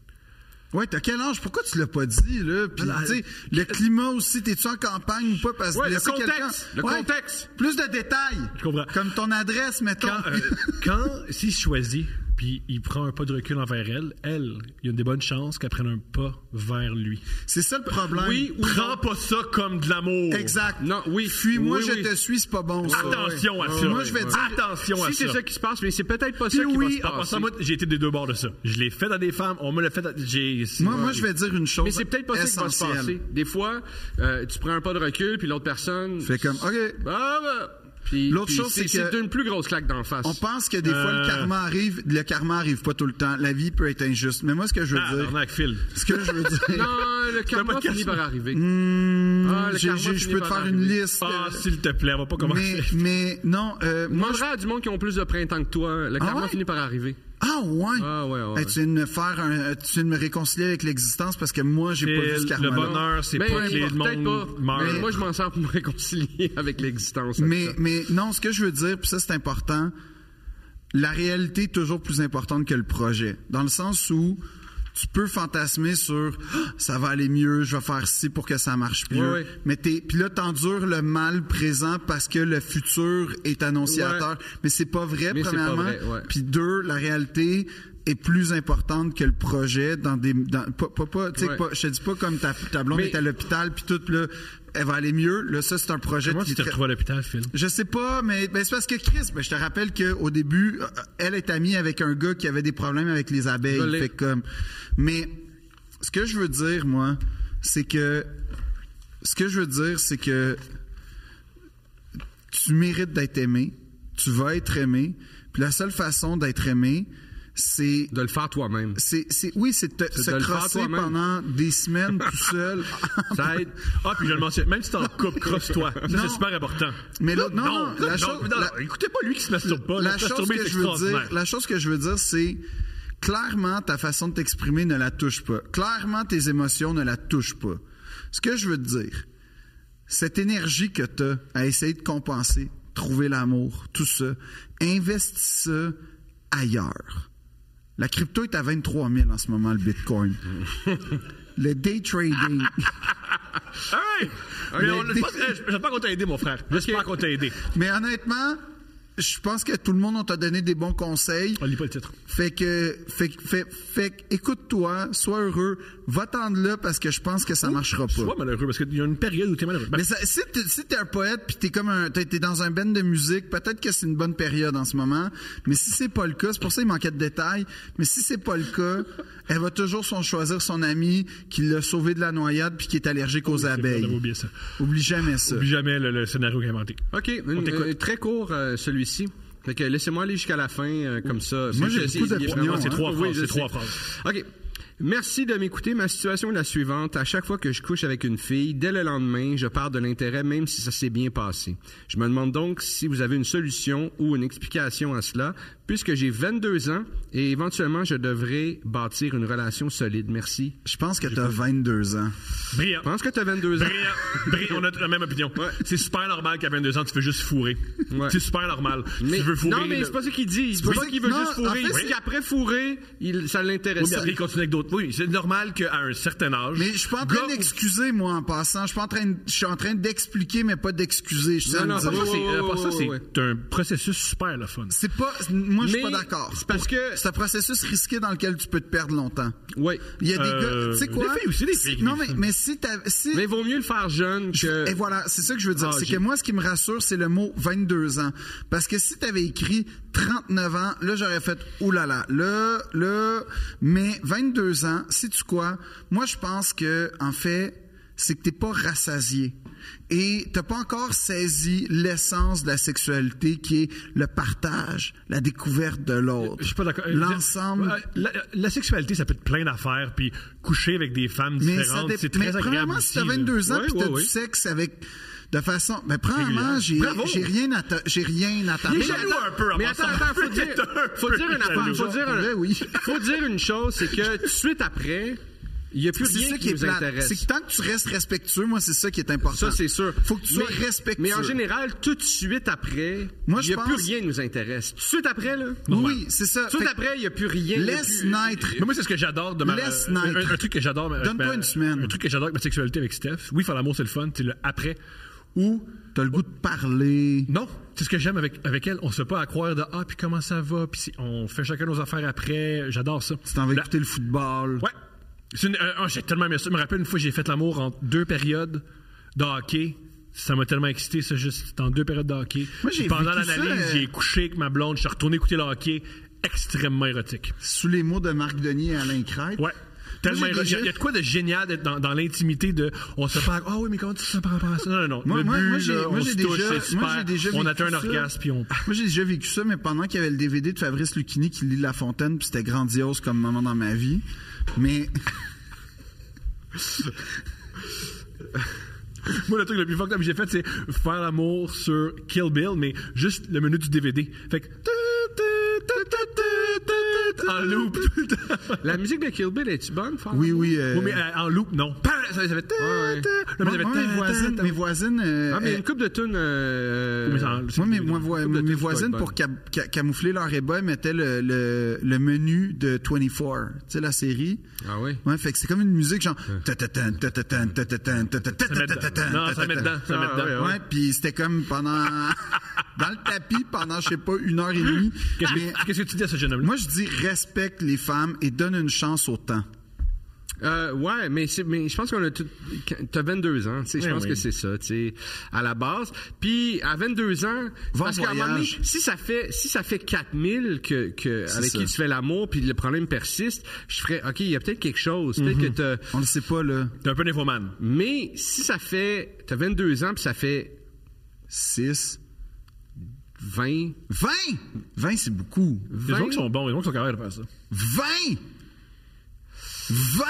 S3: Ouais, t'as quel âge? Pourquoi tu l'as pas dit, là? Puis,
S5: Alors,
S3: tu sais, le climat aussi, t'es-tu en campagne ou pas? Parce que
S4: Ouais, le
S3: laisser
S4: contexte,
S3: quelqu'un-
S4: le contexte.
S3: Plus de détails.
S5: Je comprends.
S3: Comme ton adresse, mettons.
S5: Quand, euh, quand s'il se choisit, puis il prend un pas de recul envers elle, elle, il y a des bonnes chances qu'elle prenne un pas vers lui.
S3: C'est ça le problème.
S4: Oui ou
S5: Prends
S4: non?
S5: pas ça comme de l'amour.
S3: Exact.
S4: Non, oui.
S3: Fuis-moi,
S4: Oui,
S3: je
S4: oui.
S3: te suis, c'est pas bon. ça.
S5: Attention à
S3: Ouais.
S5: ça.
S3: Moi, je vais
S5: Ouais.
S3: dire.
S5: Attention à
S4: si c'est
S5: ça.
S4: ça qui se passe, mais c'est peut-être pas
S5: Puis
S4: ça qui
S3: ah,
S4: va se
S5: oui, en
S4: passer.
S5: passant, moi, j'ai été des deux bords de ça. Je l'ai fait à des femmes, on me l'a fait à... J'ai...
S3: Moi, moi, je vais dire une chose.
S4: Mais c'est peut-être pas ça qui va se
S3: essentielle.
S4: passer. Des fois, euh, tu prends un pas de recul, puis l'autre personne.
S3: Fait comme, OK.
S4: Ah, bah. Puis-
S3: L'autre
S4: puis
S3: chose, c'est que-
S4: C'est une plus grosse claque d'en face. Ah,
S3: On pense que des fois, le
S5: Euh.
S3: karma arrive. Le karma arrive pas tout le temps. La vie peut être injuste. Mais moi, ce que je veux
S5: Ah,
S3: dire.
S5: tabarnak, Phil.
S3: Ce que je veux
S4: Non,
S3: dire.
S4: le karma
S5: podcast.
S4: finit par arriver. Ah, le
S3: Hmm, j'ai-
S4: karma
S3: j'ai-
S4: finit
S3: je peux te
S4: par
S3: faire une
S4: arriver.
S3: liste.
S5: Ah, s'il te plaît, on va pas
S3: mais,
S5: commencer.
S3: mais, non, euh, moi, je-
S4: Demandera à du monde qui ont plus de printemps que toi. Le karma
S3: Ah ouais?
S4: finit par arriver.
S3: Ah, ouais.
S4: Ah, ouais, ouais.
S3: Hey, tu viens de me faire un- tu viens de me réconcilier avec l'existence parce que moi, j'ai pas vu ce
S5: Phil,
S3: karma.
S5: le bonheur, c'est
S4: Ben,
S5: pas que les
S4: peut-être pas.
S5: monde meurt.
S4: Mais moi, je m'en sers pour me réconcilier avec l'existence. avec
S3: Mais,
S4: ça.
S3: mais non, ce que je veux dire, puis ça c'est important, la réalité est toujours plus importante que le projet. Dans le sens où tu peux fantasmer sur Ah, ça va aller mieux, je vais faire ci pour que ça marche mieux.
S4: Ouais, ouais.
S3: Mais t'es, puis là t'endures le mal présent parce que le futur est annonciateur.
S4: Ouais.
S3: Mais c'est pas vrai
S4: Mais c'est pas
S3: premièrement.
S4: vrai, ouais.
S3: Puis deux, la réalité est plus importante que le projet dans des dans, pas pas, pas tu sais
S4: Ouais.
S3: pas- je te dis pas comme ta, ta blonde
S4: Mais-
S3: est à l'hôpital puis tout là elle va aller mieux là ça c'est un projet
S5: Comment
S3: qui
S5: tu
S3: est très-
S5: t'es retrouvé à l'hôpital, Phil?
S3: je sais pas, mais ben, c'est parce que Chris, ben, je te rappelle qu'au début, euh, elle est amie avec un gars qui avait des problèmes avec les abeilles.
S4: Je l'ai.
S3: Fait comme... Mais ce que je veux dire, moi, c'est que. Ce que je veux dire, c'est que tu mérites d'être aimé, tu vas être aimé, puis la seule façon d'être aimé, c'est
S4: De le faire toi-même.
S3: c'est, c'est- oui, c'est de te-
S4: C'est
S3: se
S4: de le faire
S3: crosser
S4: toi-même.
S3: pendant des semaines tout seul.
S5: Ça aide. Ah, puis je le mentionne. Même si t'es en couple, crosse-toi. Ça,
S3: Non.
S5: c'est super important.
S3: Mais l'autre- non, non, la
S5: non,
S3: chose- la-
S5: non, non, écoutez pas lui qui se masturbe pas.
S3: la
S5: Le
S3: chose
S5: masturber,
S3: que
S5: c'est
S3: je veux dire,
S5: extraordinaire.
S3: la chose que je veux dire, c'est clairement ta façon de t'exprimer ne la touche pas. Clairement tes émotions ne la touchent pas. Ce que je veux te dire, cette énergie que tu as à essayer de compenser, trouver l'amour, tout ça, investis ça ailleurs. La crypto est à 23 000 en ce moment, le Bitcoin. le day trading.
S5: Hey! Mais on- je pense que- je- J'espère qu'on t'a aidé, mon frère. J'espère qu'on t'a aidé.
S3: Mais honnêtement, je pense que tout le monde, on t'a donné des bons conseils.
S5: On lit pas le titre.
S3: Fait que, fait, que- fait, fait que, écoute-toi, sois heureux, va tendre là parce que je pense que ça marchera
S5: Sois
S3: pas.
S5: malheureux parce qu'il y a une période où t'es malheureux. Bah,
S3: Mais ça- si t'es si t'es un poète puis t'es comme un, t'es t'es dans un band de musique, peut-être que c'est une bonne période en ce moment. Mais si c'est pas le cas, c'est pour ça il manquait de détails. Mais si c'est pas le cas, elle va toujours son choisir son ami qui l'a sauvé de la noyade puis qui est allergique aux
S5: On
S3: abeilles.
S5: oublié ça.
S3: Oublie jamais ça.
S5: Oublie jamais le, le scénario qu'il a inventé.
S4: OK, une-
S5: t'écoute.
S4: euh, très court euh, celui-ci. Fait que laissez-moi aller jusqu'à la fin euh, comme ça.
S3: Moi, j'ai
S4: Parce que
S3: beaucoup
S4: c'est- il est
S3: d'opinions,
S4: vraiment-
S3: hein.
S5: C'est trois
S4: Oui,
S5: phrases,
S4: je
S5: c'est trois
S4: sais.
S5: phrases.
S4: OK. Merci de m'écouter. Ma situation est la suivante. À chaque fois que je couche avec une fille, dès le lendemain, je pars de l'intérêt même si ça s'est bien passé. Je me demande donc si vous avez une solution ou une explication à cela, puisque j'ai 22 ans et éventuellement je devrais bâtir une relation solide. Merci.
S3: Je pense que t'as 22 ans.
S5: Brillant.
S4: Je pense que tu as 22 ans.
S5: Brillant. Brillant. On a la même opinion.
S4: Ouais.
S5: C'est super normal qu'à 22 ans, tu veux juste fourrer.
S4: Ouais.
S5: C'est super normal.
S4: Mais-
S5: tu veux fourrer.
S4: non, mais
S5: le-
S4: c'est pas ça qu'il dit. C'est
S3: Oui.
S4: pas ça qu'il veut
S3: Non,
S4: juste fourrer.
S3: en fait,
S4: Parce
S3: c'est-
S4: qu'après fourrer, il, ça
S5: Oui,
S4: l'intéresse.
S5: mais après, il continue avec d'autres. Oui, c'est normal qu'à un certain âge.
S3: Mais je suis pas en train
S5: gars-
S3: d'excuser, moi, en passant. Je suis pas en train, de- je suis en train d'expliquer, mais pas d'excuser. Je suis
S4: Non,
S3: en
S4: non,
S3: train de
S5: Ça,
S3: dire-
S5: c'est-
S4: Ouais,
S5: à part ça,
S4: ouais,
S5: c'est
S4: ouais.
S5: un processus super le fun.
S3: C'est pas, moi, je suis
S4: Mais
S3: pas d'accord.
S4: c'est parce que-
S3: c'est un processus risqué dans lequel tu peux te perdre longtemps.
S4: Oui.
S3: Il y a des
S5: Euh,
S3: gars, tu sais quoi
S5: des filles aussi, des
S3: Si-
S5: filles qui
S3: Non,
S5: les
S3: mais mais si t'as, si
S4: Mais il vaut mieux le faire jeune que.
S3: Et voilà, c'est ça que je veux dire.
S4: Ah,
S3: c'est
S4: j'ai-
S3: que moi, ce qui me rassure, c'est le mot 22 ans. Parce que si t'avais écrit 39 ans, là, j'aurais fait oulala. Là, là. Mais 22 ans, sais-tu quoi? Moi, je pense que, en fait, c'est que t'es pas rassasié. Et t'as pas encore saisi l'essence de la sexualité qui est le partage, la découverte de l'autre.
S5: Je suis pas d'accord. Euh,
S3: L'ensemble.
S5: euh, La, la sexualité, ça peut être plein d'affaires, puis coucher avec des femmes
S3: Mais ça
S5: différentes,
S3: dé-
S5: c'est
S3: mais
S5: très agréable.
S3: premièrement, si t'as
S5: aussi, là.
S3: 22 ans
S5: Ouais,
S3: puis
S5: ouais,
S3: t'as
S5: ouais.
S3: du sexe avec de façon, ben premièrement,
S5: Régulière.
S3: j'ai
S5: Bravo.
S3: j'ai rien à ta- j'ai rien à t'apprendre.
S5: Il est jaloux un peu, en
S4: Mais
S5: passant.
S4: attends, attends, faut
S5: Il est
S4: dire,
S5: un
S4: faut
S5: peu
S4: dire une
S5: jaloux.
S4: affaire, faut dire, un-
S3: Ben oui.
S4: faut dire une chose, c'est que tout de suite après, il n'y a plus
S3: C'est
S4: rien
S3: ça
S4: qui,
S3: qui est
S4: nous
S3: plate.
S4: intéresse.
S3: C'est que tant que tu restes respectueux, moi c'est ça qui est important.
S4: Ça, c'est sûr.
S3: Faut que tu sois
S4: Mais-
S3: respectueux.
S4: Mais en général, tout de suite après,
S3: Moi,
S4: il
S3: je
S4: n'y a plus
S3: pense-
S4: rien qui nous intéresse. Tout de suite après, là.
S3: oui, c'est ça.
S4: Tout de
S3: Fait
S4: suite
S3: que
S4: après, il n'y a plus rien. il y a
S3: Laisse
S4: plus-
S3: naître.
S5: Mais moi, c'est ce que j'adore de ma.
S3: Laisse
S5: euh, un,
S3: naître.
S5: un truc que j'adore. ma-
S3: Donne-toi
S5: ma-
S3: une semaine.
S5: Un truc que j'adore avec ma sexualité avec Steph. Oui, faire l'amour, c'est le fun. C'est le après. Ou.
S3: T'as le goût de parler.
S5: Non, c'est ce que j'aime avec, avec elle. On se fait pas à croire de Ah, puis comment ça va, puis si- on fait chacun nos affaires après. J'adore ça.
S3: Tu t'en vas
S5: La-
S3: écouter le football.
S5: Ouais. C'est une- euh, oh, j'ai tellement aimé ça. Je me rappelle une fois, j'ai fait l'amour en deux périodes de hockey. Ça m'a tellement excité, ça, juste c'était en deux périodes de hockey.
S3: Moi, j'ai
S5: Puis pendant
S3: vécu ça,
S5: l'analyse,
S3: euh,
S5: j'ai couché avec ma blonde, je suis retourné écouter le hockey. Extrêmement érotique.
S3: Sous les mots de Marc Denis et Alain Crête.
S5: Ouais. Tellement
S3: j'ai
S5: érotique.
S3: déjà-
S5: Il y a de quoi de génial d'être dans, dans l'intimité de. On se parle. Ah oui, mais comment tu te sens par rapport à ça? Non, non, non.
S3: Moi,
S5: le
S3: moi-
S5: but,
S3: moi, j'ai-
S5: là,
S3: moi,
S5: on
S3: j'ai
S5: se
S3: déjà-
S5: touche, c'est
S3: moi, j'ai
S5: super.
S3: déjà
S5: on
S3: vécu
S5: atteint un
S3: ça.
S5: orgasme, puis on.
S3: Moi, j'ai déjà vécu ça, mais pendant qu'il y avait le DVD de Fabrice Lucchini qui lit La Fontaine, puis c'était grandiose comme moment dans ma vie. Mais
S5: Moi, le truc le plus fort que j'ai fait, c'est faire l'amour sur Kill Bill, mais juste le menu du DVD. Fait que. En loop tout le temps.
S4: La musique de Kill Bill, est-tu bonne, Fab?
S3: oui, oui. euh,
S5: Oui, mais euh, en loop, non. Pam! Ça, ça fait.
S4: ouais.
S5: Là,
S3: moi,
S5: ça fait-
S3: moi, mes voisines, mes voisines, euh,
S4: Ah, mais
S3: euh,
S4: une coupe de tunes. euh,
S5: Mais en-
S3: Moi, mes, moi, moi,
S4: Coupe de
S3: mes
S4: tunes,
S3: voisines,
S4: pas
S3: pour
S4: bonne.
S3: cam- ca- camoufler leur ébat, mettaient le, le, le menu de 24, tu sais, la série.
S4: Ah oui?
S3: Ouais, fait que c'est comme une musique genre... ta-ta-tan, ta-ta-tan, ta-ta-tan, ta-ta-tan,
S5: met dedans.
S3: ta-ta-tan,
S5: Non, ça met
S3: ta-ta-tan.
S5: dedans, ça met
S3: Ah,
S5: dedans.
S3: ouais, Ouais, puis c'était comme pendant... Dans le tapis pendant, je sais pas, une heure et demie.
S5: Qu'est-ce
S3: Mais
S5: que- Qu'est-ce que tu dis à ce jeune homme-là?
S3: moi, je dis respecte les femmes et donne une chance au temps.
S4: Euh, ouais, mais, c'est- mais je pense qu'on a tout. quand- T'as 22 ans, tu sais, je
S5: Oui,
S4: pense
S5: oui.
S4: que c'est ça, tu sais, à la base. Puis à 22 ans,
S3: Va
S4: parce
S3: en
S4: qu'à un moment donné,
S3: voyage.
S4: si ça fait, si ça fait 4000 que, que avec
S3: ça.
S4: qui tu fais l'amour, puis le problème persiste, je ferais, OK, il y a peut-être quelque chose, peut-être que t'as.
S3: On le sait pas, là.
S5: T'es un peu nymphomane.
S4: Mais si ça fait. T'as 22 ans, puis ça fait
S3: 6,
S4: 20.
S3: 20! 20, c'est beaucoup.
S5: Les
S4: ben,
S5: gens qui sont bons, les gens qui sont capables de faire ça.
S3: 20! 20!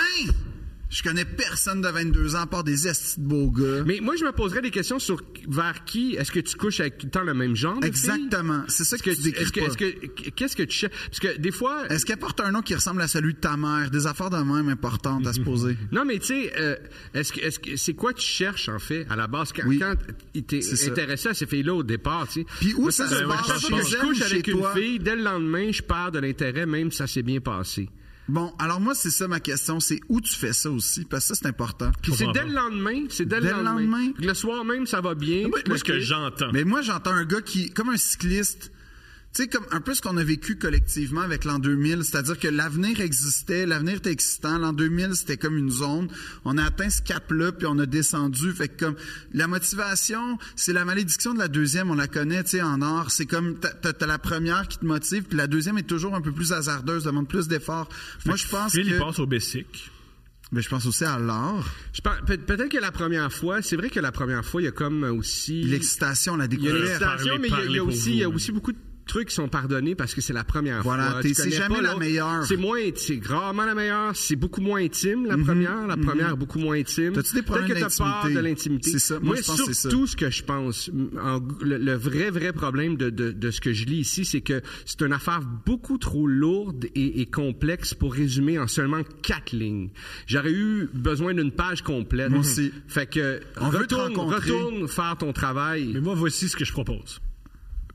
S3: Je connais personne de 22 ans, à part des estis de beaux gars.
S4: Mais moi, je me poserais des questions sur vers qui est-ce que tu couches avec tout le temps le même genre. de
S3: Exactement. C'est ça
S4: filles?
S3: que, tu
S4: Est-ce que,
S3: décris
S4: est-ce que,
S3: pas.
S4: est-ce que- qu'est-ce que tu cherches? Parce que des fois,
S3: Est-ce qu'elle porte un nom qui ressemble à celui de ta mère? Des affaires de même importantes à se poser.
S4: Non, mais tu sais, euh, est-ce que, est-ce que, c'est quoi tu cherches, en fait, à la base, quand,
S3: Oui.
S4: quand t'es
S3: C'est ça.
S4: intéressé à ces filles-là au départ, tu sais?
S3: Puis où
S4: Moi,
S3: ça
S4: c'est
S3: se
S4: un
S3: passe?
S4: recherche.
S3: Chez
S4: Quand je
S3: elle
S4: couche
S3: ou
S4: avec
S3: chez
S4: une
S3: toi?
S4: fille, dès le lendemain, je perds de l'intérêt, même si ça s'est bien passé.
S3: Bon, alors moi, c'est ça ma question. C'est où tu fais ça aussi? Parce que ça, c'est important.
S4: Puis c'est
S5: comprends
S4: dès
S5: pas.
S4: le lendemain, c'est dès,
S3: Dès le
S4: le lendemain.
S3: lendemain?
S4: Puis Le soir même, ça va bien.
S5: Moi,
S4: puis
S5: moi,
S4: le-
S5: ce que j'entends.
S3: Mais moi, j'entends un gars qui, comme un cycliste, tu sais, comme un peu ce qu'on a vécu collectivement avec l'an 2000, c'est-à-dire que l'avenir existait, l'avenir était excitant. L'an 2000, c'était comme une zone. On a atteint ce cap-là, puis on a descendu. Fait que comme la motivation, c'est la malédiction de la deuxième, on la connaît, tu sais, en or. C'est comme t'as- t'as t'as la première qui te motive, puis la deuxième est toujours un peu plus hasardeuse, demande plus d'efforts. Moi, je pense
S5: Phil, il
S3: que,
S5: passe au basic.
S3: mais je pense aussi à l'art,
S4: Je pense- peut- peut-être que la première fois, c'est vrai que la première fois, il y a comme aussi...
S3: l'excitation, la
S4: Il y a une
S3: découverte.
S4: excitation,
S5: Parler-
S4: mais il y a- il y,
S5: parler
S4: a
S5: pour
S4: aussi,
S5: vous,
S4: il y a
S5: là.
S4: aussi beaucoup de trucs qui sont pardonnés parce que c'est la première
S3: Voilà,
S4: fois.
S3: t'es-
S4: Tu
S3: c'est
S4: connais
S3: jamais
S4: pas
S3: la
S4: l'autre.
S3: meilleure.
S4: C'est moins, c'est rarement la meilleure. C'est beaucoup moins intime, la première. La première, est beaucoup moins intime.
S3: Mhm, T'as-tu des problèmes
S4: Peut-être que t'as peur
S3: d'intimité?
S4: de l'intimité.
S3: C'est ça. Moi, je pense que c'est ça.
S4: surtout, ce que je pense, m- en- le, le vrai, vrai problème de, de- de ce que je lis ici, c'est que c'est une affaire beaucoup trop lourde et, et complexe pour résumer en seulement quatre lignes. J'aurais eu besoin d'une page complète.
S3: Moi aussi.
S4: Fait que,
S3: On veut te
S4: retourne,
S3: rencontrer.
S4: retourne faire ton travail.
S5: Mais moi, voici ce que je propose.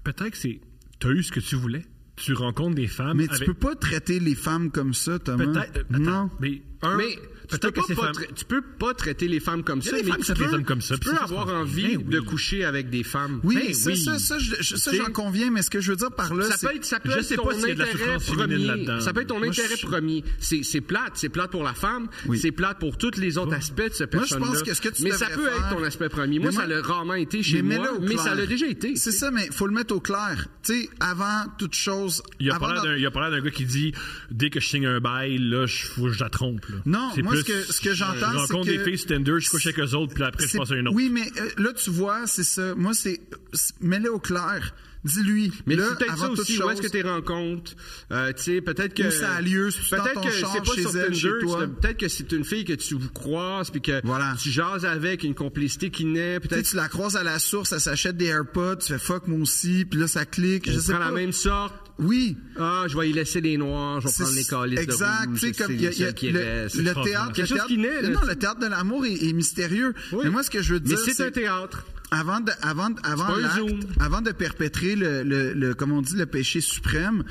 S5: Peut-être que c'est. T'as eu ce que tu voulais. Tu rencontres des femmes.
S3: Mais tu
S5: avec-
S3: peux pas traiter les femmes comme ça, Thomas.
S5: Peut-être. euh, attends,
S3: non.
S5: Mais, un,
S4: mais tu peux,
S5: peut-être que
S4: pas
S5: ces
S4: pas
S5: femmes.
S4: tra- tu peux pas traiter les femmes comme ça,
S5: des
S4: mais
S5: femmes qui
S4: tu
S5: traitent les
S4: peux,
S5: hommes comme ça,
S4: tu
S5: puis
S4: peux
S5: ça, c'est
S4: avoir
S5: pas-
S4: envie
S5: Ben oui.
S4: de coucher avec des femmes.
S3: Oui,
S5: Ben
S3: ça,
S5: oui.
S3: ça, ça, je- je- ça,
S4: Tu sais,
S3: j'en conviens, mais ce que je veux dire par là, c'est...
S4: Ça peut être, ça peut
S5: Je
S4: être
S5: sais
S4: ton
S5: pas s'il y a de la
S4: intérêt
S5: souffrance féminine là-dedans.
S4: premier. Ça peut être ton
S5: Moi,
S4: intérêt
S5: je-
S4: premier. C'est, c'est plate, c'est plate pour la femme,
S3: Oui.
S4: c'est plate pour tous les autres aspects de cette
S3: Moi, je
S4: personne-là.
S3: pense que ce que tu
S4: mais ça
S3: devrais
S4: peut
S3: faire-
S4: être ton aspect premier. Moi,
S3: Mais
S4: ça l'a rarement été chez
S3: mais
S4: moi,
S3: mets-le au
S4: mais ça
S3: clair.
S4: l'a déjà été.
S3: C'est
S4: tu sais.
S3: ça, mais faut le mettre au clair. Tu sais, avant toute chose...
S5: Il y a
S3: avant
S5: pas l'air
S3: d'en-
S5: d'un- il y a pas l'air d'un gars qui dit dès que je signe un bail, là, je, faut que je la trompe. là.
S3: Non,
S5: C'est
S3: moi, ce
S5: plus,
S3: que- ce que j'entends,
S5: Je rencontre
S3: c'est que-
S5: des filles sur Tinder, je couche avec eux autres, puis après, je
S3: C'est-
S5: passe à une autre.
S3: Oui, mais euh, là, tu vois, c'est ça. Moi, c'est... c'est- Mets-le au clair. Dis-lui.
S4: Mais
S3: là,
S4: c'est peut-être
S3: avant
S4: ça
S3: toute
S4: aussi, où est-ce que
S3: chose-
S4: tu rencontres, euh, tu sais, peut-être que...
S3: Où ça a lieu, si tu t'entends
S4: Peut-être que
S3: char
S4: c'est pas
S3: chez
S4: sur
S3: elle, chez
S4: Tinder,
S3: toi.
S4: c'est- peut-être que c'est une fille que tu vous croises, puis que
S3: Voilà.
S4: tu jases avec, une complicité qui naît,
S3: Tu sais,
S4: peut-être
S3: tu la croises à la source, elle s'achète des AirPods, tu fais fuck moi aussi, puis là ça clique, je
S4: Je
S3: sais
S4: prends
S3: pas.
S4: la même sorte.
S3: Oui,
S4: Ah, je vais y laisser les noirs, je vais
S3: C'est-
S4: prendre les calices
S3: exact,
S4: de
S3: tu
S4: rouge.
S3: sais, comme
S4: c'est
S3: il y a-
S4: les
S3: il y a
S4: seuls qui restent.
S3: le, le
S5: extraordinaire.
S3: théâtre,
S4: Quelque
S3: le
S4: chose
S3: théâtre-
S4: qui naît, là,
S3: non,
S4: tu-
S3: le théâtre de l'amour est, est mystérieux.
S4: Oui.
S3: Mais moi, ce que je veux
S4: Mais
S3: dire,
S4: c'est un
S3: c'est
S4: théâtre.
S3: avant de, avant, de- avant,
S4: C'est pas un
S3: l'acte,
S4: Zoom.
S3: avant de perpétrer le, le, le- comme on dit, le péché suprême,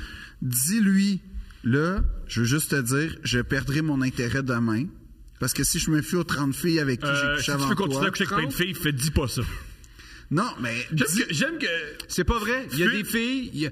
S3: dis-lui, là, je veux juste te dire, je perdrai mon intérêt demain. Parce que si je me fie aux 30 filles avec qui j'ai
S5: Euh, si
S3: couché
S5: tu
S3: avant
S5: veux continuer
S3: toi...
S5: à coucher avec plein de filles, fais, dis pas ça.
S3: Non, mais... dis-
S5: J'aime que.
S4: C'est pas vrai. Il y a
S5: Fuis.
S4: des filles, il y a-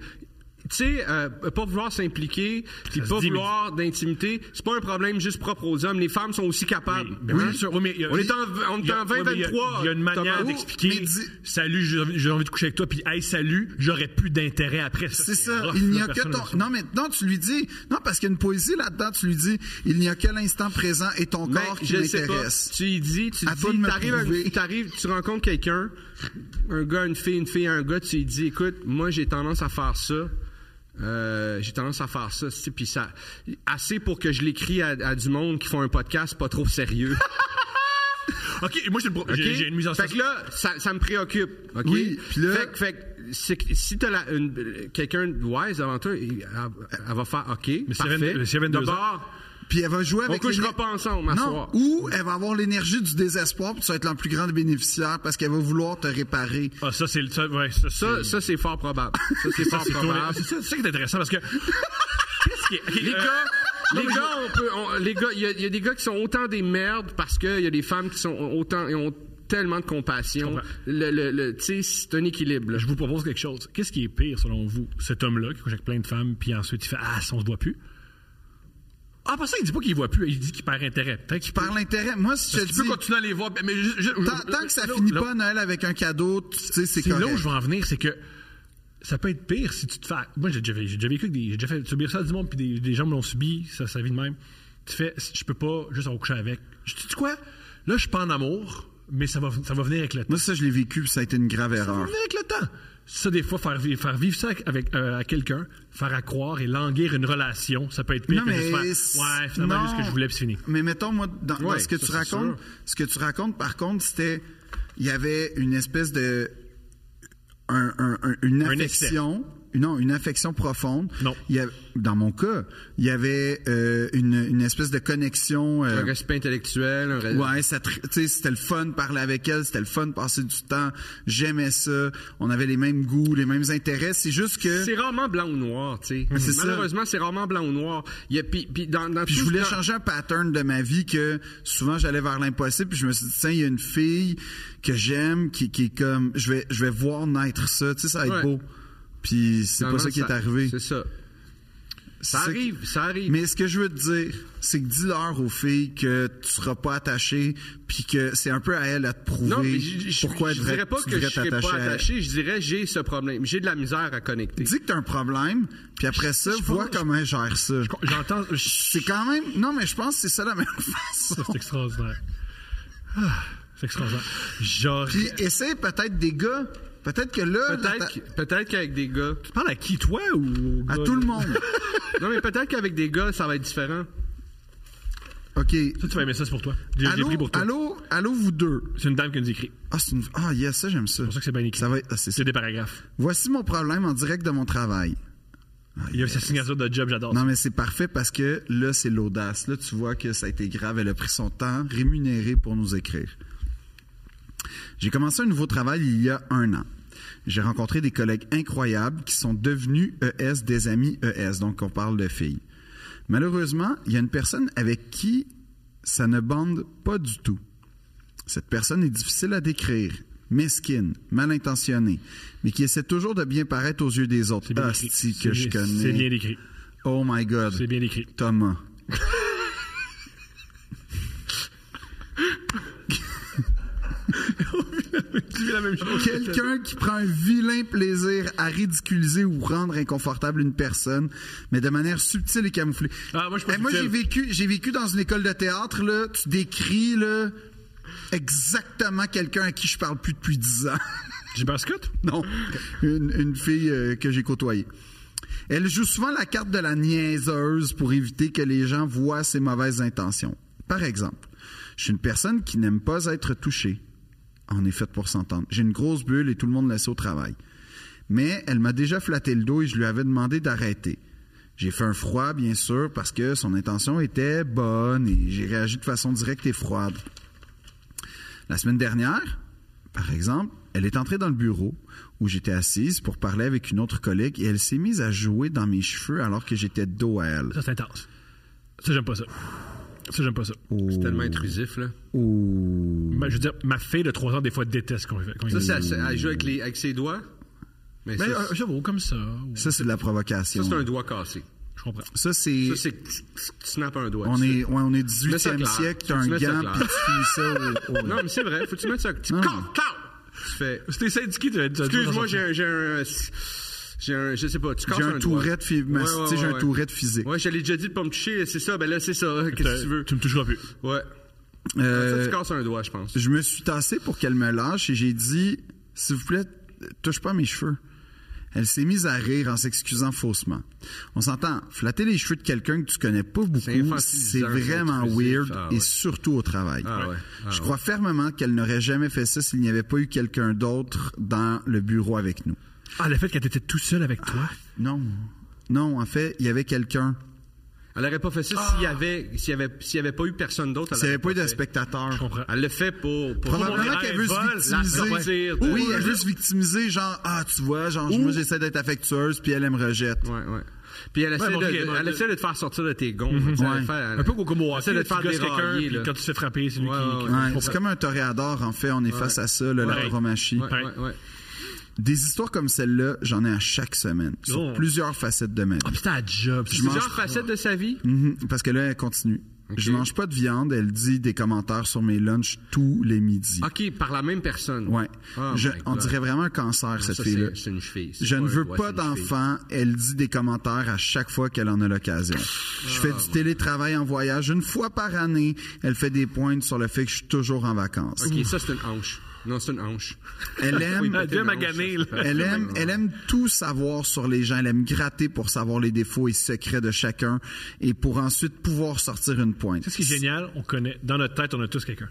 S4: Tu sais, euh, pas vouloir s'impliquer, puis
S5: Ça se
S4: pas
S5: dit, mais-
S4: vouloir d'intimité, c'est pas un problème juste propre aux hommes. Les femmes sont aussi capables. Hein?
S5: Ben bien sûr. Oui, mais il y a-
S4: on est en, on
S5: il
S4: est
S5: y a-
S4: en
S5: ouais, mais il y a-
S4: 2023.
S5: Il y a une manière
S4: Thomas.
S5: d'expliquer.
S3: mais dis-
S5: Salut, j'ai envie- j'ai envie de coucher avec toi, puis hey, salut, j'aurais plus d'intérêt après ça.
S3: C'est ça.
S5: rough,
S3: il n'y
S5: là,
S3: a que
S5: personne
S3: ton.
S5: ne-
S3: Non, mais non, tu lui dis. Non, parce qu'il y a une poésie là-dedans. Tu lui dis. Il n'y a que l'instant présent et ton
S4: Mais
S3: corps qui
S4: je sais pas.
S3: m'intéresse.
S4: Tu y dis, tu
S3: À toi de
S4: dis,
S3: me
S4: t'arrives, à
S3: prouver.
S4: une- t'arrives, tu rencontres quelqu'un, un gars, une fille, une fille, un gars, tu lui dis, écoute, moi j'ai tendance à faire ça. Euh, j'ai tendance à faire ça, tu sais, puis ça assez pour que je l'écris à, à du monde qui font un podcast pas trop sérieux.
S5: Ok, moi j'ai une, pro-
S4: OK?
S5: j'ai- j'ai une mise en
S4: Fait
S5: scène.
S4: que là, ça, ça me préoccupe. OK?
S3: Oui, puis là-
S4: Fait, que- fait que c'est que si t'as la- une- quelqu'un de wise devant toi, il- elle, elle va faire OK. Mais
S5: si elle a vingt- mais si elle a 22 ans-
S3: Puis elle va jouer avec.
S4: couchera
S3: l'éner-
S4: pas ensemble, ma
S3: Non.
S4: soeur.
S3: Ou elle va avoir l'énergie du désespoir. Puis tu vas être l'en plus grand bénéficiaire parce qu'elle va vouloir te réparer.
S5: Ah, ça, c'est le. Ça, ouais, ça,
S4: Ça, ça c'est fort probable. Ça, c'est fort
S5: c'est toi,
S4: probable.
S5: les- c'est ça, c'est ça qui est intéressant parce que. Qu'est-ce qui est. ok,
S4: Les
S5: euh,
S4: gars, les gars, on peut, on- les gars, il y, a- il y a des gars qui sont autant des merdes parce qu'il y a des femmes qui sont autant et ont tellement de compassion.
S5: comprends.
S4: Le, le, le- tu sais, c'est un équilibre. là.
S5: Je vous propose quelque chose. Qu'est-ce qui est pire selon vous? Cet homme-là qui couche avec plein de femmes, puis ensuite il fait Ah, ça, on se voit plus. Ah, parce ça, il dit pas qu'il voit plus, il dit qu'il perd intérêt. Peut-être qu'il
S3: Par l'intérêt. Moi, si je
S5: Parce
S3: te
S5: qu'il peut
S3: dis.
S5: continuer à les voir, mais juste- juste-
S3: Tant, tant que ça
S5: là-
S3: finit
S5: là-
S3: pas Noël avec un cadeau, tu sais, c'est
S5: C'est là où
S3: correct.
S5: je veux en venir, c'est que ça peut être pire si tu te fais. Moi, j'ai déjà, j'ai déjà vécu avec des. J'ai déjà fait subir ça à du monde, puis des, des gens me l'ont subi, ça, ça vit de même. Tu fais, je peux pas juste en coucher avec. Je te dis quoi? Là, je suis pas en amour, mais ça va, ça va venir avec le temps.
S3: Moi, ça, je l'ai vécu, puis ça a été une grave
S5: Ça va
S3: erreur.
S5: venir avec le temps. Ça, des fois, faire vivre, faire vivre ça avec, euh, à quelqu'un, faire accroire et languir une relation, ça peut être pire
S3: Non,
S5: que
S3: mais.
S5: juste faire, Ouais, finalement,
S3: non.
S5: juste ce que je voulais, puis c'est fini.
S3: Mais mettons, moi, dans, dans
S4: Ouais,
S3: ce que
S4: ça,
S3: tu
S4: c'est
S3: racontes,
S4: sûr.
S3: ce que tu racontes, par contre, c'était. Il y avait une espèce de. un- un- un- une
S5: Un
S3: affection. non, une affection profonde.
S5: Non.
S3: Il y a- dans mon cas, il y avait euh, une, une espèce de connexion. euh,
S4: Un respect intellectuel, un re-
S3: Ouais, ça, tr- tu sais, c'était le fun de parler avec elle, c'était le fun de passer du temps. J'aimais ça. On avait les mêmes goûts, les mêmes intérêts. C'est juste que
S4: C'est rarement blanc ou noir, tu sais.
S3: c'est ça.
S4: Malheureusement, c'est rarement blanc ou noir. Il y a, puis, puis dans, dans
S3: puis je
S4: tout-
S3: voulais
S4: dans-
S3: changer un pattern de ma vie que souvent j'allais vers l'impossible. Puis je me suis dit tiens, il y a une fille que j'aime qui, qui est comme je vais je vais voir naître ça. Tu sais, ça va être
S4: Ouais.
S3: beau. Puis c'est
S4: dans-
S3: pas
S4: dans-
S3: ça qui est arrivé.
S4: C'est ça. Ça
S3: C'est-
S4: arrive, ça arrive.
S3: Mais ce que je veux te dire, c'est que dis-leur aux filles que tu seras pas attaché, puis que c'est un peu à elles à te prouver
S4: non, mais je, je-
S3: pourquoi
S4: je
S3: elles devraient-
S4: dirais pas
S3: tu
S4: que je
S3: devrais
S4: serais
S3: t'attacher
S4: pas
S3: à elles.
S4: attaché. Je dirais j'ai ce problème. J'ai de la misère à connecter.
S3: Dis que t'as un problème, puis après ça,
S5: je
S3: vois
S5: pense-
S3: comment elle gère ça.
S5: J'entends. je-
S3: C'est quand même... Non, mais je pense que c'est ça la meilleure façon.
S5: C'est extraordinaire. Ah, c'est extraordinaire. Genre.
S3: Puis essaie peut-être des gars. Peut-être que là... la
S4: Peut-être
S3: ta-
S4: que- peut-être qu'avec des gars.
S5: Tu parles à qui, toi ou. au
S3: À
S5: gars,
S3: tout
S5: là?
S3: le monde.
S4: Non, mais peut-être qu'avec des gars, ça va être différent.
S3: OK.
S5: Toi, tu vas aimer ça, c'est pour toi. J'ai j'ai
S3: Allô,
S5: pris pour toi.
S3: allô, allô, vous deux.
S5: C'est une dame qui nous écrit.
S3: Ah, c'est une... Ah, yes, ça, j'aime ça.
S5: C'est pour ça que c'est bien écrit.
S3: Ça va être... ah, c'est ça.
S5: C'est des paragraphes.
S3: Voici mon problème en direct de mon travail.
S5: Il y a sa signature de job, j'adore. ça.
S3: Ah, Non, mais c'est parfait parce que là, c'est l'audace. Là, tu vois que ça a été grave. Elle a pris son temps rémunéré pour nous écrire. J'ai commencé un nouveau travail il y a un an. J'ai rencontré des collègues incroyables qui sont devenus ES des amis ES, donc on parle de filles. Malheureusement, il y a une personne avec qui ça ne bande pas du tout. Cette personne est difficile à décrire, mesquine, mal intentionnée, mais qui essaie toujours de bien paraître aux yeux des autres.
S5: C'est bien écrit.
S3: Hostie
S5: C'est
S3: ah, que je
S5: bien-
S3: connais.
S5: C'est bien écrit.
S3: Oh my God.
S5: C'est bien écrit.
S3: Thomas. Quelqu'un qui prend un vilain plaisir à ridiculiser ou rendre inconfortable une personne, mais de manière subtile et camouflée.
S5: Ah, moi, je suis pas
S3: Eh, moi j'ai
S5: subtil.
S3: vécu, j'ai vécu dans une école de théâtre là, tu décris là exactement quelqu'un à qui je parle plus depuis dix ans.
S5: Gilbert Scott?
S3: Non, une, une fille euh, que j'ai côtoyée. Elle joue souvent la carte de la niaiseuse pour éviter que les gens voient ses mauvaises intentions. Par exemple, je suis une personne qui n'aime pas être touchée. En est faite pour s'entendre. J'ai une grosse bulle et tout le monde laisse au travail. Mais elle m'a déjà flatté le dos et je lui avais demandé d'arrêter. J'ai fait un froid, bien sûr, parce que son intention était bonne et j'ai réagi de façon directe et froide. La semaine dernière, par exemple, elle est entrée dans le bureau où j'étais assise pour parler avec une autre collègue et elle s'est mise à jouer dans mes cheveux alors que j'étais de dos à elle.
S5: Ça, c'est intense. Ça, j'aime pas ça. Ça, j'aime pas ça.
S4: C'est tellement intrusif, là.
S5: Ben, je veux dire, ma fille de 3 ans, des fois, déteste qu'on fait. qu'on-
S4: Ça, c'est elle- elle joue avec, les, avec ses doigts. Mais
S5: Ben,
S4: ça,
S5: euh, j'avoue, comme ça. ou-
S3: Ça, c'est de la
S4: ça,
S3: provocation.
S4: c'est un doigt cassé.
S5: Je comprends.
S3: Ça, c'est...
S4: Ça, c'est que tu, tu- tu snappes un doigt.
S3: On
S4: Tu-
S3: est, ouais, on est
S4: mets ça
S3: 18e
S4: clair.
S3: siècle, t'as
S4: Tu
S3: un
S4: mets ça
S3: gant,
S4: clair.
S3: puis tu finis ça au- au-
S4: Non, mais c'est vrai, faut que tu mettes ça. Tu
S3: Non.
S4: Clac, clac! Tu fais.
S5: C'était syndiqué, tu
S4: Excuse-moi, j'ai un. J'ai un, j'ai un- je sais pas, tu casses
S3: J'ai un
S4: doigt.
S3: tourette phy- ma- tu sais, j'ai un tourette physique.
S4: Ouais, j'allais déjà dit de pas me toucher, c'est ça, ben là, c'est ça, qu'est-ce que tu veux?
S5: Tu me toucheras plus.
S4: Ouais.
S3: Euh,
S4: Ça, tu casses un doigt, je pense.
S3: Je me suis tassé pour qu'elle me lâche et j'ai dit S'il vous plaît, touche pas mes cheveux. Elle s'est mise à rire en s'excusant faussement. On s'entend, flatter les cheveux de quelqu'un que tu connais pas beaucoup, c'est
S4: infantilisant,
S3: vraiment
S4: c'est intrusif.
S3: weird
S4: Ah
S3: et
S4: ouais.
S3: surtout au travail.
S4: Ah ouais, ah
S3: Je crois fermement qu'elle n'aurait jamais fait ça s'il n'y avait pas eu quelqu'un d'autre dans le bureau avec nous.
S5: Ah, le fait qu'elle était tout seule avec toi.
S3: Non. Non, en fait, il y avait quelqu'un.
S4: Elle aurait pas fait ça s'il y
S5: Ah.
S4: avait, s'il y avait, s'il y avait pas eu personne d'autre. elle
S3: S'il n'y avait
S4: l'aurait
S3: pas eu de
S4: fait.
S3: spectateur.
S5: Je comprends.
S4: Elle le fait pour. pour
S3: Probablement
S5: Mon
S3: qu'elle veut
S5: rêve
S3: se
S5: vole, la
S3: victimiser.
S4: sortir de-
S3: Oui,
S4: Ouais.
S3: elle veut se victimiser, genre, ah, tu vois, genre, moi, j'essaie d'être affectueuse, puis elle, elle me rejette.
S4: Ouais, ouais. Puis elle essaie,
S5: Ouais, bon,
S4: de,
S5: ok, bon,
S4: elle
S5: de-
S4: essaie de te faire sortir de tes gonds. tu sais, elle
S3: Ouais.
S4: fait- elle-
S5: Mhm. Un peu comme au
S4: elle
S5: hockey,
S4: essaie Ah, de te
S5: tu
S4: faire
S5: gosses quelqu'un,
S4: dérailler,
S5: puis
S4: là.
S5: quand tu te fais frapper, c'est lui
S4: Ouais, ouais,
S5: qui... qui-
S4: ouais.
S5: qui-
S3: Ouais,
S5: comprends.
S3: c'est comme un toréador, en fait, on est face à ça, le
S5: Ouais.
S3: tauromachie.
S4: Ouais, ouais, ouais.
S3: Des histoires comme celle-là, j'en ai à chaque semaine, sur
S5: Oh.
S3: plusieurs facettes de ma vie.
S5: Ah, putain, la job.
S3: Mm.
S4: C'est genre facette de sa vie.
S3: Mhm, parce que là, elle continue. Je mange pas de viande. Elle dit des commentaires sur mes lunchs tous les midis.
S4: OK, par la même personne.
S3: Ouais.
S4: Oh
S3: Je-
S4: my
S3: on
S4: God. Ah,
S3: dirait vraiment un cancer,
S4: Ça,
S3: cette
S4: c'est-
S3: fille-là.
S4: C'est une fille. C'est
S3: Je ne
S4: un
S3: veux
S4: gars,
S3: pas
S4: c'est une fille.
S3: d'enfant. Elle dit des commentaires à chaque fois qu'elle en a l'occasion. Je
S4: Ah,
S3: fais du télétravail en voyage une fois par année. Elle fait des pointes sur le fait que je suis toujours en vacances.
S4: OK, ça, c'est une hanche. Non, c'est une hanche.
S3: Elle aime,
S4: Oui, péter
S5: Dieu
S4: une
S5: m'a
S4: hanche, ça,
S5: gagné,
S4: c'est
S5: là.
S4: pas-
S3: elle aime, elle aime tout savoir sur les gens. Elle aime gratter pour savoir les défauts et secrets de chacun et pour ensuite pouvoir sortir une pointe.
S5: Tu sais ce qui est génial? On connaît. Dans notre tête, on a tous quelqu'un.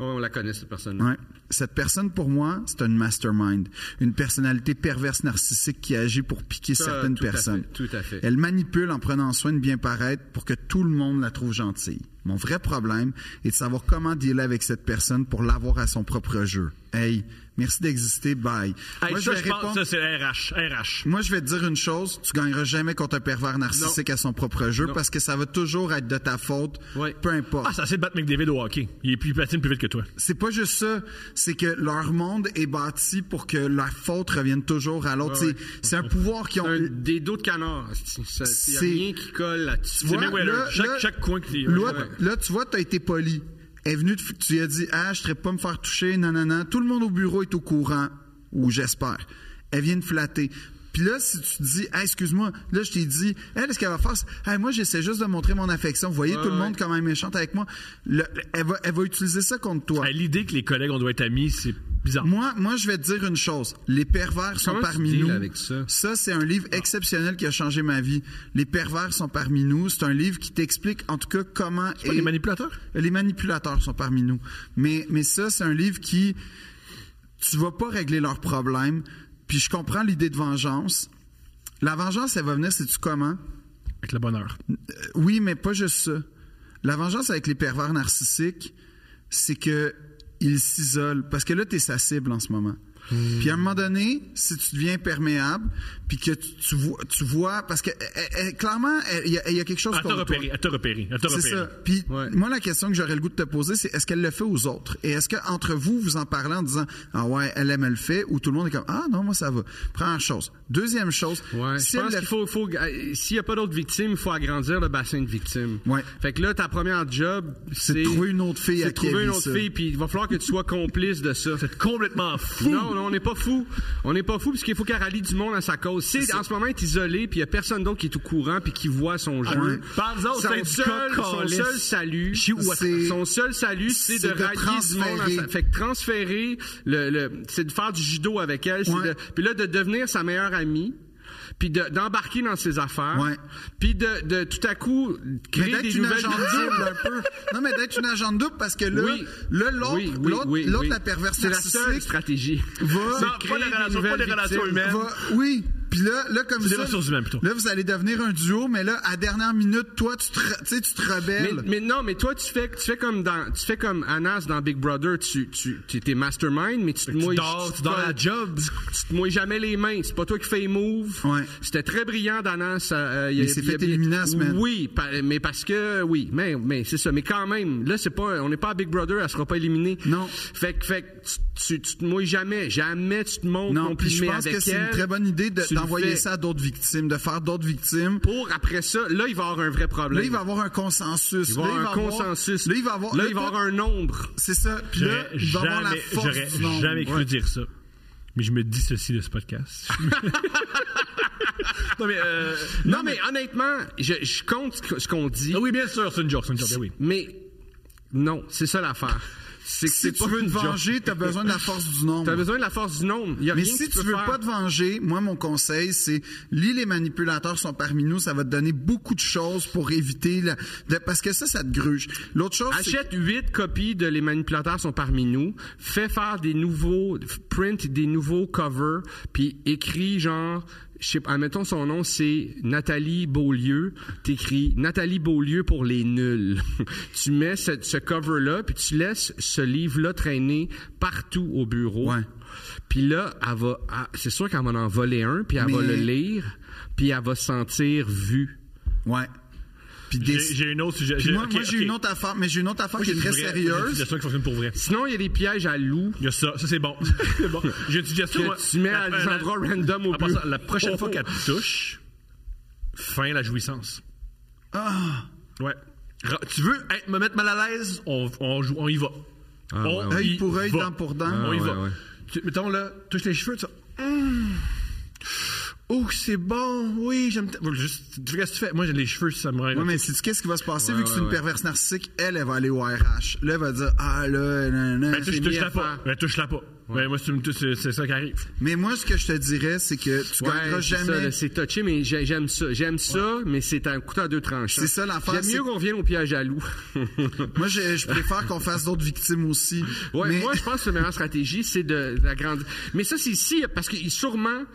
S4: Ouais, on la connaît, cette personne
S3: Ouais. Cette personne, pour moi, c'est une mastermind. Une personnalité perverse narcissique qui agit pour piquer
S4: Ça,
S3: certaines
S4: tout à fait,
S3: personnes.
S4: tout à fait.
S3: Elle manipule en prenant soin de bien paraître pour que tout le monde la trouve gentille. Mon vrai problème est de savoir comment dealer avec cette personne pour l'avoir à son propre jeu. Hey, merci d'exister, bye.
S5: Hey,
S3: moi,
S5: ça,
S3: je
S5: je
S3: vais
S5: pense,
S3: répondre-
S5: ça, c'est RH. RH.
S3: moi, je vais te dire une chose, tu gagneras jamais contre un pervers narcissique à son propre jeu parce que ça va toujours être de ta faute,
S4: Ouais.
S3: peu importe.
S5: Ah, ça, c'est de battre McDavid au hockey. Il est plus il patine plus vite que toi.
S3: C'est pas juste ça, c'est que leur monde est bâti pour que la faute revienne toujours à l'autre. C'est- C'est un pouvoir qui ont.
S4: Un- des dos de canard. Il y a
S3: C'est-
S4: rien qui colle là-dessus.
S3: Tu vois,
S5: bien Mayweather.
S3: là,
S5: Chaque-
S3: là-
S5: chaque coin que t'es-
S3: là,
S5: ouais.
S3: là, tu vois, t'as été poli. Elle est venue, te- tu lui as dit, ah, je ne pas me faire toucher, nanana. Tout le monde au bureau est au courant, ou j'espère. Elle vient de flatter. Puis là, si tu te dis, ah, excuse-moi, là, je t'ai dit, elle, est-ce qu'elle va faire ça? Ah, moi, j'essaie juste de montrer mon affection. Vous voyez tout le monde comment elle est méchante avec moi. Le- elle, va, elle va utiliser ça contre toi.
S5: Hey, L'idée que les collègues, on doit être amis, c'est bizarre.
S3: Moi, moi, je vais te dire une chose. Les pervers sont
S4: Comment tu
S3: parmi
S4: deals
S3: nous.
S4: avec ça?
S3: c'est un livre exceptionnel qui a changé ma vie. Les pervers sont parmi nous. C'est un livre qui t'explique, en tout cas, comment.
S5: pas
S3: est-
S5: les manipulateurs?
S3: Les manipulateurs sont parmi nous. Mais, mais ça, c'est un livre qui. Tu vas pas régler leurs problèmes. Puis je comprends l'idée de vengeance. La vengeance, elle va venir, sais-tu comment?
S5: Avec le bonheur.
S3: Euh, Oui, mais pas juste ça. La vengeance avec les pervers narcissiques, c'est que ils s'isolent parce que là t'es sa cible en ce moment.
S4: Hmm.
S3: Puis à un moment donné, si tu deviens perméable, puis que tu, tu vois, tu vois, parce que elle- elle- clairement, elle- il y, a- il y a quelque chose
S5: Elle t'a
S3: contre toi.
S5: repéré. Elle t'a repéré. Elle t'a
S3: C'est
S5: repéré.
S3: ça. Puis
S4: Ouais.
S3: moi, la question que j'aurais le goût de te poser, c'est est-ce qu'elle le fait aux autres? Et est-ce qu'entre vous, vous en parlez en disant Ah ouais, elle aime elle le fait, ou tout le monde est comme Ah non, moi ça va. Première chose. Deuxième chose,
S4: Ouais,
S3: si
S4: je
S3: elle
S4: pense
S3: le
S4: qu'il faut, faut euh, s'il n'y a pas d'autres victimes, il faut agrandir le bassin de victimes.
S3: Ouais.
S4: Fait que là, ta première job,
S3: C'est de trouver une autre fille
S4: c'est
S3: à
S4: de
S3: qui
S4: trouver
S3: elle
S4: une
S3: vit
S4: autre
S3: ça.
S4: fille, puis il va falloir que tu sois complice de ça.
S5: C'est complètement fou.
S4: Non, non, on n'est pas fou. On n'est pas fou parce qu'il faut qu'elle rallie du monde à sa cause. C'est en ce moment elle est isolée, puis il y a personne d'autre qui est au courant puis qui voit son jeu.
S3: Ah ouais.
S5: Parle-en au
S4: Son
S5: syndicat,
S4: seul- son
S5: calice.
S4: seul salut,
S5: Chiou, ouais.
S3: C'est-
S4: son seul salut, c'est
S3: c'est
S4: de,
S3: de
S4: rallier du monde à sa...
S3: transférer.
S4: Fait que transférer, le, le, c'est de faire du judo avec elle, c'est
S3: Ouais.
S4: de- puis là, de devenir sa meilleure amie, puis de- d'embarquer dans ses affaires,
S3: Ouais.
S4: puis de, de tout à coup créer
S3: Mais
S4: des
S3: d'être une
S4: nouvelles
S3: agente double un peu. Non, mais d'être une agente double parce que là,
S4: Oui.
S3: là, l'autre,
S4: Oui, oui,
S3: l'autre,
S4: oui,
S3: l'autre,
S4: oui.
S3: la perverse
S4: C'est la seule
S3: narcissique
S4: stratégie.
S3: va-
S4: C'est
S5: Non,
S4: de
S5: pas les
S4: créer des
S5: relations-
S4: nouvelles
S5: pas les relations
S4: victimes.
S5: humaines.
S3: va- oui. Puis là, là, comme
S5: C'est des
S3: ça,
S5: ressources humaines, plutôt.
S3: là, vous allez devenir un duo, mais là, à dernière minute, toi, tu te, re- tu sais, tu te
S4: Mais,
S3: rebelles.
S4: mais non, mais toi, tu fais, tu fais comme dans, tu fais comme Anas dans Big Brother, tu, tu, tu t'es mastermind, mais tu te
S5: que tu
S4: mouilles.
S5: dors, tu dors à la
S4: job. Tu te mouilles jamais les mains. C'est pas toi qui fais les moves.
S3: Ouais.
S4: C'était très brillant d'Anas. Euh, il y a-
S3: Mais il s'est
S4: il y a
S3: fait
S4: bien-
S3: éliminer la semaine.
S4: Oui, par- mais parce que, oui, mais, mais c'est ça. Mais quand même, là, c'est pas, on n'est pas à Big Brother, elle sera pas éliminée.
S3: Non.
S4: Fait que, fait que tu, tu, tu te mouilles jamais. Jamais tu te montres
S3: non,
S4: non
S3: puis
S4: plus.
S3: je
S4: mais
S3: pense
S4: avec
S3: que c'est une
S4: elle,
S3: très bonne idée de-
S4: tu le
S3: d'envoyer
S4: fais.
S3: ça à d'autres victimes, de faire d'autres victimes.
S4: Pour après ça, là, il va y avoir un vrai problème.
S3: Là, il va avoir un consensus.
S4: Il va y
S3: Là,
S4: avoir un
S3: il va avoir-
S4: consensus.
S3: Là, il va avoir.
S4: Là, il va avoir un nombre.
S3: C'est ça. Puis là,
S5: J'aurais
S3: il va avoir la
S5: jamais,
S3: force
S5: j'aurais
S3: du nombre.
S5: jamais cru
S3: Ouais.
S5: dire ça. Mais je me dis ceci de ce podcast. non, mais. euh,
S4: Non, mais, honnêtement, je, je compte ce que- ce qu'on dit,
S5: ah oui, bien sûr, c'est une joke, c'est une joke. ben oui.
S4: mais non, c'est ça l'affaire. C'est que
S3: Si
S4: c'est
S3: tu
S4: pas
S3: veux te
S4: une joke.
S3: venger, t'as besoin de la force du nombre.
S4: T'as besoin de la force du nombre. Il Y a
S3: Mais
S4: rien
S3: si
S4: que tu,
S3: tu
S4: peux
S3: veux
S4: faire.
S3: pas te venger, moi mon conseil c'est lis les manipulateurs sont parmi nous, ça va te donner beaucoup de choses pour éviter la, de- parce que ça ça te gruge. L'autre chose c'est
S4: Achète huit copies de Les Manipulateurs sont parmi nous. Fais faire des nouveaux, print des nouveaux covers, puis écris genre, je sais pas, admettons son nom c'est Nathalie Beaulieu. T'écris Nathalie Beaulieu pour les nuls. tu mets ce, ce cover-là, puis tu laisses ce livre-là traîner partout au bureau.
S3: Ouais.
S4: Puis là, elle va, elle- c'est sûr qu'elle va en voler un, puis elle va
S3: Mais-
S4: le lire, puis elle va se sentir vue.
S3: ouais. Puis des-
S5: J'ai j'ai une autre sujet.
S3: Puis
S5: j'ai-
S3: moi,
S5: ok,
S3: moi, j'ai
S5: ok.
S3: une autre affaire, mais j'ai une autre affaire
S5: Moi,
S3: qui
S5: j'ai
S3: est
S5: une
S3: très
S5: vraie- J'ai une
S3: sérieuse.
S5: suggestion qui fonctionne pour vrai.
S4: Sinon, il y a des pièges à loup.
S5: Il y a ça, ça c'est bon. c'est bon. J'ai une suggestion.
S4: Que
S5: moi.
S4: tu mets à des
S5: la-
S4: endroits random au
S5: en passant,
S4: but.
S5: La prochaine
S4: Oh,
S5: fois
S4: oh.
S5: qu'elle te touche, fin la jouissance.
S3: Ah,
S5: Ouais. Ra- Tu veux être- me mettre mal à l'aise? On, on joue, on y va.
S4: Ah,
S5: on
S4: ouais, ouais.
S5: y
S3: Œil pour œil,
S5: va.
S3: dent pour dent.
S5: On
S4: Ah,
S5: y
S4: ouais,
S5: va.
S4: ouais.
S5: Tu- mettons, là, touche les cheveux, tu fais, Hum. Oh, c'est bon. Oui, j'aime. ta- Juste, tu fais, qu'est-ce que tu fais? Moi, j'ai les cheveux, ça me rend.
S3: Oui, mais c'est qu'est-ce qui va se passer vu que c'est
S4: ouais,
S3: une
S4: ouais.
S3: perverse narcissique, elle, elle va aller au RH. Là, elle va dire Ah là, nan, nan,
S5: Ben, tu sais,
S3: j'ai
S5: je
S3: mis
S5: touche
S3: à
S5: la pas.
S3: faire.
S5: Ben, touche-la pas. Ben, moi, c'est, c'est- c'est ça qui arrive.
S3: Mais moi, ce que je te dirais, c'est que tu
S4: Ouais,
S3: gagneras
S4: c'est ça,
S3: jamais.
S4: là, c'est touché, mais j'ai- j'aime ça. J'aime ça, mais c'est un couteau à deux tranches.
S3: C'est ça, l'affaire,
S4: J'aime
S3: c'est-
S4: mieux qu'on vienne au piège à loup.
S3: moi, je, je préfère qu'on fasse d'autres victimes aussi.
S4: Ouais,
S3: mais
S4: moi, je pense que la meilleure stratégie, c'est de, d'agrandir. Mais ça, c'est si, parce que sûrement,
S3: moi,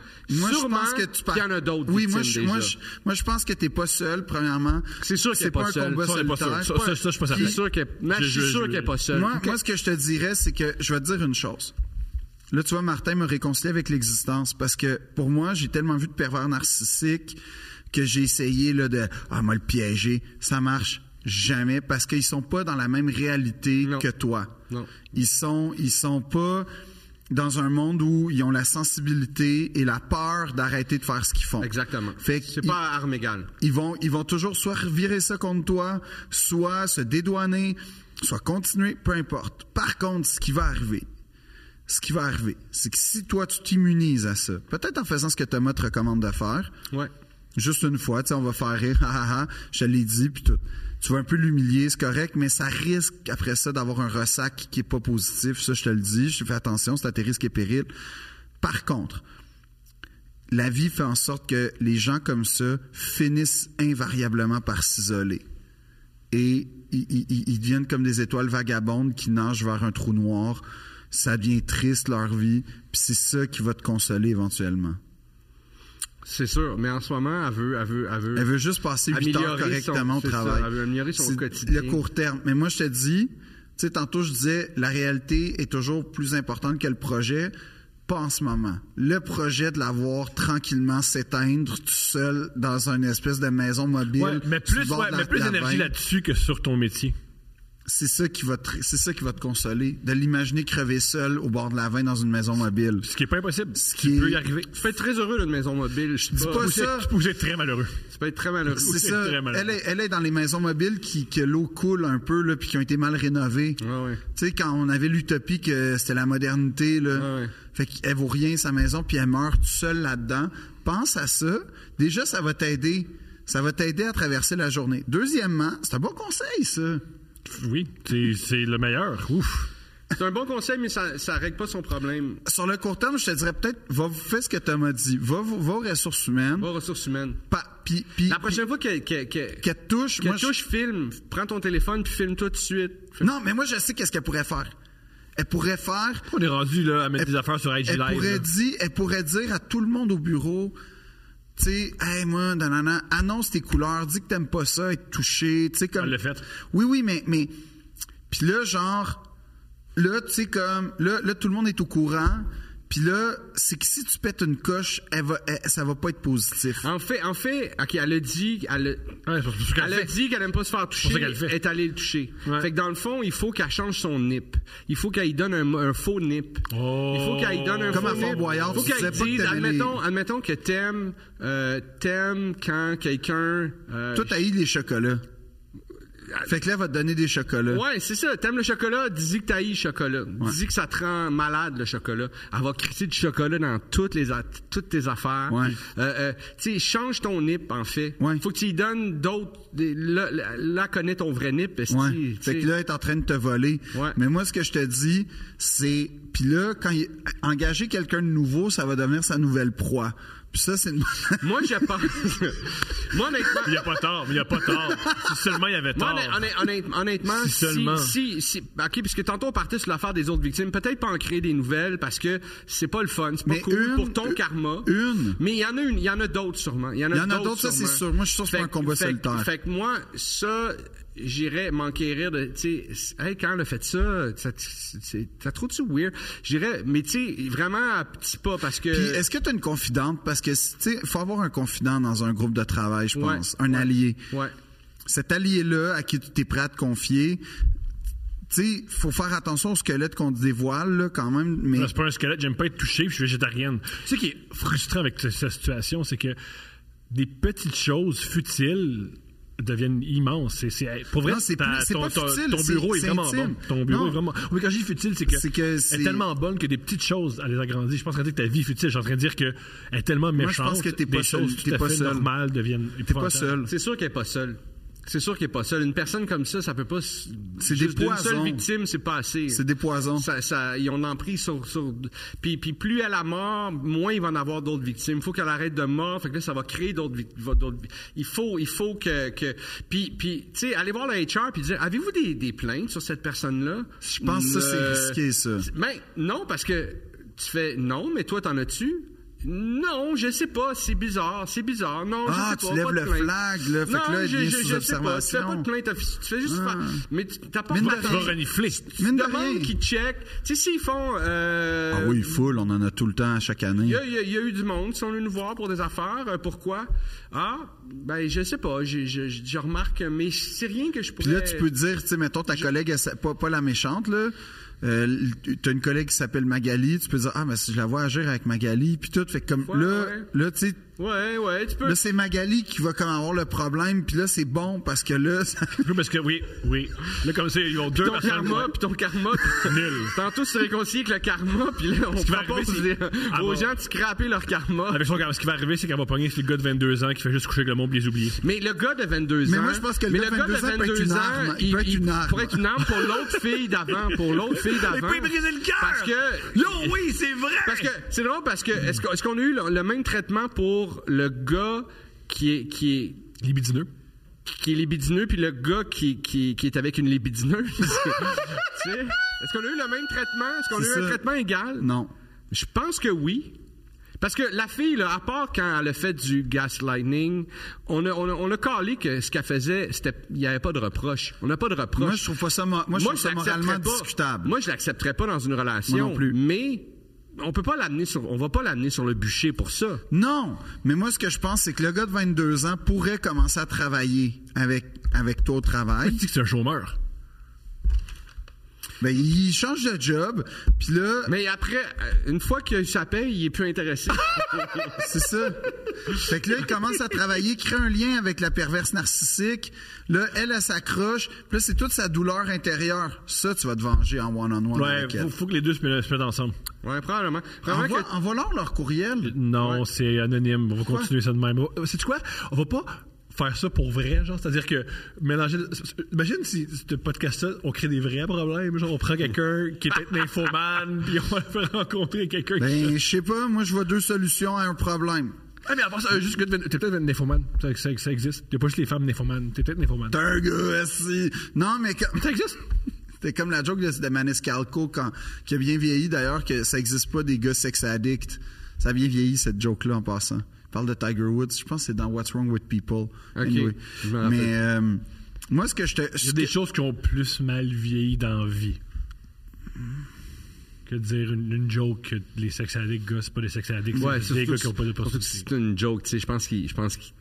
S3: je
S4: sûrement,
S3: pense que tu
S4: qu'il y en a d'autres.
S3: Oui, moi, je,
S4: victimes
S3: moi,
S4: déjà.
S3: je, moi, je pense que t'es pas seul, premièrement.
S4: C'est sûr qu'il est
S3: C'est
S4: pas
S3: pas un
S4: seul.
S3: combat
S5: Ça, on est pas sûr.
S3: solitaire.
S5: Ça, ça, ça, je suis pas certain.
S4: C'est sûr qu'elle, non,
S5: Je-
S4: je suis
S5: je-
S4: sûr
S5: je-
S4: qu'elle est pas seule.
S3: Moi, moi, ce que je te dirais, c'est que je vais te dire une chose. Là, tu vois, Martin me réconcilie avec l'existence parce que pour moi, j'ai tellement vu de pervers narcissiques que j'ai essayé là, de Ah, moi, le piéger. Ça marche jamais parce qu'ils sont pas dans la même réalité
S4: Non.
S3: que toi.
S4: Non.
S3: Ils sont, ils sont pas dans un monde où ils ont la sensibilité et la peur d'arrêter de faire ce qu'ils font.
S4: Exactement.
S3: Fait
S4: c'est
S3: qu'ils-
S4: pas à armes égales.
S3: ils vont, ils vont toujours soit revirer ça contre toi, soit se dédouaner, soit continuer, peu importe. Par contre, ce qui va arriver, ce qui va arriver, c'est que si toi, tu t'immunises à ça, peut-être en faisant ce que Thomas te recommande de faire,
S4: Ouais.
S3: juste une fois, tu sais, on va faire rire, ah ah ah, je te l'ai dit, puis tout. Tu vas un peu l'humilier, c'est correct, mais ça risque après ça d'avoir un ressac qui est pas positif. Ça, je te le dis, je fais attention, c'est à tes risques et périls. Par contre, la vie fait en sorte que les gens comme ça finissent invariablement par s'isoler. Et ils, ils- ils- ils deviennent comme des étoiles vagabondes qui nagent vers un trou noir. Ça devient triste leur vie, puis c'est ça qui va te consoler éventuellement.
S4: C'est sûr. Mais en ce moment, elle veut, elle veut, elle veut.
S3: Elle veut juste passer 8
S4: Améliorer
S3: heures correctement
S4: son-
S3: au
S4: c'est ça,
S3: travail.
S4: elle veut améliorer son
S3: C'est
S4: quotidien.
S3: Le court terme. Mais moi, je te dis, tu sais, tantôt, je disais, la réalité est toujours plus importante que le projet. Pas en ce moment. Le projet de la voir tranquillement s'éteindre tout seul dans une espèce de maison mobile.
S5: Ouais, mais
S3: sur le
S5: plus,
S3: bord
S5: ouais,
S3: de la-
S5: mais plus
S3: la
S5: d'énergie
S3: veine,
S5: là-dessus que sur ton métier.
S3: C'est ça qui va te, c'est ça qui va te consoler. De l'imaginer crever seul au bord de la veine dans une maison mobile.
S5: Ce qui est pas impossible.
S3: Ce
S5: Tu
S3: qui
S5: peux
S3: est-
S5: y arriver.
S4: Tu peux être très heureux d'une maison mobile. Je
S3: dis pas
S5: Ou
S3: ça.
S5: c'est- ou c'est très malheureux.
S4: Tu peux être très malheureux.
S3: C'est
S5: C'est
S3: ça.
S5: très malheureux.
S3: Elle est, elle est dans les maisons mobiles qui, que l'eau coule un peu, là, puis qui ont été mal rénovées.
S4: Ouais, ouais.
S3: Tu sais, quand on avait l'utopie que c'était la modernité, là.
S4: Ouais, ouais.
S3: Fait qu'elle vaut rien, sa maison, puis elle meurt toute seule là-dedans. Pense à ça. Déjà, ça va t'aider. Ça va t'aider à traverser la journée. Deuxièmement, c'est un bon conseil, ça.
S5: Oui, c'est c'est le meilleur. Ouf.
S4: C'est un bon conseil, mais ça, ça règle pas son problème.
S3: Sur le court terme, je te dirais peut-être, va fais ce que tu m'as dit. Va, va aux ressources humaines.
S4: Pas ressources humaines.
S3: Pa- puis- puis-
S4: La prochaine fois qu'elle, qu'elle, qu'elle,
S3: puis- qu'elle te touche,
S4: qu'elle
S3: moi, je-
S4: touche, filme. Prends ton téléphone puis filme tout de suite.
S3: Non, mais moi, je sais qu'est-ce qu'elle pourrait faire. Elle pourrait faire
S5: On est rendu là à mettre
S3: Elle-
S5: des affaires sur IG
S3: elle
S5: Live.
S3: pourrait,
S5: là.
S3: dire, elle pourrait dire à tout le monde au bureau, tu sais, hey, moi, nanana, annonce tes couleurs, dis que t'aimes pas ça, être touché, tu sais, comme.
S5: Elle l'a fait.
S3: Oui, oui, mais, mais. Puis là, genre, là, tu sais, comme, là, là, tout le monde est au courant. Puis là, c'est que si tu pètes une coche, elle va, elle- ça va pas être positif.
S5: Ah,
S4: En fait, en fait, ok, elle a dit, elle a,
S5: Ouais, c'est pour ça qu'elle
S4: elle a
S5: fait.
S4: dit qu'elle aime pas se faire toucher,
S5: pour ça qu'elle le fait.
S4: est allée le toucher.
S5: Ouais.
S4: Fait que dans le fond, il faut qu'elle change son nip. Il faut qu'elle y donne un, un faux nip.
S5: Oh.
S4: Il faut qu'elle y donne un
S3: Comme à
S4: faux
S3: Fort
S4: nip.
S3: Boyard,
S4: faut
S3: tu
S4: qu'elle
S3: disais pas que
S4: dise,
S3: t'aimais les-
S4: admettons, admettons que t'aimes, euh, t'aimes quand quelqu'un, euh,
S3: Toi, t'as eu les chocolats.
S5: Ah,
S3: Fait que là, elle va te donner des chocolats.
S4: Ouais, c'est ça. T'aimes le chocolat, dis-y que t'haïs le chocolat. Dis-y que ça te rend malade, le chocolat. Elle va crisser du chocolat dans toutes, les a- toutes tes affaires.
S3: Ouais.
S4: Euh, euh, tu sais, change ton nip, en fait.
S3: Ouais.
S4: Faut que tu lui donnes d'autres... des- Là, là, là, connais ton vrai nip, esti,
S3: Ouais.
S4: tu sais.
S3: Fait que là, elle est en train de te voler.
S4: Ouais.
S3: Mais moi, ce que je te dis, c'est. Puis là, quand il- engager quelqu'un de nouveau, ça va devenir sa nouvelle proie. Puis ça, c'est une.
S4: Moi, je pense... Moi, honnêtement...
S5: Il n'y a pas tort, mais il n'y a pas tort. si seulement il y avait
S4: Moi,
S5: tort.
S4: honnêt- honnêt- honnêtement,
S5: Si
S4: si,
S5: seulement.
S4: si- si- OK, puisque tantôt on partait sur l'affaire des autres victimes, peut-être pas en créer des nouvelles parce que c'est pas le fun, c'est pas
S3: Mais
S4: cool
S3: une-
S4: pour ton
S3: une-
S4: karma.
S3: une.
S4: Mais il y en a une, il y en a d'autres sûrement. Il y en a,
S3: Il y en a d'autres, ça, c'est
S4: sûrement.
S3: sûr. Moi, je suis sûr que c'est
S4: Fait
S3: pas un combat
S4: fait-
S3: solitaire.
S4: Fait que moi, ça, j'irais m'enquérir de, tu sais, hey, quand elle a fait ça, ça- c'est- t'as trop tu weird. J'irais, mais tu sais, vraiment à petits pas parce que.
S3: Puis est-ce que tu as une confidente? Parce que, tu sais, faut avoir un confident dans un groupe de travail, je
S4: Ouais.
S3: pense. Un
S4: Ouais.
S3: allié.
S4: Ouais.
S3: Cet allié-là à qui tu es prêt à te confier. Tu sais, faut faire attention au squelette qu'on te dévoile, là, quand même. Mais
S5: Là, C'est pas un squelette, j'aime pas être touché, puis je suis végétarienne. Tu sais qui est frustrant avec cette cette situation, c'est que des petites choses futiles deviennent immenses. C'est, c'est- pour vrai,
S3: Non, c'est
S5: ta-
S3: plus- c'est
S5: ton,
S3: pas
S5: ton-
S3: futile,
S5: ton
S3: c'est-
S5: bureau est,
S3: c'est
S5: vraiment
S3: intime.
S5: bon. Ton bureau
S3: Non.
S5: est vraiment. Oui, quand je dis futile, c'est que,
S3: C'est que
S5: elle
S3: c'est-
S5: est tellement bonne que des petites choses, elle les agrandit. Je pense qu'en dit que ta vie est futile. Je suis en train de dire qu'elle est tellement
S3: je
S5: méchante.
S3: pense que t'es pas
S5: des
S3: seul,
S5: choses tout
S3: t'es
S5: à
S3: pas
S5: fait
S3: seul.
S5: normales deviennent.
S3: T'es pas seul.
S4: C'est sûr qu'elle n'est pas seule. C'est sûr qu'elle n'est pas seule. Une personne comme ça, ça peut pas. s-
S3: C'est des
S4: juste d'une
S3: poisons.
S4: seule victime, c'est pas assez.
S3: C'est des poisons.
S4: Ça, ça- ils ont en pris sur. sur- puis, puis plus elle a mort, moins il va en avoir d'autres victimes. Il faut qu'elle arrête de mort. Fait que là, ça va créer d'autres victimes. Il faut, il faut que. que- puis, puis tu sais, aller voir le HR puis dire avez-vous des, des plaintes sur cette personne-là
S3: Je pense que ça, c'est
S4: Euh,
S3: risqué, ça.
S4: ben, non, parce que tu fais non, mais toi, t'en as-tu? Non, je sais pas, c'est bizarre, c'est bizarre. Non,
S3: Ah,
S4: je
S3: tu
S4: sais pas,
S3: lèves
S4: pas de
S3: le
S4: plainte.
S3: flag, là, fait
S4: non,
S3: que là, il
S4: je,
S3: vient
S4: je-
S3: sous
S4: je sais pas, tu fais pas de
S3: observation.
S4: plainte officielle, tu fais juste
S3: Ah.
S4: faire- mais tu t'apportes
S3: Mais
S4: la
S3: de
S5: Tu vas renifler.
S3: Mine de rien.
S4: demande qui check. Tu sais, s'ils font, euh,
S3: Ah oui, full, on en a tout le temps, à chaque année.
S4: il y, a- il y a- il y a eu du monde qui sont venus nous voir pour des affaires. Euh, pourquoi? Ah, ben, je sais pas. Je, je- je- je remarque, mais c'est rien que je pourrais...
S3: Puis là, tu peux dire, tu sais, mettons, ta collègue, elle s'a- pas, pas la méchante, là. Euh, t'as une collègue qui s'appelle Magali, tu peux dire, ah, mais si je la vois agir avec Magali, puis tout. Fait que comme,
S4: Ouais,
S3: là,
S4: ouais.
S3: là, tu sais,
S4: Ouais, ouais, tu peux...
S3: là, c'est Magali qui va comme avoir le problème, puis là, c'est bon, parce que là, ça-
S5: Oui, parce que oui, oui. Là, comme ça, ils ont deux
S4: ton
S5: personnes.
S4: karma, puis ton karma. puis-
S5: Nul.
S4: Tantôt, se réconcilier avec le karma, puis là, on
S5: qui va
S4: propose
S5: arriver,
S4: des-
S5: c'est- Ah
S4: aux
S5: bon.
S4: gens de scraper leur karma.
S5: Avec son karma, ce qui va arriver, c'est qu'elle va pogner sur le gars de 22 ans qui fait juste coucher avec le monde et les oublier.
S4: Mais le gars de 22
S3: Mais
S4: ans.
S3: moi, je pense que le
S4: mais
S3: gars de 22 ans peut être une arme. Il
S4: il,
S3: peut être
S4: il
S3: une arme.
S4: pourrait être une arme pour l'autre fille d'avant. Pour l'autre fille d'avant.
S5: peut y briser le cœur!
S4: Parce que.
S5: Yo, oui, c'est vrai!
S4: Parce que c'est drôle parce que est-ce qu'on est-ce qu'on a eu le, le même traitement pour le gars qui est qui est
S5: Libidineux.
S4: qui est libidineux puis le gars qui qui, qui est avec une libidineuse. tu sais, est-ce qu'on a eu le même traitement Est-ce qu'on a eu
S3: C'est
S4: un
S3: ça.
S4: traitement égal
S3: non.
S4: Je pense que oui. Parce que la fille, là, à part quand elle a fait du gaslighting, on a, on a, on a calé que ce qu'elle faisait, c'était, il n'y avait pas de reproche. On n'a pas de reproche.
S3: Moi, je trouve pas ça, mo- moi, je trouve ça
S4: l'accepterais
S3: moralement
S4: pas.
S3: discutable.
S4: Moi, je l'accepterais pas dans une relation.
S3: Moi non plus.
S4: Mais on peut pas l'amener sur, on va pas l'amener sur le bûcher pour ça.
S3: Non, mais moi ce que je pense c'est que le gars de 22 ans pourrait commencer à travailler avec avec toi au
S5: Tu
S3: travail.
S5: dis que c'est un chômeur.
S3: Ben il change de job, puis là
S4: Mais après, euh, une fois que ça paye, il est plus intéressé.
S3: c'est ça. Fait que là il commence à travailler, crée un lien avec la perverse narcissique. Là elle, elle s'accroche, puis là c'est toute sa douleur intérieure. Ça tu vas te venger en one on one
S5: Ouais,
S3: avec elle.
S5: faut, faut que les deux se mettent, se mettent ensemble.
S4: ouais, probablement. Probablement
S3: Envoie,
S4: que-
S3: envoie-leur leur courriel.
S5: Non, c'est anonyme. On va continuer ça de même. C'est quoi? On va pas faire ça pour vrai, genre. C'est-à-dire que mélanger. Imagine si ce podcast-là, on crée des vrais problèmes. Genre, on prend quelqu'un qui est peut-être nymphomane, puis on le fait rencontrer quelqu'un qui.
S3: Ben je sais pas, moi je vois deux solutions à un problème.
S5: Ah, mais à part ça, euh, juste que t'es t'es peut-être un nymphomane. Ça, ça, ça existe. Y'a pas juste les femmes nymphomanes. T'es peut-être nymphomane.
S3: T'es un gars assis. Non mais quand...
S5: Ça existe?
S3: C'est comme la joke de, de Maniscalco quand, qui a bien vieilli d'ailleurs que ça existe pas des gars sex addicts. Ça a bien vieilli cette joke là en passant. Il parle de Tiger Woods, je pense que c'est dans What's Wrong with People. Anyway.
S4: je me rappelle.
S3: Mais euh, moi ce que je te
S5: Il y
S3: ce
S5: a des
S3: que-
S5: choses qui ont plus mal vieilli dans la vie. Que de dire une, une joke que les sex addicts, gars, c'est pas des sex addicts,
S4: Ouais,
S5: c'est des
S4: surtout-
S5: gars qui ont pas de
S4: surtout que C'est une joke, tu sais. Je pense qu'il, je pense qu'il.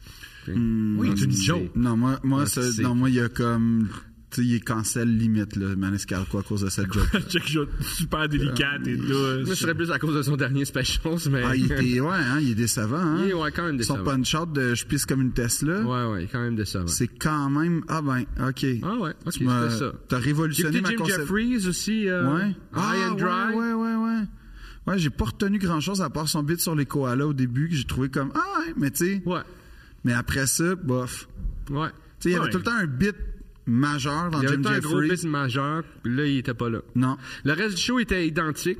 S3: Hmm.
S5: Oui, c'est une joke.
S3: non moi moi
S4: Ouais,
S3: ça-
S4: c'est-
S3: non moi il y a comme tu sais il est cancel limite là Maniscalco à cause de cette joke.
S5: Check shot super délicate et douce.
S3: Euh,
S4: Moi, je serais plus à cause de son dernier special, mais.
S3: Ah, il était, ouais, hein, il est décevant. Hein?
S4: Il est, ouais, quand même
S3: Son
S4: décevant.
S3: punch-out de « je pisse comme une Tesla
S4: Ouais, ouais, il est quand même décevant.
S3: c'est quand même... Ah ben, OK.
S4: Ah ouais, ok,
S3: Tu m'as-
S4: c'était ça.
S3: T'as
S4: J'ai
S3: révolutionné
S4: écouté
S3: ma
S4: Jim
S3: conception.
S4: Jeffries aussi, euh,
S3: Ouais. Ah,
S4: High and Dry.
S3: Ouais, ouais, ouais, ouais. Ouais, j'ai pas retenu grand chose à part son bit sur les koalas au début que j'ai trouvé comme ah ouais, mais tu sais.
S4: Ouais,
S3: Mais après ça, bof.
S4: ouais.
S3: Tu sais, il y avait
S5: Ouais.
S3: tout le temps un bit majeur dans
S4: Il y avait
S3: Jim
S4: tout un gros
S3: Jeffries.
S4: bit majeur, là, il était pas là.
S3: Non.
S4: Le reste du show était identique.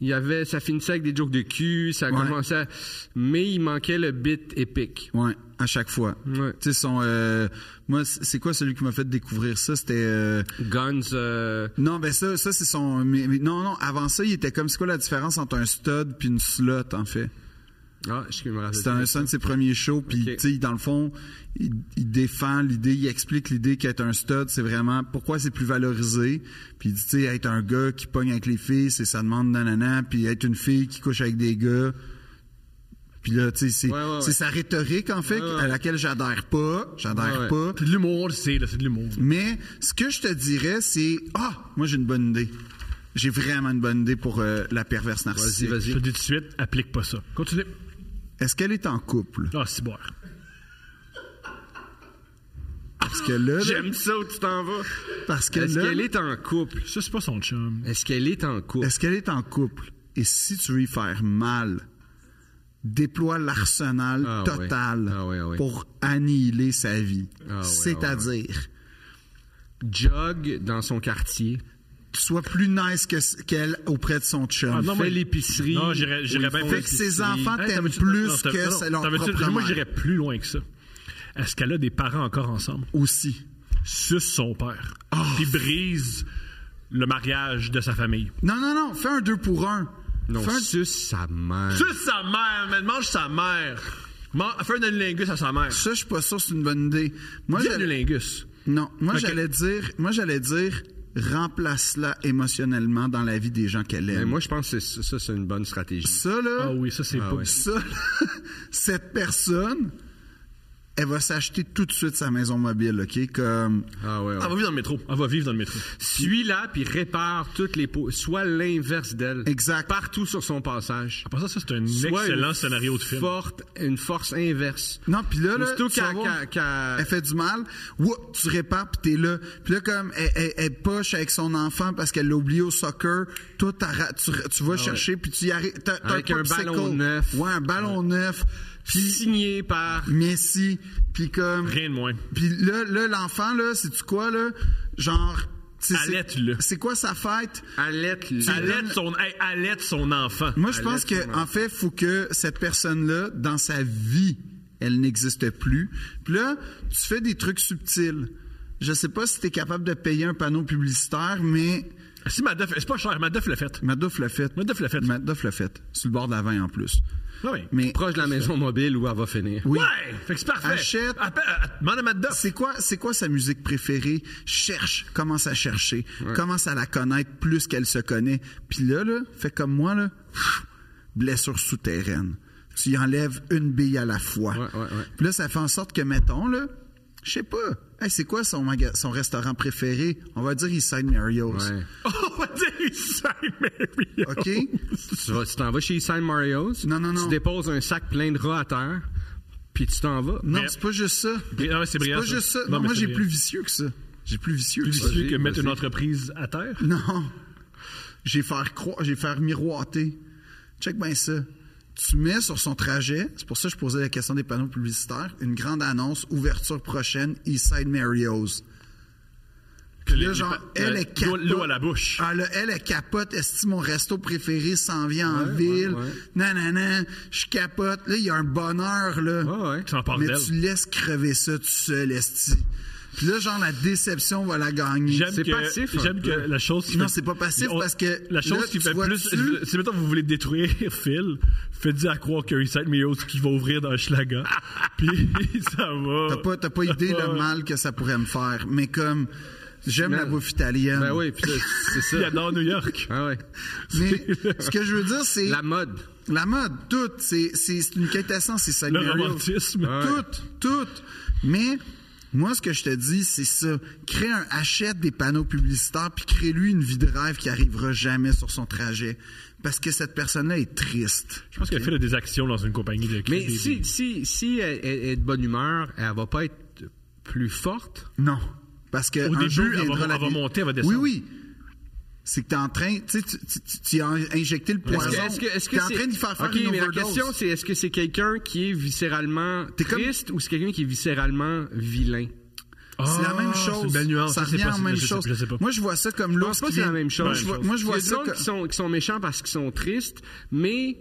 S4: Il y avait, ça finissait avec des jokes de cul, ça
S3: Ouais.
S4: commençait, à- mais il manquait le bit épique.
S3: Ouais, à chaque fois.
S4: Ouais.
S3: Tu sais son euh, moi c'est c'est quoi celui qui m'a fait découvrir ça, c'était euh,
S4: Guns, euh,
S3: non, ben ça, ça c'est son. mais- mais non, non. Avant ça, il était comme c'est quoi la différence entre un stud puis une slot en fait.
S4: ah, je sais me rappelle.
S3: C'était un, c'est un de ses premiers shows, puis
S4: Ok.
S3: tu sais, dans le fond, il, il défend l'idée, il explique l'idée qu'être un stud, c'est vraiment pourquoi c'est plus valorisé. Puis il dit, tu sais, être un gars qui pogne avec les filles, c'est ça demande nanana, puis être une fille qui couche avec des gars. Puis là, tu sais, c'est
S4: Ouais, ouais, ouais.
S3: c'est sa rhétorique, en fait,
S4: Ouais, ouais.
S3: à laquelle j'adhère pas, j'adhère
S4: Ouais,
S3: pas.
S5: C'est de l'humour, c'est, là, c'est de l'humour.
S3: Mais ce que je te dirais, c'est, ah, moi j'ai une bonne idée. J'ai vraiment une bonne idée pour euh, la perverse narcissique.
S5: Je te dis tout de suite, applique pas ça. Continue.
S3: Est-ce qu'elle est en couple?
S5: Ah, c'est boire.
S3: que là,
S4: J'aime ça où tu t'en vas.
S3: parce que
S4: Est-ce
S3: là,
S4: qu'elle est en couple?
S5: Ça, c'est pas son chum.
S4: Est-ce qu'elle est en couple?
S3: est-ce qu'elle est en couple? Et si tu veux y faire mal, déploie l'arsenal
S4: Ah ouais.
S3: total
S4: Ah ouais, ah ouais.
S3: pour annihiler sa vie.
S4: Ah ouais,
S3: C'est-à-dire,
S4: Jog dans son quartier.
S3: tu sois plus nice que- qu'elle auprès de son chum.
S5: Ah, non,
S4: fait
S5: mais-
S4: l'épicerie.
S5: Non, j'irais j'irais
S4: Où
S5: bien
S4: ils font
S5: plus
S3: Fait que ses
S5: l'épicerie.
S3: enfants
S5: Hey,
S3: t'aiment
S5: t'avais-tu-
S3: plus
S5: non, t'as-
S3: que
S5: non,
S3: c'est leur
S5: t'avais-tu-
S3: propre
S5: Moi,
S3: mère.
S5: j'irais plus loin que ça. Est-ce qu'elle a des parents encore ensemble?
S3: aussi.
S5: Suce son père. Puis brise le mariage de sa famille.
S3: Non, non, non, fais un deux pour un.
S4: Non,
S3: Fais un-
S4: suce sa mère.
S5: Suce sa mère, mais mange sa mère. Man- Fais un lingus à sa mère.
S3: Ça, je suis pas sûr que c'est une bonne idée. Moi,
S5: Dis
S3: j'allais-
S5: lingus.
S3: Non, moi
S5: Ok.
S3: j'allais dire, moi j'allais dire, remplace-la émotionnellement dans la vie des gens qu'elle
S4: Mais
S3: aime.
S4: moi, je pense que c'est- ça, c'est une bonne stratégie.
S3: ça là,
S5: Ah oui, ça, c'est pas...
S3: ça, là, cette personne, elle va s'acheter tout de suite sa maison mobile, ok Comme
S4: Ah ouais, ouais.
S5: Elle va vivre dans le métro. Elle va vivre dans le métro.
S4: Suis-la, puis répare toutes les peaux. Soit l'inverse d'elle.
S3: Exact.
S4: Partout sur son passage.
S5: Après ça, ça, c'est un
S4: Soit
S5: excellent
S4: une
S5: scénario de film.
S4: Forte, une force inverse.
S3: non, puis là, là
S4: Aussitôt
S3: tu vas
S4: qu'elle-
S3: voir,
S4: qu'elle- qu'elle-
S3: elle fait du mal, whoop, tu répares puis t'es là, puis là comme elle, elle- elle poche avec son enfant parce qu'elle l'a oublié au soccer, toi t'arra- tu, tu vas chercher puis tu y arrives, t'as- t'as
S4: Ah Avec un
S3: popsicle.
S4: ballon neuf.
S3: ouais un ballon neuf, puis
S4: Signé par.
S3: Messi, puis comme
S5: Rien de moins.
S3: Puis là, là, l'enfant, là, c'est-tu quoi, là? Genre... tu sais, c'est-
S5: Allaite-le.
S3: C'est quoi sa fête?
S4: Alette,
S5: Allaite son, hey, allaite son enfant.
S3: Moi, je pense que en fait, faut que cette personne-là, dans sa vie, elle n'existe plus. Puis là, tu fais des trucs subtils. Je sais pas si t'es capable de payer un panneau publicitaire, mais
S5: Ah, Si Madoff, c'est pas cher, Madoff l'a fait.
S3: Madoff l'a fait.
S5: Madoff l'a fait.
S3: Madoff l'a fait. Sur le bord de la veine, en plus.
S5: Ah oui.
S3: Mais
S4: proche de la maison mobile où elle va finir.
S3: oui.
S5: Ouais! Fait que c'est parfait.
S3: Achète.
S5: Appelle- euh, Demande à Madoff.
S3: C'est quoi, c'est quoi sa musique préférée? Cherche, commence à chercher, commence à la connaître plus qu'elle se connaît. Puis là, là, fais comme moi, là, pff, blessure souterraine. Tu y enlèves une bille à la fois.
S4: Ouais, ouais, ouais.
S3: Puis là, ça fait en sorte que, mettons, là, je sais pas, Hey, c'est quoi son, maga- son restaurant préféré? On va dire Eastside Mario's.
S4: Ouais.
S5: On va dire Saint Mary.
S3: OK?
S4: Tu vas- tu t'en vas chez Sam Mario's.
S3: Non, non, non.
S4: Tu déposes un sac plein de rats à terre, puis tu t'en vas.
S3: Non,
S5: Mais-
S3: c'est pas juste ça.
S5: Bri- non, mais c'est brillant,
S3: pas
S5: ça.
S3: juste ça.
S5: Non,
S3: Non,
S5: mais
S3: moi,
S5: c'est
S3: j'ai
S5: brillant.
S3: plus vicieux que ça. J'ai plus vicieux que
S5: Plus
S3: ça.
S5: vicieux que
S4: vas-y.
S5: mettre une entreprise à terre.
S3: Non. J'ai faire croire, j'ai faire miroiter. Check bien ça. Tu mets sur son trajet, c'est pour ça que je posais la question des panneaux publicitaires, une grande annonce, ouverture prochaine, Eastside Mario's. Puis
S5: Les-
S3: là,
S5: les
S3: genre,
S5: pa-
S3: elle
S5: la-
S3: est
S5: l'eau-
S3: capote.
S5: L'eau à la bouche.
S3: Ah, là, elle est capote. Est-ce que mon resto préféré s'en vient en
S4: Ouais,
S3: ville?
S4: ouais, ouais.
S3: Non, non, non. Je capote. Là, il y a un bonheur, là.
S4: Ouais, ouais.
S5: Tu en parles
S3: Mais
S5: d'elle.
S3: tu laisses crever ça tout seul, esti. Puis là, genre, la déception va la gagner.
S5: J'aime
S4: C'est
S5: que,
S4: passif, un
S5: J'aime que
S4: peu.
S5: la chose qui
S3: Non,
S5: fait-
S3: c'est pas passif, parce que
S5: La chose
S3: là,
S5: qui
S3: tu
S5: fait
S3: vois
S5: plus.
S3: dessus-
S5: Si maintenant vous voulez détruire Phil, faites-y à croire qu'il y a Eastside Meals qui va ouvrir dans Schlaga. puis ça va.
S3: T'as pas, t'as pas idée
S5: Ah.
S3: le mal que ça pourrait me faire, mais comme j'aime
S4: Mais-
S3: la bouffe italienne.
S4: Ben oui, puis là, c'est
S5: Il
S4: ça.
S5: adore New York.
S4: Ah ouais.
S3: Mais ce que je veux dire, c'est
S4: La
S3: la,
S4: mode.
S3: mode, tout, c'est, c'est, c'est une quintessence, c'est ça.
S5: Le
S3: Mario.
S5: romantisme.
S4: Ouais.
S3: Tout, tout. Mais moi, ce que je te dis, c'est ça. Crée un achète des panneaux publicitaires, puis crée-lui une vie de rêve qui arrivera jamais sur son trajet. Parce que cette personne-là est triste.
S5: Je pense qu'elle fait des actions dans une compagnie de
S4: Mais
S5: des-
S4: si, si, si elle, elle est de bonne humeur, elle va pas être plus forte.
S3: Non. Parce que
S5: Au
S3: un
S5: début,
S3: jour
S5: elle va-
S3: viendra la
S5: elle va
S3: vie-
S5: monter, elle va descendre.
S3: Oui, oui. C'est que t'es en train, tu sais, tu, tu- tu- tu as injecté le poison.
S4: Est-ce que- est-ce que- est-ce que
S3: t'es en
S4: c'est-
S3: train d'y faire faire
S4: Ok,
S3: une
S4: mais la
S3: overdose.
S4: question c'est est-ce que c'est quelqu'un qui est viscéralement
S3: T'es comme-
S4: triste ou c'est quelqu'un qui est viscéralement vilain
S5: Ah,
S3: C'est la même
S5: c'est une
S3: chose.
S5: belle nuance.
S3: Ça
S5: c'est
S3: revient en
S5: possible,
S3: même
S5: je sais-
S3: chose.
S5: je sais pas.
S3: Moi, je vois ça comme
S4: Je
S3: l'eau.
S4: pense pas que c'est la même chose.
S3: Moi, je vois, moi, je vois
S4: Il y a
S3: ça
S4: des gens
S3: comme...
S4: qui sont, qui sont méchants parce qu'ils sont tristes, mais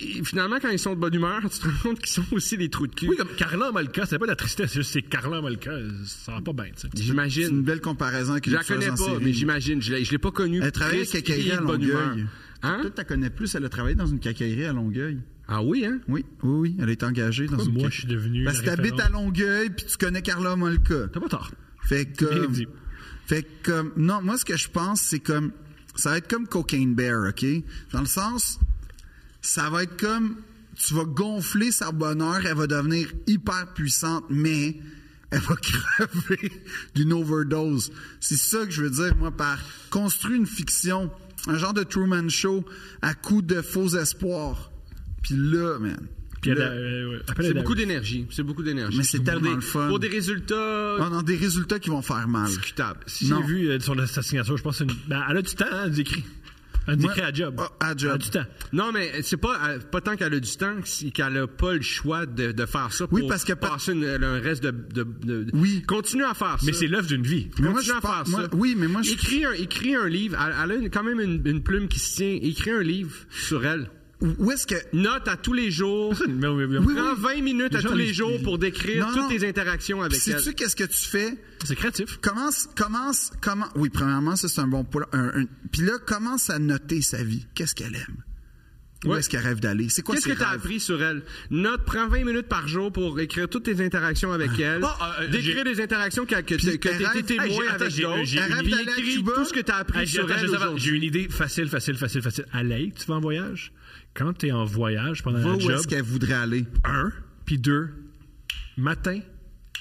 S4: et finalement, quand ils sont de bonne humeur, tu te rends compte qu'ils sont aussi des trous de cul.
S5: Oui, comme Carla Malka, c'est pas de la tristesse, c'est juste c'est Carla Malka, ça va pas bien, tu sais.
S3: C'est une
S4: J'imagine.
S3: belle comparaison avec
S4: Je
S3: une
S4: la connais
S3: tueuse en
S4: pas,
S3: série.
S4: mais j'imagine. Je l'ai je l'ai pas connue.
S3: Elle travaille avec
S4: triste et
S3: Cacaillerie à
S4: de bonne humeur.
S3: Longueuil.
S4: Hein?
S3: Peut-être que tu la connais plus. Elle a travaillé dans une cacaillerie à Longueuil.
S4: Ah oui, hein?
S3: Oui, oui, oui. Elle est engagée dans une
S5: moi,
S3: cacaillerie.
S5: je suis devenu
S3: Parce
S5: la
S3: que t'habites
S5: référence?
S3: à Longueuil, puis tu connais Carla Molka.
S5: T'as pas tort.
S3: Fait que.
S5: bien
S3: comme-
S5: dit.
S3: Fait que, comme. Non, moi, ce que je pense, c'est comme. Ça va être comme Cocaine Bear, OK? Dans le sens, ça va être comme. Tu vas gonfler sa bonheur, elle va devenir hyper puissante, mais elle va crever d'une overdose. C'est ça que je veux dire, moi, par construire une fiction, un genre de Truman Show à coup de faux espoirs. Puis là, man,
S5: Puis elle, euh, ouais, appelle
S4: C'est
S5: elle-
S4: beaucoup d'énergie. C'est beaucoup d'énergie.
S3: Mais c'est
S4: Pour
S3: tellement
S4: des-
S3: le fun.
S4: Pour des résultats
S3: On a des résultats qui vont faire mal.
S4: discutables.
S5: Si
S3: Non.
S5: j'ai vu euh, sur la- sa signature, je pense que c'est une- ben, elle a du temps, hein, elle écrit. Elle nous
S3: Ouais.
S5: écrit à job.
S3: Ah, à job.
S5: Elle a du temps.
S4: Non, mais c'est pas, euh, pas tant qu'elle a du temps, c'est qu'elle a pas le choix de, de faire ça pour
S3: Oui, parce que pa-
S4: passer une- un reste de, de- de- de-
S3: Oui.
S4: Continue à faire ça.
S5: Mais c'est l'œuvre d'une vie.
S3: Mais
S4: Continue
S3: moi, je
S4: à faire
S3: pense- moi-
S4: ça.
S3: oui, mais moi, je-
S4: Écris un, écris un livre. Elle, elle a une- quand même une, une plume qui se tient. Écris un livre sur elle.
S3: Où où est-ce que.
S4: Note à tous les jours.
S5: Personne- mais- mais- mais-
S3: Oui,
S4: Prends 20 minutes
S5: Les
S4: à
S5: gens
S4: tous les
S5: lisent-
S4: jours pour décrire
S3: Non,
S4: toutes
S3: non.
S4: tes interactions avec elle.
S3: Sais-tu qu'est-ce que tu fais?
S5: C'est créatif.
S3: Commence, commence, comment. Oui, premièrement, ça, c'est un bon point. Un- un- Puis là, commence à noter sa vie. Qu'est-ce qu'elle aime? Où
S4: Ouais.
S3: est-ce qu'elle rêve d'aller? C'est quoi
S4: Qu'est-ce
S3: ses
S4: que tu as
S3: rêves?
S4: appris sur elle? Note, prends 20 minutes par jour pour écrire toutes tes interactions avec elle.
S5: Ah, euh, euh,
S4: décrire des interactions que, que,
S3: Puis
S4: que
S3: elle
S4: t'as
S3: rêve-
S4: été
S5: Hey, j'ai-
S4: témoin
S5: attends,
S4: avec
S5: j'ai- j'ai
S4: d'autres.
S5: une
S4: Puis
S3: idée.
S4: écris
S3: Cuba.
S4: tout ce que tu as appris
S5: Hey, j'ai-
S4: sur
S5: attends, je
S4: elle
S5: sais pas,
S4: aujourd'hui.
S5: J'ai une idée facile, facile, facile, facile, facile. À tu vas en voyage. Quand tu es en voyage pendant
S3: Va
S5: un
S3: où
S5: job,
S3: est-ce qu'elle voudrait aller?
S5: un, puis deux, matin,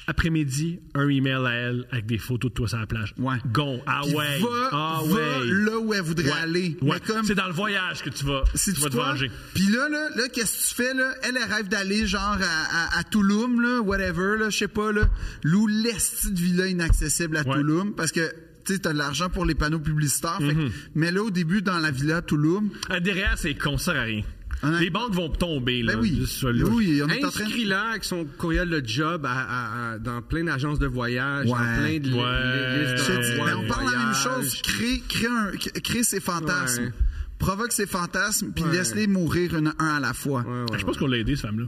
S5: après-midi, un email à elle avec des photos de toi sur la plage.
S3: Ouais.
S5: Gon, ah
S3: Puis
S5: ouais,
S3: va-
S5: ah
S3: va
S5: ouais.
S3: là où elle voudrait
S5: Ouais,
S3: aller.
S5: ouais.
S3: Mais comme-
S5: C'est dans le voyage que tu vas, tu
S3: Sais-tu
S5: vas te
S3: quoi?
S5: venger.
S3: Puis là, là, là, qu'est-ce que tu fais, là? Elle, elle rêve d'aller, genre, à, à, à Touloum, là, whatever, là, je sais pas, là. Loue l'esti de villa inaccessible à
S5: Ouais.
S3: Touloum, parce que, tu sais, t'as de l'argent pour les panneaux publicitaires. fait que-
S5: Mm-hmm.
S3: mais là, au début, dans la villa à Touloum,
S5: Ah, Derrière, c'est con, ça sert à rien.
S3: Honnête-
S5: Les bandes vont tomber, là.
S3: ben oui,
S5: juste ça, là.
S3: oui, on est en train...
S4: Inscris-la avec son courriel de job à- à- à- dans plein d'agences de voyage, dans
S3: Ouais.
S4: plein de li-
S5: Euh, Ouais.
S4: li- listes
S5: Je
S4: d'endroits
S5: te
S4: de
S5: dis, ben,
S3: Mais ben, on parle la même
S4: voyage.
S3: chose. Crée, crée, un- crée ses fantasmes.
S4: Ouais.
S3: Provoque ses fantasmes, puis
S4: Ouais.
S3: laisse-les mourir une- un à la fois.
S4: Ouais, ouais.
S5: Ah, Je pense qu'on l'a aidé, cette femme-là.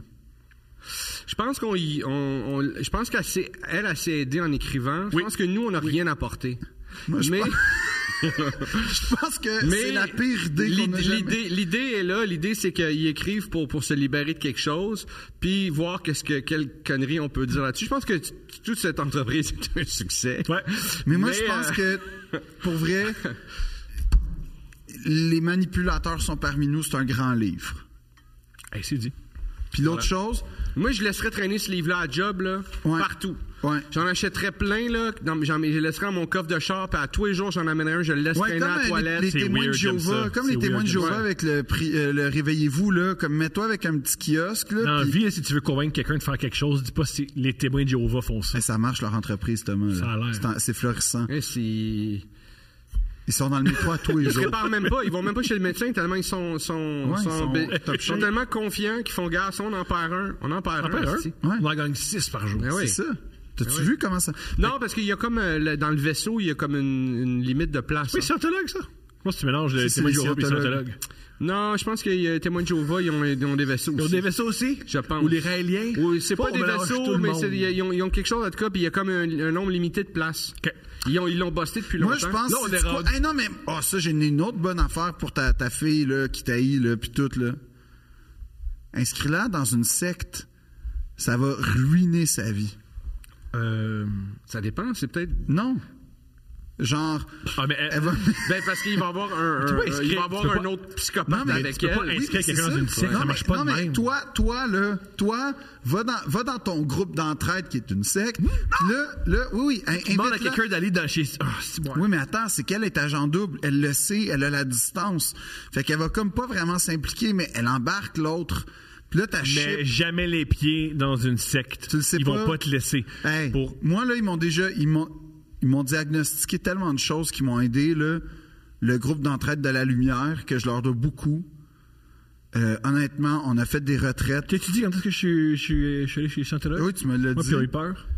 S4: Je pense qu'on y- on- on- je pense qu'elle s'est, elle, elle s'est aidée en écrivant. Je
S5: Oui.
S4: pense que nous, on n'a rien apporté.
S3: je
S4: mais,
S3: Je pense que
S4: mais
S3: c'est la pire idée
S4: l'id-
S3: qu'on a jamais.
S4: l'idée, l'idée est là. L'idée, c'est qu'ils écrivent pour, pour se libérer de quelque chose, puis voir qu'est-ce que, quelle connerie on peut dire là-dessus. Je pense que t- toute cette entreprise est un succès.
S5: Ouais.
S3: Mais moi,
S4: Mais,
S3: je pense
S4: euh,
S3: que, pour vrai, Les manipulateurs sont parmi nous, c'est un grand livre.
S5: Hey, c'est dit.
S3: Puis l'autre chose,
S4: Moi, je laisserais traîner ce livre-là à job, là,
S3: Ouais.
S4: partout.
S3: Ouais.
S4: J'en achèterais plein, là. dans- j'en, je le laisserais à mon coffre de char, puis à tous les jours, j'en amènerais un, je le laisse
S3: ouais,
S4: traîner
S3: comme
S4: à la
S3: euh, les,
S4: toilette.
S3: les
S5: c'est
S3: témoins de
S5: weird, j'aime
S3: Jéhovah,
S5: ça.
S3: comme
S5: C'est
S3: les témoins
S5: weird,
S3: de
S5: j'aime
S3: Jéhovah
S5: ça.
S3: avec le, pri- euh, le réveillez-vous, là, comme mets-toi avec un petit kiosque,
S5: Dans
S3: là.
S5: la
S3: puis-
S5: vie, hein, si tu veux convaincre quelqu'un de faire quelque chose, dis pas si les témoins de Jéhovah font ça.
S3: Eh, ça marche leur entreprise, Thomas. là.
S5: Ça a l'air.
S3: C'est en- C'est florissant.
S4: Eh, c'est...
S3: Ils sont dans le métro à tous les
S4: Ils se
S3: jours.
S4: préparent même pas, ils vont même pas chez le médecin tellement ils sont sont,
S3: Ouais, ils
S4: sont,
S3: sont
S4: bé-
S3: top
S4: ils sont
S3: shape.
S4: tellement confiants qu'ils font garçon, on en perd un, on en perd
S5: On en perd un?
S4: esti.
S3: Ouais.
S5: On en gagne 6 par jour.
S4: Ben oui.
S3: C'est ça. T'as-tu vu comment ça.
S4: Non, parce qu'il y a comme euh, le- dans le vaisseau, il y a comme une, une limite de place.
S5: Oui,
S4: hein.
S5: scientologue, ça. Moi, si tu mélanges les
S3: c'est
S5: témoins de
S3: les
S5: Jéhovah et les
S3: scientologues.
S5: scientologues.
S4: Non, je pense que les témoins de Jéhovah, ils ont, ils ont des vaisseaux.
S5: Ils ont
S4: aussi.
S5: des vaisseaux aussi?
S4: Je pense.
S5: Ou les Raéliens?
S4: Oui, c'est pas
S5: Oh,
S4: des
S5: mélange tout
S4: vaisseaux,
S5: le
S4: mais
S5: monde.
S4: c'est- ils ont, ils ont quelque chose en tout cas, puis il y a comme un, un nombre limité de places.
S5: OK.
S4: Ils ont ils l'ont busté depuis
S3: Moi, je
S4: longtemps.
S3: pense.
S5: Là, on
S3: c'est
S5: est
S3: quoi-
S5: rendu-
S3: Eh, non, mais. Ah, ça, j'ai une autre bonne affaire pour ta, ta fille, là, qui t'haït, là, puis tout, là. Inscris-la dans une secte. Ça va ruiner sa vie.
S5: Euh,
S4: Ça dépend, c'est peut-être.
S3: Non. Genre.
S5: Ah, mais elle-
S3: Elle va.
S4: Ben parce qu'il va avoir un, un-
S5: peux pas
S4: un-
S5: inscrire-
S4: il va avoir
S5: tu peux
S4: un
S5: pas-
S4: autre psychopathe
S3: Non, mais
S4: avec
S5: tu peux
S4: elle.
S5: pas inscrire
S3: mais c'est
S5: quelqu'un dans une secte,
S3: Non,
S5: ça
S3: mais-
S5: marche pas
S3: non,
S5: de
S3: mais
S5: même.
S3: Toi, toi, là, toi, va dans, va dans ton groupe d'entraide qui est une secte. Là, là, oui, oui. in-
S5: Demande à
S3: invite-la.
S5: quelqu'un d'aller dans chez. Ah, c'est bon.
S3: Oui, mais attends, c'est qu'elle est agent double. Elle le sait, elle a la distance. Fait qu'elle va comme pas vraiment s'impliquer, mais elle embarque l'autre. Puis là, t'as
S5: Mais
S3: ship.
S5: jamais les pieds dans une secte.
S3: Tu le sais
S5: Ils
S3: pas.
S5: vont pas te laisser.
S3: Hey,
S5: Pour...
S3: Moi, là, ils m'ont déjà. Ils m'ont, ils m'ont diagnostiqué tellement de choses qui m'ont aidé, là. Le groupe d'entraide de la lumière, que je leur dois beaucoup. Euh, honnêtement, on a fait des retraites.
S5: T'as-tu dit quand est-ce que je suis, je suis, je suis allé chez les scientologues?
S3: Oui, tu me l'as
S5: Moi,
S3: dit.
S5: puis ils ont eu peur.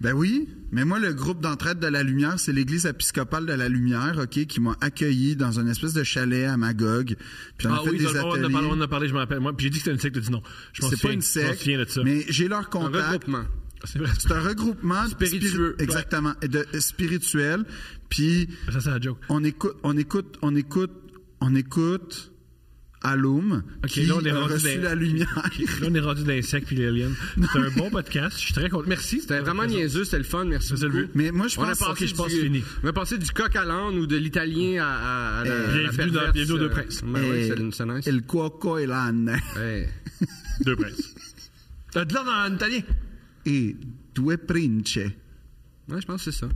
S3: Ben oui, mais moi, le groupe d'entraide de la lumière, c'est l'église épiscopale de la lumière, OK, qui m'a accueilli dans une espèce de chalet à Magog. Puis on
S5: Ah
S3: a fait
S5: oui,
S3: des
S5: on en a
S3: ateliers.
S5: parlé, on en a parlé, je m'en rappelle. Moi, puis j'ai dit que c'était une secte, t'as dit non. Je m'en
S3: C'est pas
S5: souviens-
S3: une
S5: Je m'en
S3: secte,
S5: souviens de ça. Ah,
S3: mais j'ai leur
S4: Un
S3: contact.
S4: regroupement.
S5: C'est vrai.
S3: C'est un regroupement de
S4: Spiritueux.
S3: spiri- exactement, et de et spirituel. Puis
S5: Ça, c'est la joke.
S3: on écoute, on écoute, on écoute, on écoute Alum
S5: Ok,
S3: qui
S5: là, on est
S3: a
S5: rendu
S3: reçu
S5: dans-
S3: la lumière.
S5: Là, on est rendu dans les sectes puis les aliens. C'est un bon podcast. Je suis très content. Merci.
S4: C'était vraiment niaiseux, c'était le fun, merci.
S5: C'était le
S4: beaucoup.
S5: but.
S3: Mais moi, je
S4: On a
S3: pense.
S4: passé,
S5: ok, je
S4: du-
S5: pense fini.
S4: On a passé du coq à l'âne ou de l'italien à, à, à la, à la
S5: bienvenue dans-
S4: perverse,
S5: bienvenue aux
S4: euh,
S5: Deux Princes.
S4: ben
S3: Eh,
S4: oui, c'est- c'est nice.
S3: El e coco et l'âne.
S4: Ouais.
S5: Deux princes. T'as de l'or en italien.
S3: Et due prince.
S4: Ouais, je pense que c'est ça.